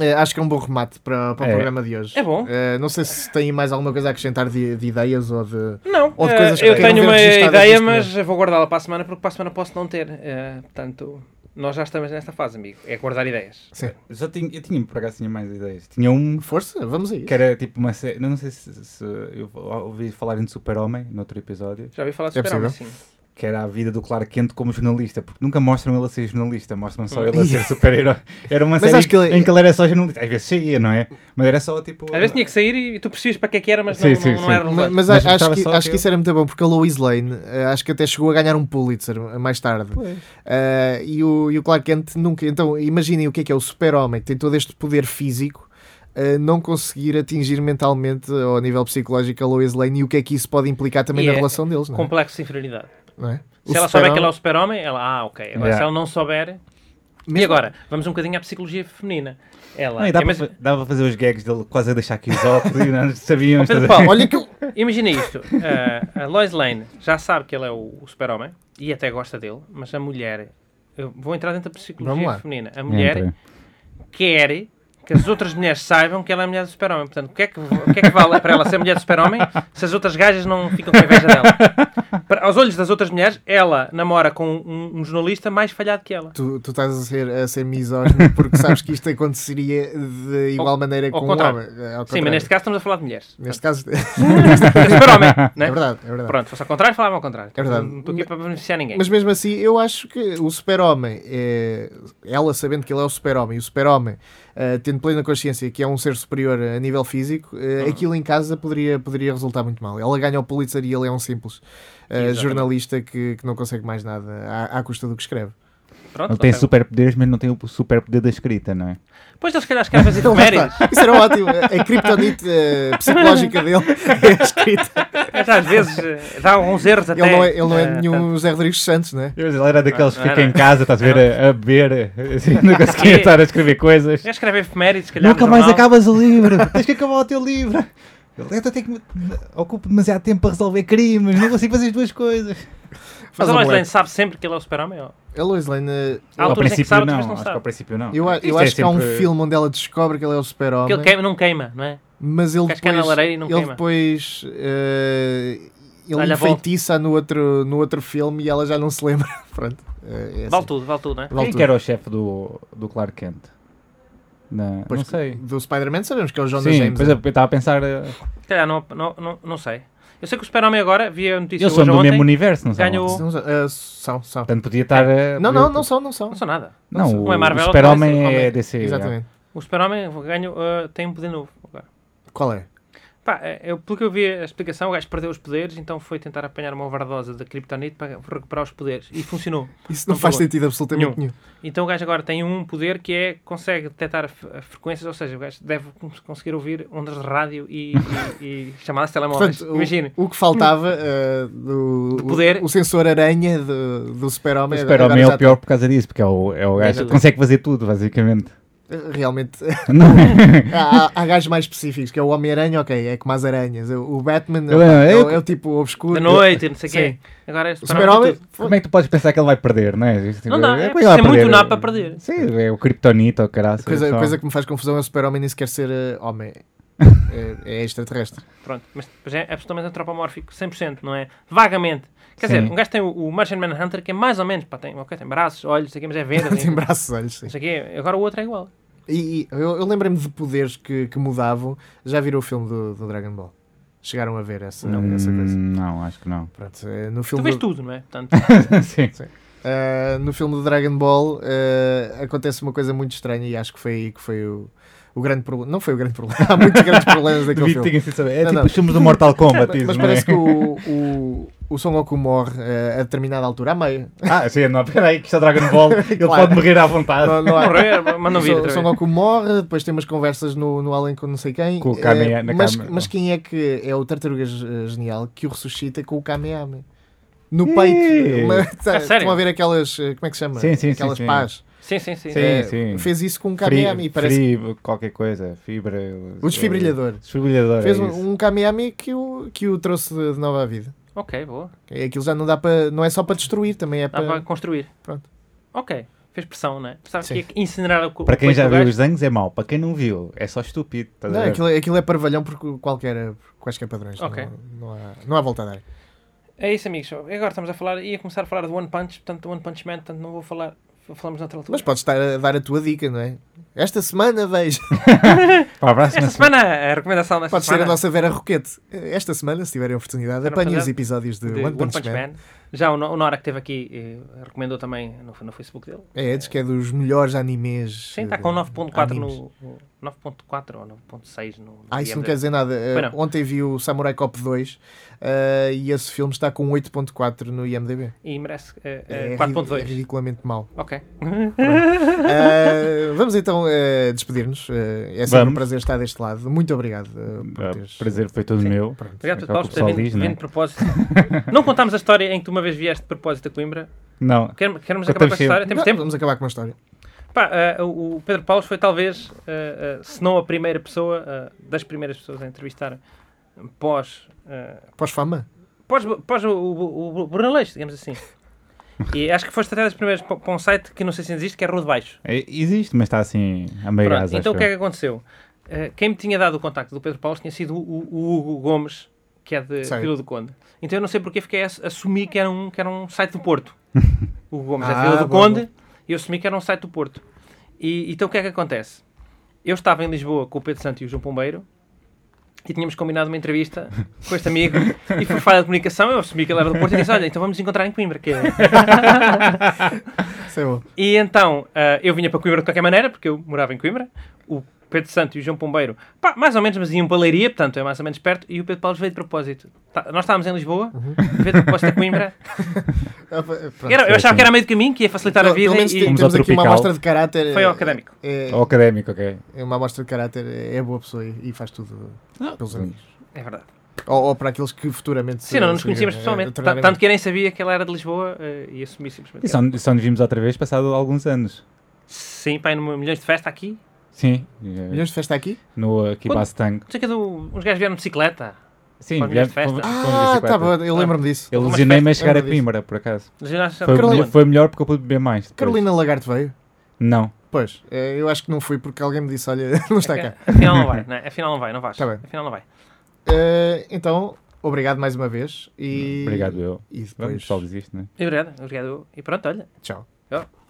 Speaker 3: Eh, acho que é um bom remate para, para o
Speaker 5: É.
Speaker 3: programa de hoje.
Speaker 4: É bom.
Speaker 3: Eh, não sei se têm mais alguma coisa a acrescentar de, de ideias ou de.
Speaker 4: Não,
Speaker 3: Ou de
Speaker 4: eh,
Speaker 3: coisas que
Speaker 4: eu
Speaker 3: queiram
Speaker 4: tenho
Speaker 3: ver
Speaker 4: uma
Speaker 3: registadas né?
Speaker 4: ideia,
Speaker 3: neste
Speaker 4: mas vou guardá-la para a semana, porque para a semana posso não ter. Eh, portanto, nós já estamos nesta fase, amigo. É guardar ideias.
Speaker 3: Sim.
Speaker 5: Eu só tinha, eu tinha, por acaso, tinha mais ideias. Tinha um
Speaker 3: Força, vamos aí.
Speaker 5: que era tipo uma série. Não sei se, se eu ouvi falar em Super-Homem, no outro episódio,
Speaker 4: Já ouvi falar de
Speaker 3: É
Speaker 4: Super-Homem, sim.
Speaker 5: que era a vida do Clark Kent como jornalista, porque nunca mostram ele a ser jornalista, mostram só ele a ser super-herói. Era uma
Speaker 3: Hum. Mas
Speaker 5: série
Speaker 3: acho que ele- é-
Speaker 5: em que ele era só jornalista. Às vezes saía, não é? Mas era só tipo.
Speaker 4: Às vezes tinha que sair e tu percebias para que é que era, mas
Speaker 5: Sim,
Speaker 4: não,
Speaker 5: sim,
Speaker 4: não, não
Speaker 5: sim.
Speaker 4: era
Speaker 3: Ma-
Speaker 4: relevante.
Speaker 3: Mas,
Speaker 5: Mas
Speaker 3: a- acho,
Speaker 5: gostava
Speaker 3: que,
Speaker 5: só
Speaker 3: acho que
Speaker 5: que
Speaker 3: isso era muito bom, porque a Lois Lane eh, acho que até chegou a ganhar um Pulitzer eh, mais tarde. Eh, e, o, e o Clark Kent nunca. Então imaginem o que é que é o super-homem que tem todo este poder físico. eh, não conseguir atingir mentalmente ou a nível psicológico a Lois Lane e o que é que isso pode implicar também
Speaker 4: E
Speaker 3: na
Speaker 4: é
Speaker 3: relação deles, não é?
Speaker 4: Complexo de inferioridade.
Speaker 3: Não é? O
Speaker 4: Se ela souber
Speaker 3: super-homem-
Speaker 4: que ele é o super-homem, ela, ah, ok. Agora,
Speaker 5: Yeah.
Speaker 4: se ela não souber. E agora, vamos um bocadinho à psicologia feminina. Ela.
Speaker 5: Não, e dá
Speaker 4: imagi-
Speaker 5: para fa- dava para fazer os gags dele quase a deixar aqui os óculos e não sabiam.
Speaker 4: Oh, Pedro
Speaker 5: estás a-
Speaker 4: Paulo,
Speaker 3: Olha que eu-
Speaker 4: Imagina isto: eh, a Lois Lane já sabe que ele é o, o super-homem e até gosta dele, mas a mulher. Eu vou entrar dentro da
Speaker 3: Vamos lá.
Speaker 4: psicologia feminina. A mulher
Speaker 5: Entra.
Speaker 4: quer que as outras mulheres saibam que ela é a mulher do super-homem. Portanto, o que, é que, o que é que vale para ela ser mulher do super-homem se as outras gajas não ficam com inveja dela? Para- aos olhos das outras mulheres, ela namora com um, um jornalista mais falhado que ela.
Speaker 3: tu, tu estás a ser, a ser misógino porque sabes que isto aconteceria de igual maneira
Speaker 4: ao
Speaker 3: com o
Speaker 4: contrário.
Speaker 3: homem. Eh, ao
Speaker 4: Sim, mas
Speaker 3: contrário.
Speaker 4: neste caso estamos a falar de mulheres.
Speaker 3: Neste caso.
Speaker 4: É super-homem, né?
Speaker 3: é verdade, é verdade.
Speaker 4: Pronto, fosse ao contrário, falava ao contrário.
Speaker 3: É verdade.
Speaker 4: Não estou aqui para beneficiar ninguém.
Speaker 3: Mas mesmo assim, eu acho que o super-homem, é... ela sabendo que ele é o super-homem, e o super-homem eh, tendo plena consciência que é um ser superior a nível físico, eh,
Speaker 4: Uhum.
Speaker 3: aquilo em casa poderia, poderia resultar muito mal. Ela ganha o Pulitzer e ele é um simples eh,
Speaker 4: Exatamente.
Speaker 3: jornalista que, que não consegue mais nada à, à custa do que escreve.
Speaker 4: Pronto,
Speaker 5: Ele tem
Speaker 4: ok.
Speaker 5: superpoderes, mas não tem o superpoder da escrita, não é?
Speaker 4: Pois eles, se calhar, escrevem as
Speaker 3: Então, lá está.
Speaker 4: efemérides.
Speaker 3: Isso era ótimo. A criptonite eh, psicológica dele é escrita.
Speaker 4: Mas às vezes eh, dá alguns erros até.
Speaker 3: Ele não é, ele não é
Speaker 4: eh,
Speaker 3: nenhum José Rodrigues Santos, né?
Speaker 5: Eu, Ele era daqueles que
Speaker 4: Ah, Não, não era.
Speaker 5: ficam em casa, estás a ver, a, a beber, assim, não conseguia
Speaker 4: É.
Speaker 5: estar a escrever coisas.
Speaker 4: Já escreve efemérides, se calhar.
Speaker 5: Nunca
Speaker 4: no
Speaker 5: mais
Speaker 4: jornal.
Speaker 5: acabas o livro, tens que acabar o teu livro.
Speaker 6: Ele, Eu tenho que. Ocupo demasiado tempo para resolver crimes, não consigo fazer as duas coisas.
Speaker 4: Mas
Speaker 3: Faz
Speaker 4: a
Speaker 3: um
Speaker 4: Lois
Speaker 3: moleque.
Speaker 4: Lane sabe sempre que ele é o super-homem? ó.
Speaker 3: A Lois Lane, eh,
Speaker 4: Há
Speaker 5: ao
Speaker 4: alturas em que
Speaker 5: princípio
Speaker 4: sabe,
Speaker 5: não,
Speaker 4: outras vezes
Speaker 5: acho
Speaker 4: não
Speaker 5: que ao
Speaker 4: sabe.
Speaker 5: princípio não.
Speaker 3: eu, a- eu
Speaker 5: Isto é
Speaker 3: acho que há um
Speaker 5: sempre-
Speaker 3: filme onde ela descobre que ele é o
Speaker 4: Porque ele
Speaker 3: super-homem,
Speaker 4: queima- não queima, não é?
Speaker 3: mas ele
Speaker 4: Casca na
Speaker 3: depois,
Speaker 4: lareira e não
Speaker 3: ele
Speaker 4: queima.
Speaker 3: depois eh, ele
Speaker 4: Dá-lhe a volta.
Speaker 3: enfeitiça no outro, no outro filme e ela já não se lembra. Pronto, eh, é
Speaker 4: Vale
Speaker 3: assim.
Speaker 4: tudo, vale tudo, não é?
Speaker 3: Vale
Speaker 5: Quem
Speaker 3: tudo.
Speaker 5: que era o chefe do, do Clark Kent? Na-
Speaker 3: Pois
Speaker 5: não
Speaker 3: que-
Speaker 5: sei.
Speaker 3: Do Spider-Man sabemos que é o Jonas
Speaker 5: Sim,
Speaker 3: James.
Speaker 5: pois eu eu estava a pensar. eh,
Speaker 4: Se calhar não, não, não, não sei. Eu sei que o super-homem agora, vi a notícia
Speaker 5: Eles são
Speaker 4: hoje
Speaker 5: do
Speaker 4: ou ontem,
Speaker 5: mesmo universo, não são?
Speaker 4: ganhou-
Speaker 3: Não sei, eh, são, são.
Speaker 5: Portanto, podia estar. eh,
Speaker 3: Não, não, não são, não são.
Speaker 4: não sou nada.
Speaker 5: Não,
Speaker 4: Não é
Speaker 5: o,
Speaker 4: Marvel,
Speaker 5: o Super-Homem
Speaker 4: não é
Speaker 5: é
Speaker 4: Superman.
Speaker 5: DC.
Speaker 3: Exatamente.
Speaker 4: O super-homem ganho, eh, tem um poder novo agora.
Speaker 3: Qual é?
Speaker 4: Pá, eh, eu, pelo que eu vi a explicação, o gajo perdeu os poderes, então foi tentar apanhar uma overdose da Kryptonite para recuperar os poderes. E funcionou.
Speaker 3: Isso não,
Speaker 4: Não
Speaker 3: faz
Speaker 4: sei.
Speaker 3: sentido absolutamente nenhum.
Speaker 4: Então o gajo agora tem um poder que é consegue detectar fre- frequências, ou seja, o gajo deve cons- conseguir ouvir ondas de rádio e, e, e chamadas de telemóveis.
Speaker 3: Portanto, o-
Speaker 4: Imagine.
Speaker 3: o, que faltava eh, do
Speaker 4: De poder.
Speaker 3: O, o sensor aranha do, do
Speaker 5: O
Speaker 3: super-homem.
Speaker 5: Super-Homem é
Speaker 3: agora tá.
Speaker 5: o pior por causa disso, porque é o, é o gajo
Speaker 4: Exato.
Speaker 5: que consegue fazer tudo, basicamente.
Speaker 3: já tá- Realmente,
Speaker 5: Não é?
Speaker 3: há, há gajos mais específicos, que é o Homem-Aranha, ok, é como as aranhas. O o Batman é,
Speaker 5: Eu-
Speaker 3: é o-
Speaker 5: eu-
Speaker 3: é o tipo obscuro.
Speaker 4: Da noite, não sei o
Speaker 3: Sim.
Speaker 4: quê. Agora é
Speaker 3: O super-homem...
Speaker 4: tudo.
Speaker 5: Como é que tu podes pensar que ele vai perder, não é? Tipo,
Speaker 4: Não dá, é,
Speaker 5: como que ele vai
Speaker 4: é muito
Speaker 5: perder?
Speaker 4: nada para perder.
Speaker 5: Sim, é o Kryptonita, o caralho.
Speaker 3: Coisa,
Speaker 5: só.
Speaker 3: coisa que me faz confusão é o super-homem nem sequer ser eh, homem. É, é extraterrestre.
Speaker 4: Pronto, mas depois é absolutamente antropomórfico, 100%, não é? Vagamente. Quer
Speaker 5: Sim.
Speaker 4: dizer, um gajo tem o, o Martian Manhunter que é mais ou menos, pá, tem, ok, tem braços, olhos, não sei o quê, mas é venda, tem,
Speaker 3: Tem
Speaker 4: não
Speaker 3: braços, olhos, sim.
Speaker 4: sei o quê. Agora o outro é igual.
Speaker 3: E, e eu, eu lembrei-me de poderes que, que mudavam. Já viram o filme do, do Dragon Ball? Chegaram a ver essa,
Speaker 5: Hum,
Speaker 3: essa coisa?
Speaker 5: Não, acho que não.
Speaker 3: Pronto, eh, no
Speaker 4: Tu
Speaker 3: filme
Speaker 4: vês
Speaker 3: do-
Speaker 4: tudo, não é? Portanto,
Speaker 5: Sim.
Speaker 3: Uh, no filme do Dragon Ball uh, acontece uma coisa muito estranha e acho que foi que foi o, o grande problema. Não foi o grande problema, há muitos grandes problemas daquele
Speaker 5: Devido
Speaker 3: filme.
Speaker 5: tenha sido saber. É
Speaker 3: Não,
Speaker 5: tipo
Speaker 3: não.
Speaker 5: os filmes do Mortal Kombat, isso,
Speaker 3: Mas
Speaker 5: não é?
Speaker 3: parece que o, o, o Son Goku morre uh, a determinada altura, a meio.
Speaker 5: Ah, sim, não, peraí, que está Dragon Ball, ele
Speaker 3: Claro.
Speaker 5: pode morrer à vontade.
Speaker 3: Não- é? não há-
Speaker 4: morrer, mandam
Speaker 3: O
Speaker 4: vir.
Speaker 3: Son-
Speaker 4: Ah, outra
Speaker 3: o Son
Speaker 4: vez.
Speaker 3: Goku morre, depois tem umas conversas no, no Além com não sei quem.
Speaker 5: Com o
Speaker 3: eh,
Speaker 5: Kamea- na
Speaker 3: mas,
Speaker 5: Kamea-
Speaker 3: mas quem é que é o Tartaruga Ge- Genial que o ressuscita com o Kamehameha? No peito. Uma- tá-
Speaker 4: Ah, sério?
Speaker 3: Estão a ver aquelas. eh, Como é que se chama?
Speaker 5: Sim, sim, sim,
Speaker 3: aquelas
Speaker 5: sim.
Speaker 3: pás.
Speaker 4: Sim, sim, sim.
Speaker 5: Sim,
Speaker 3: Eh,
Speaker 5: sim.
Speaker 3: Fez isso com um Kamehameha
Speaker 5: Free,
Speaker 3: e parece
Speaker 5: free, qualquer coisa, fibra.
Speaker 3: O desfibrilhador.
Speaker 5: Desfibrilhador.
Speaker 3: Fez
Speaker 5: é
Speaker 3: um,
Speaker 5: isso.
Speaker 3: um Kamehameha que o, que o trouxe de, de nova vida.
Speaker 4: Ok, boa.
Speaker 3: Aquilo já não dá para. Não é só para destruir, também é
Speaker 4: Dá para
Speaker 3: para.
Speaker 4: construir.
Speaker 3: Pronto.
Speaker 4: Ok. Fez pressão, não é? Pensava que
Speaker 3: Sim.
Speaker 4: ia incinerar o cu-
Speaker 5: Para
Speaker 4: o
Speaker 5: quem
Speaker 4: peito
Speaker 5: já
Speaker 4: do
Speaker 5: viu
Speaker 4: gajo.
Speaker 5: os desenhos é mau, para quem não viu é só estúpido. estás a
Speaker 3: Não,
Speaker 5: ver?
Speaker 3: aquilo, aquilo é parvalhão por cu- qualquer, por quaisquer padrões.
Speaker 4: Ok.
Speaker 3: Não, não, há, não há volta a dar.
Speaker 4: É isso, amigos. Agora estamos a falar, ia começar a falar do One Punch, portanto, do One Punch Man, portanto, não vou falar. Falamos noutra altura.
Speaker 3: Mas podes estar a dar a tua dica, não é? Esta semana vejo.
Speaker 5: Para a próxima
Speaker 4: Esta semana, a recomendação desta
Speaker 3: Podes ser
Speaker 4: semana.
Speaker 3: a nossa Vera Roquete. Esta semana, se tiverem oportunidade,
Speaker 4: Vera
Speaker 3: apanhem os
Speaker 4: Roquete,
Speaker 3: episódios de,
Speaker 4: de
Speaker 3: One Punch, Man.
Speaker 4: Já o, No- o Nora que esteve aqui eh, recomendou também no, no Facebook dele.
Speaker 3: É, diz que é dos melhores animes.
Speaker 4: Sim, está
Speaker 3: eh,
Speaker 4: com 9.4
Speaker 3: animes.
Speaker 4: no. no 9.4 ou 9.6 no. no
Speaker 3: Ah, isso não
Speaker 4: IMDb.
Speaker 3: quer dizer nada. Eh,
Speaker 4: Pois é. não.
Speaker 3: ontem vi o Samurai Cop 2 eh, e esse filme está com 8.4 no IMDB.
Speaker 4: E merece eh, eh,
Speaker 3: É, ri- é
Speaker 4: 4.2.
Speaker 3: ridiculamente mau.
Speaker 4: Ok.
Speaker 3: Ah, vamos então ah, despedir-nos. Ah, é sempre
Speaker 5: Vamos.
Speaker 3: um prazer estar deste lado. Muito obrigado ah, por
Speaker 5: Ah,
Speaker 3: teres-
Speaker 5: prazer foi todo meu.
Speaker 4: Obrigado a
Speaker 5: É
Speaker 4: todos
Speaker 5: o que
Speaker 4: por terem
Speaker 5: o pessoal
Speaker 4: vindo,
Speaker 5: diz, né?
Speaker 4: vindo de propósito. não contámos a história em que tu uma vez vieste de propósito a Coimbra.
Speaker 5: Não,
Speaker 4: Queremos, queremos
Speaker 5: Eu
Speaker 4: acabar com a
Speaker 5: torci-
Speaker 4: história. Temos
Speaker 3: Não,
Speaker 4: tempo?
Speaker 3: Vamos acabar com uma história.
Speaker 4: Pá, eh, o o Pedro Paulo foi talvez, eh, eh, se não a primeira pessoa, eh, das primeiras pessoas a entrevistar pós, eh,
Speaker 3: Pós-fama?
Speaker 4: pós, pós o, o, o Bruno Leixo, digamos assim. E acho que foste até das primeiras pa- para um site que não sei se ainda existe, que é Rua de Baixo.
Speaker 5: é- existe, mas está assim a meio
Speaker 4: Pronto,
Speaker 5: gás,
Speaker 4: então o
Speaker 5: acho
Speaker 4: que é
Speaker 5: eu.
Speaker 4: que aconteceu? Eh, quem me tinha dado o contacto do Pedro Paulo tinha sido o, o- o Hugo Gomes, que é de
Speaker 3: Sei.
Speaker 4: Vila do Conde. Então eu não sei porque fiquei a ass- assumir que era um, que era um site do Porto. O Hugo Gomes é de
Speaker 3: Ah,
Speaker 4: Vila do
Speaker 3: bom,
Speaker 4: Conde
Speaker 3: bom.
Speaker 4: e eu assumi que era um site do Porto. E, então o que é que acontece? Eu estava em Lisboa com o Pedro Santo e o João Pombeiro e tínhamos combinado uma entrevista com este amigo e por falha de comunicação eu assumi que ele era do Porto e disse, olha, então vamos nos encontrar em Coimbra, que é...
Speaker 3: Sei lá.
Speaker 4: E então ah, eu vinha para Coimbra de qualquer maneira, porque eu morava em Coimbra. O Pedro Santo e o João Pombeiro, pá, mais ou menos, mas iam para Leiria, portanto é mais ou menos perto. E o Pedro Paulo veio de propósito. Tá- nós estávamos em Lisboa,
Speaker 3: Uhum.
Speaker 4: veio de propósito a Coimbra.
Speaker 3: Ah, pronto.
Speaker 4: Era- eu achava
Speaker 5: sim.
Speaker 4: que era a meio do caminho, que ia facilitar a
Speaker 3: Pelo-
Speaker 4: vida.
Speaker 3: Pelo menos
Speaker 4: e-
Speaker 3: temos
Speaker 5: Vamos ao
Speaker 3: aqui uma
Speaker 5: tropical.
Speaker 3: amostra de caráter.
Speaker 4: Foi
Speaker 3: eh,
Speaker 4: ao académico.
Speaker 3: É,
Speaker 5: Ou académico, ok.
Speaker 3: é uma amostra de caráter. É boa pessoa e e faz tudo pelos amigos.
Speaker 4: É verdade.
Speaker 3: Ou, ou para aqueles que futuramente se-
Speaker 4: Sim, não, não nos
Speaker 3: se
Speaker 4: conhecíamos
Speaker 3: virem, eh,
Speaker 4: pessoalmente.
Speaker 3: tornarem-
Speaker 4: T- Tanto que eu nem sabia que ele era de Lisboa eh, e assumi
Speaker 5: E
Speaker 4: simplesmente.
Speaker 5: só, só nos vimos outra vez passado alguns anos.
Speaker 4: Sim, pá, em milhões de festa aqui.
Speaker 5: Sim, eh,
Speaker 3: Milhões de festa aqui?
Speaker 5: no uh,
Speaker 4: Quando-
Speaker 5: Kibastang.
Speaker 4: Não sei que é do- uns gajos vieram de bicicleta.
Speaker 5: Sim,
Speaker 4: Quando vieste
Speaker 5: viemos-
Speaker 4: festa?
Speaker 5: fomos- fomos de
Speaker 3: Ah,
Speaker 5: bicicleta.
Speaker 3: tá bom, eu lembro-me disso.
Speaker 5: Eu
Speaker 4: Umas
Speaker 5: lesionei-me a
Speaker 3: festas,
Speaker 5: chegar a
Speaker 3: lembro disso.
Speaker 5: Coimbra, por acaso.
Speaker 4: Os gajos-
Speaker 5: Foi,
Speaker 3: Carolina-
Speaker 5: melhor, foi melhor porque eu pude beber mais. depois.
Speaker 3: Carolina Lagarde veio?
Speaker 5: Não.
Speaker 3: Pois, eh, eu acho que não fui porque alguém me disse, olha, não está cá.
Speaker 4: É Afinal não vai, não, é? afinal não vai, não vais.
Speaker 3: Tá bem.
Speaker 4: Afinal não vai.
Speaker 3: Eh, então, obrigado mais uma vez e...
Speaker 5: Obrigado eu.
Speaker 3: E
Speaker 5: Vamos,
Speaker 3: depois...
Speaker 5: só existe, né?
Speaker 4: É E Obrigado, obrigado. E pronto, olha.
Speaker 3: Tchau.
Speaker 4: Tchau.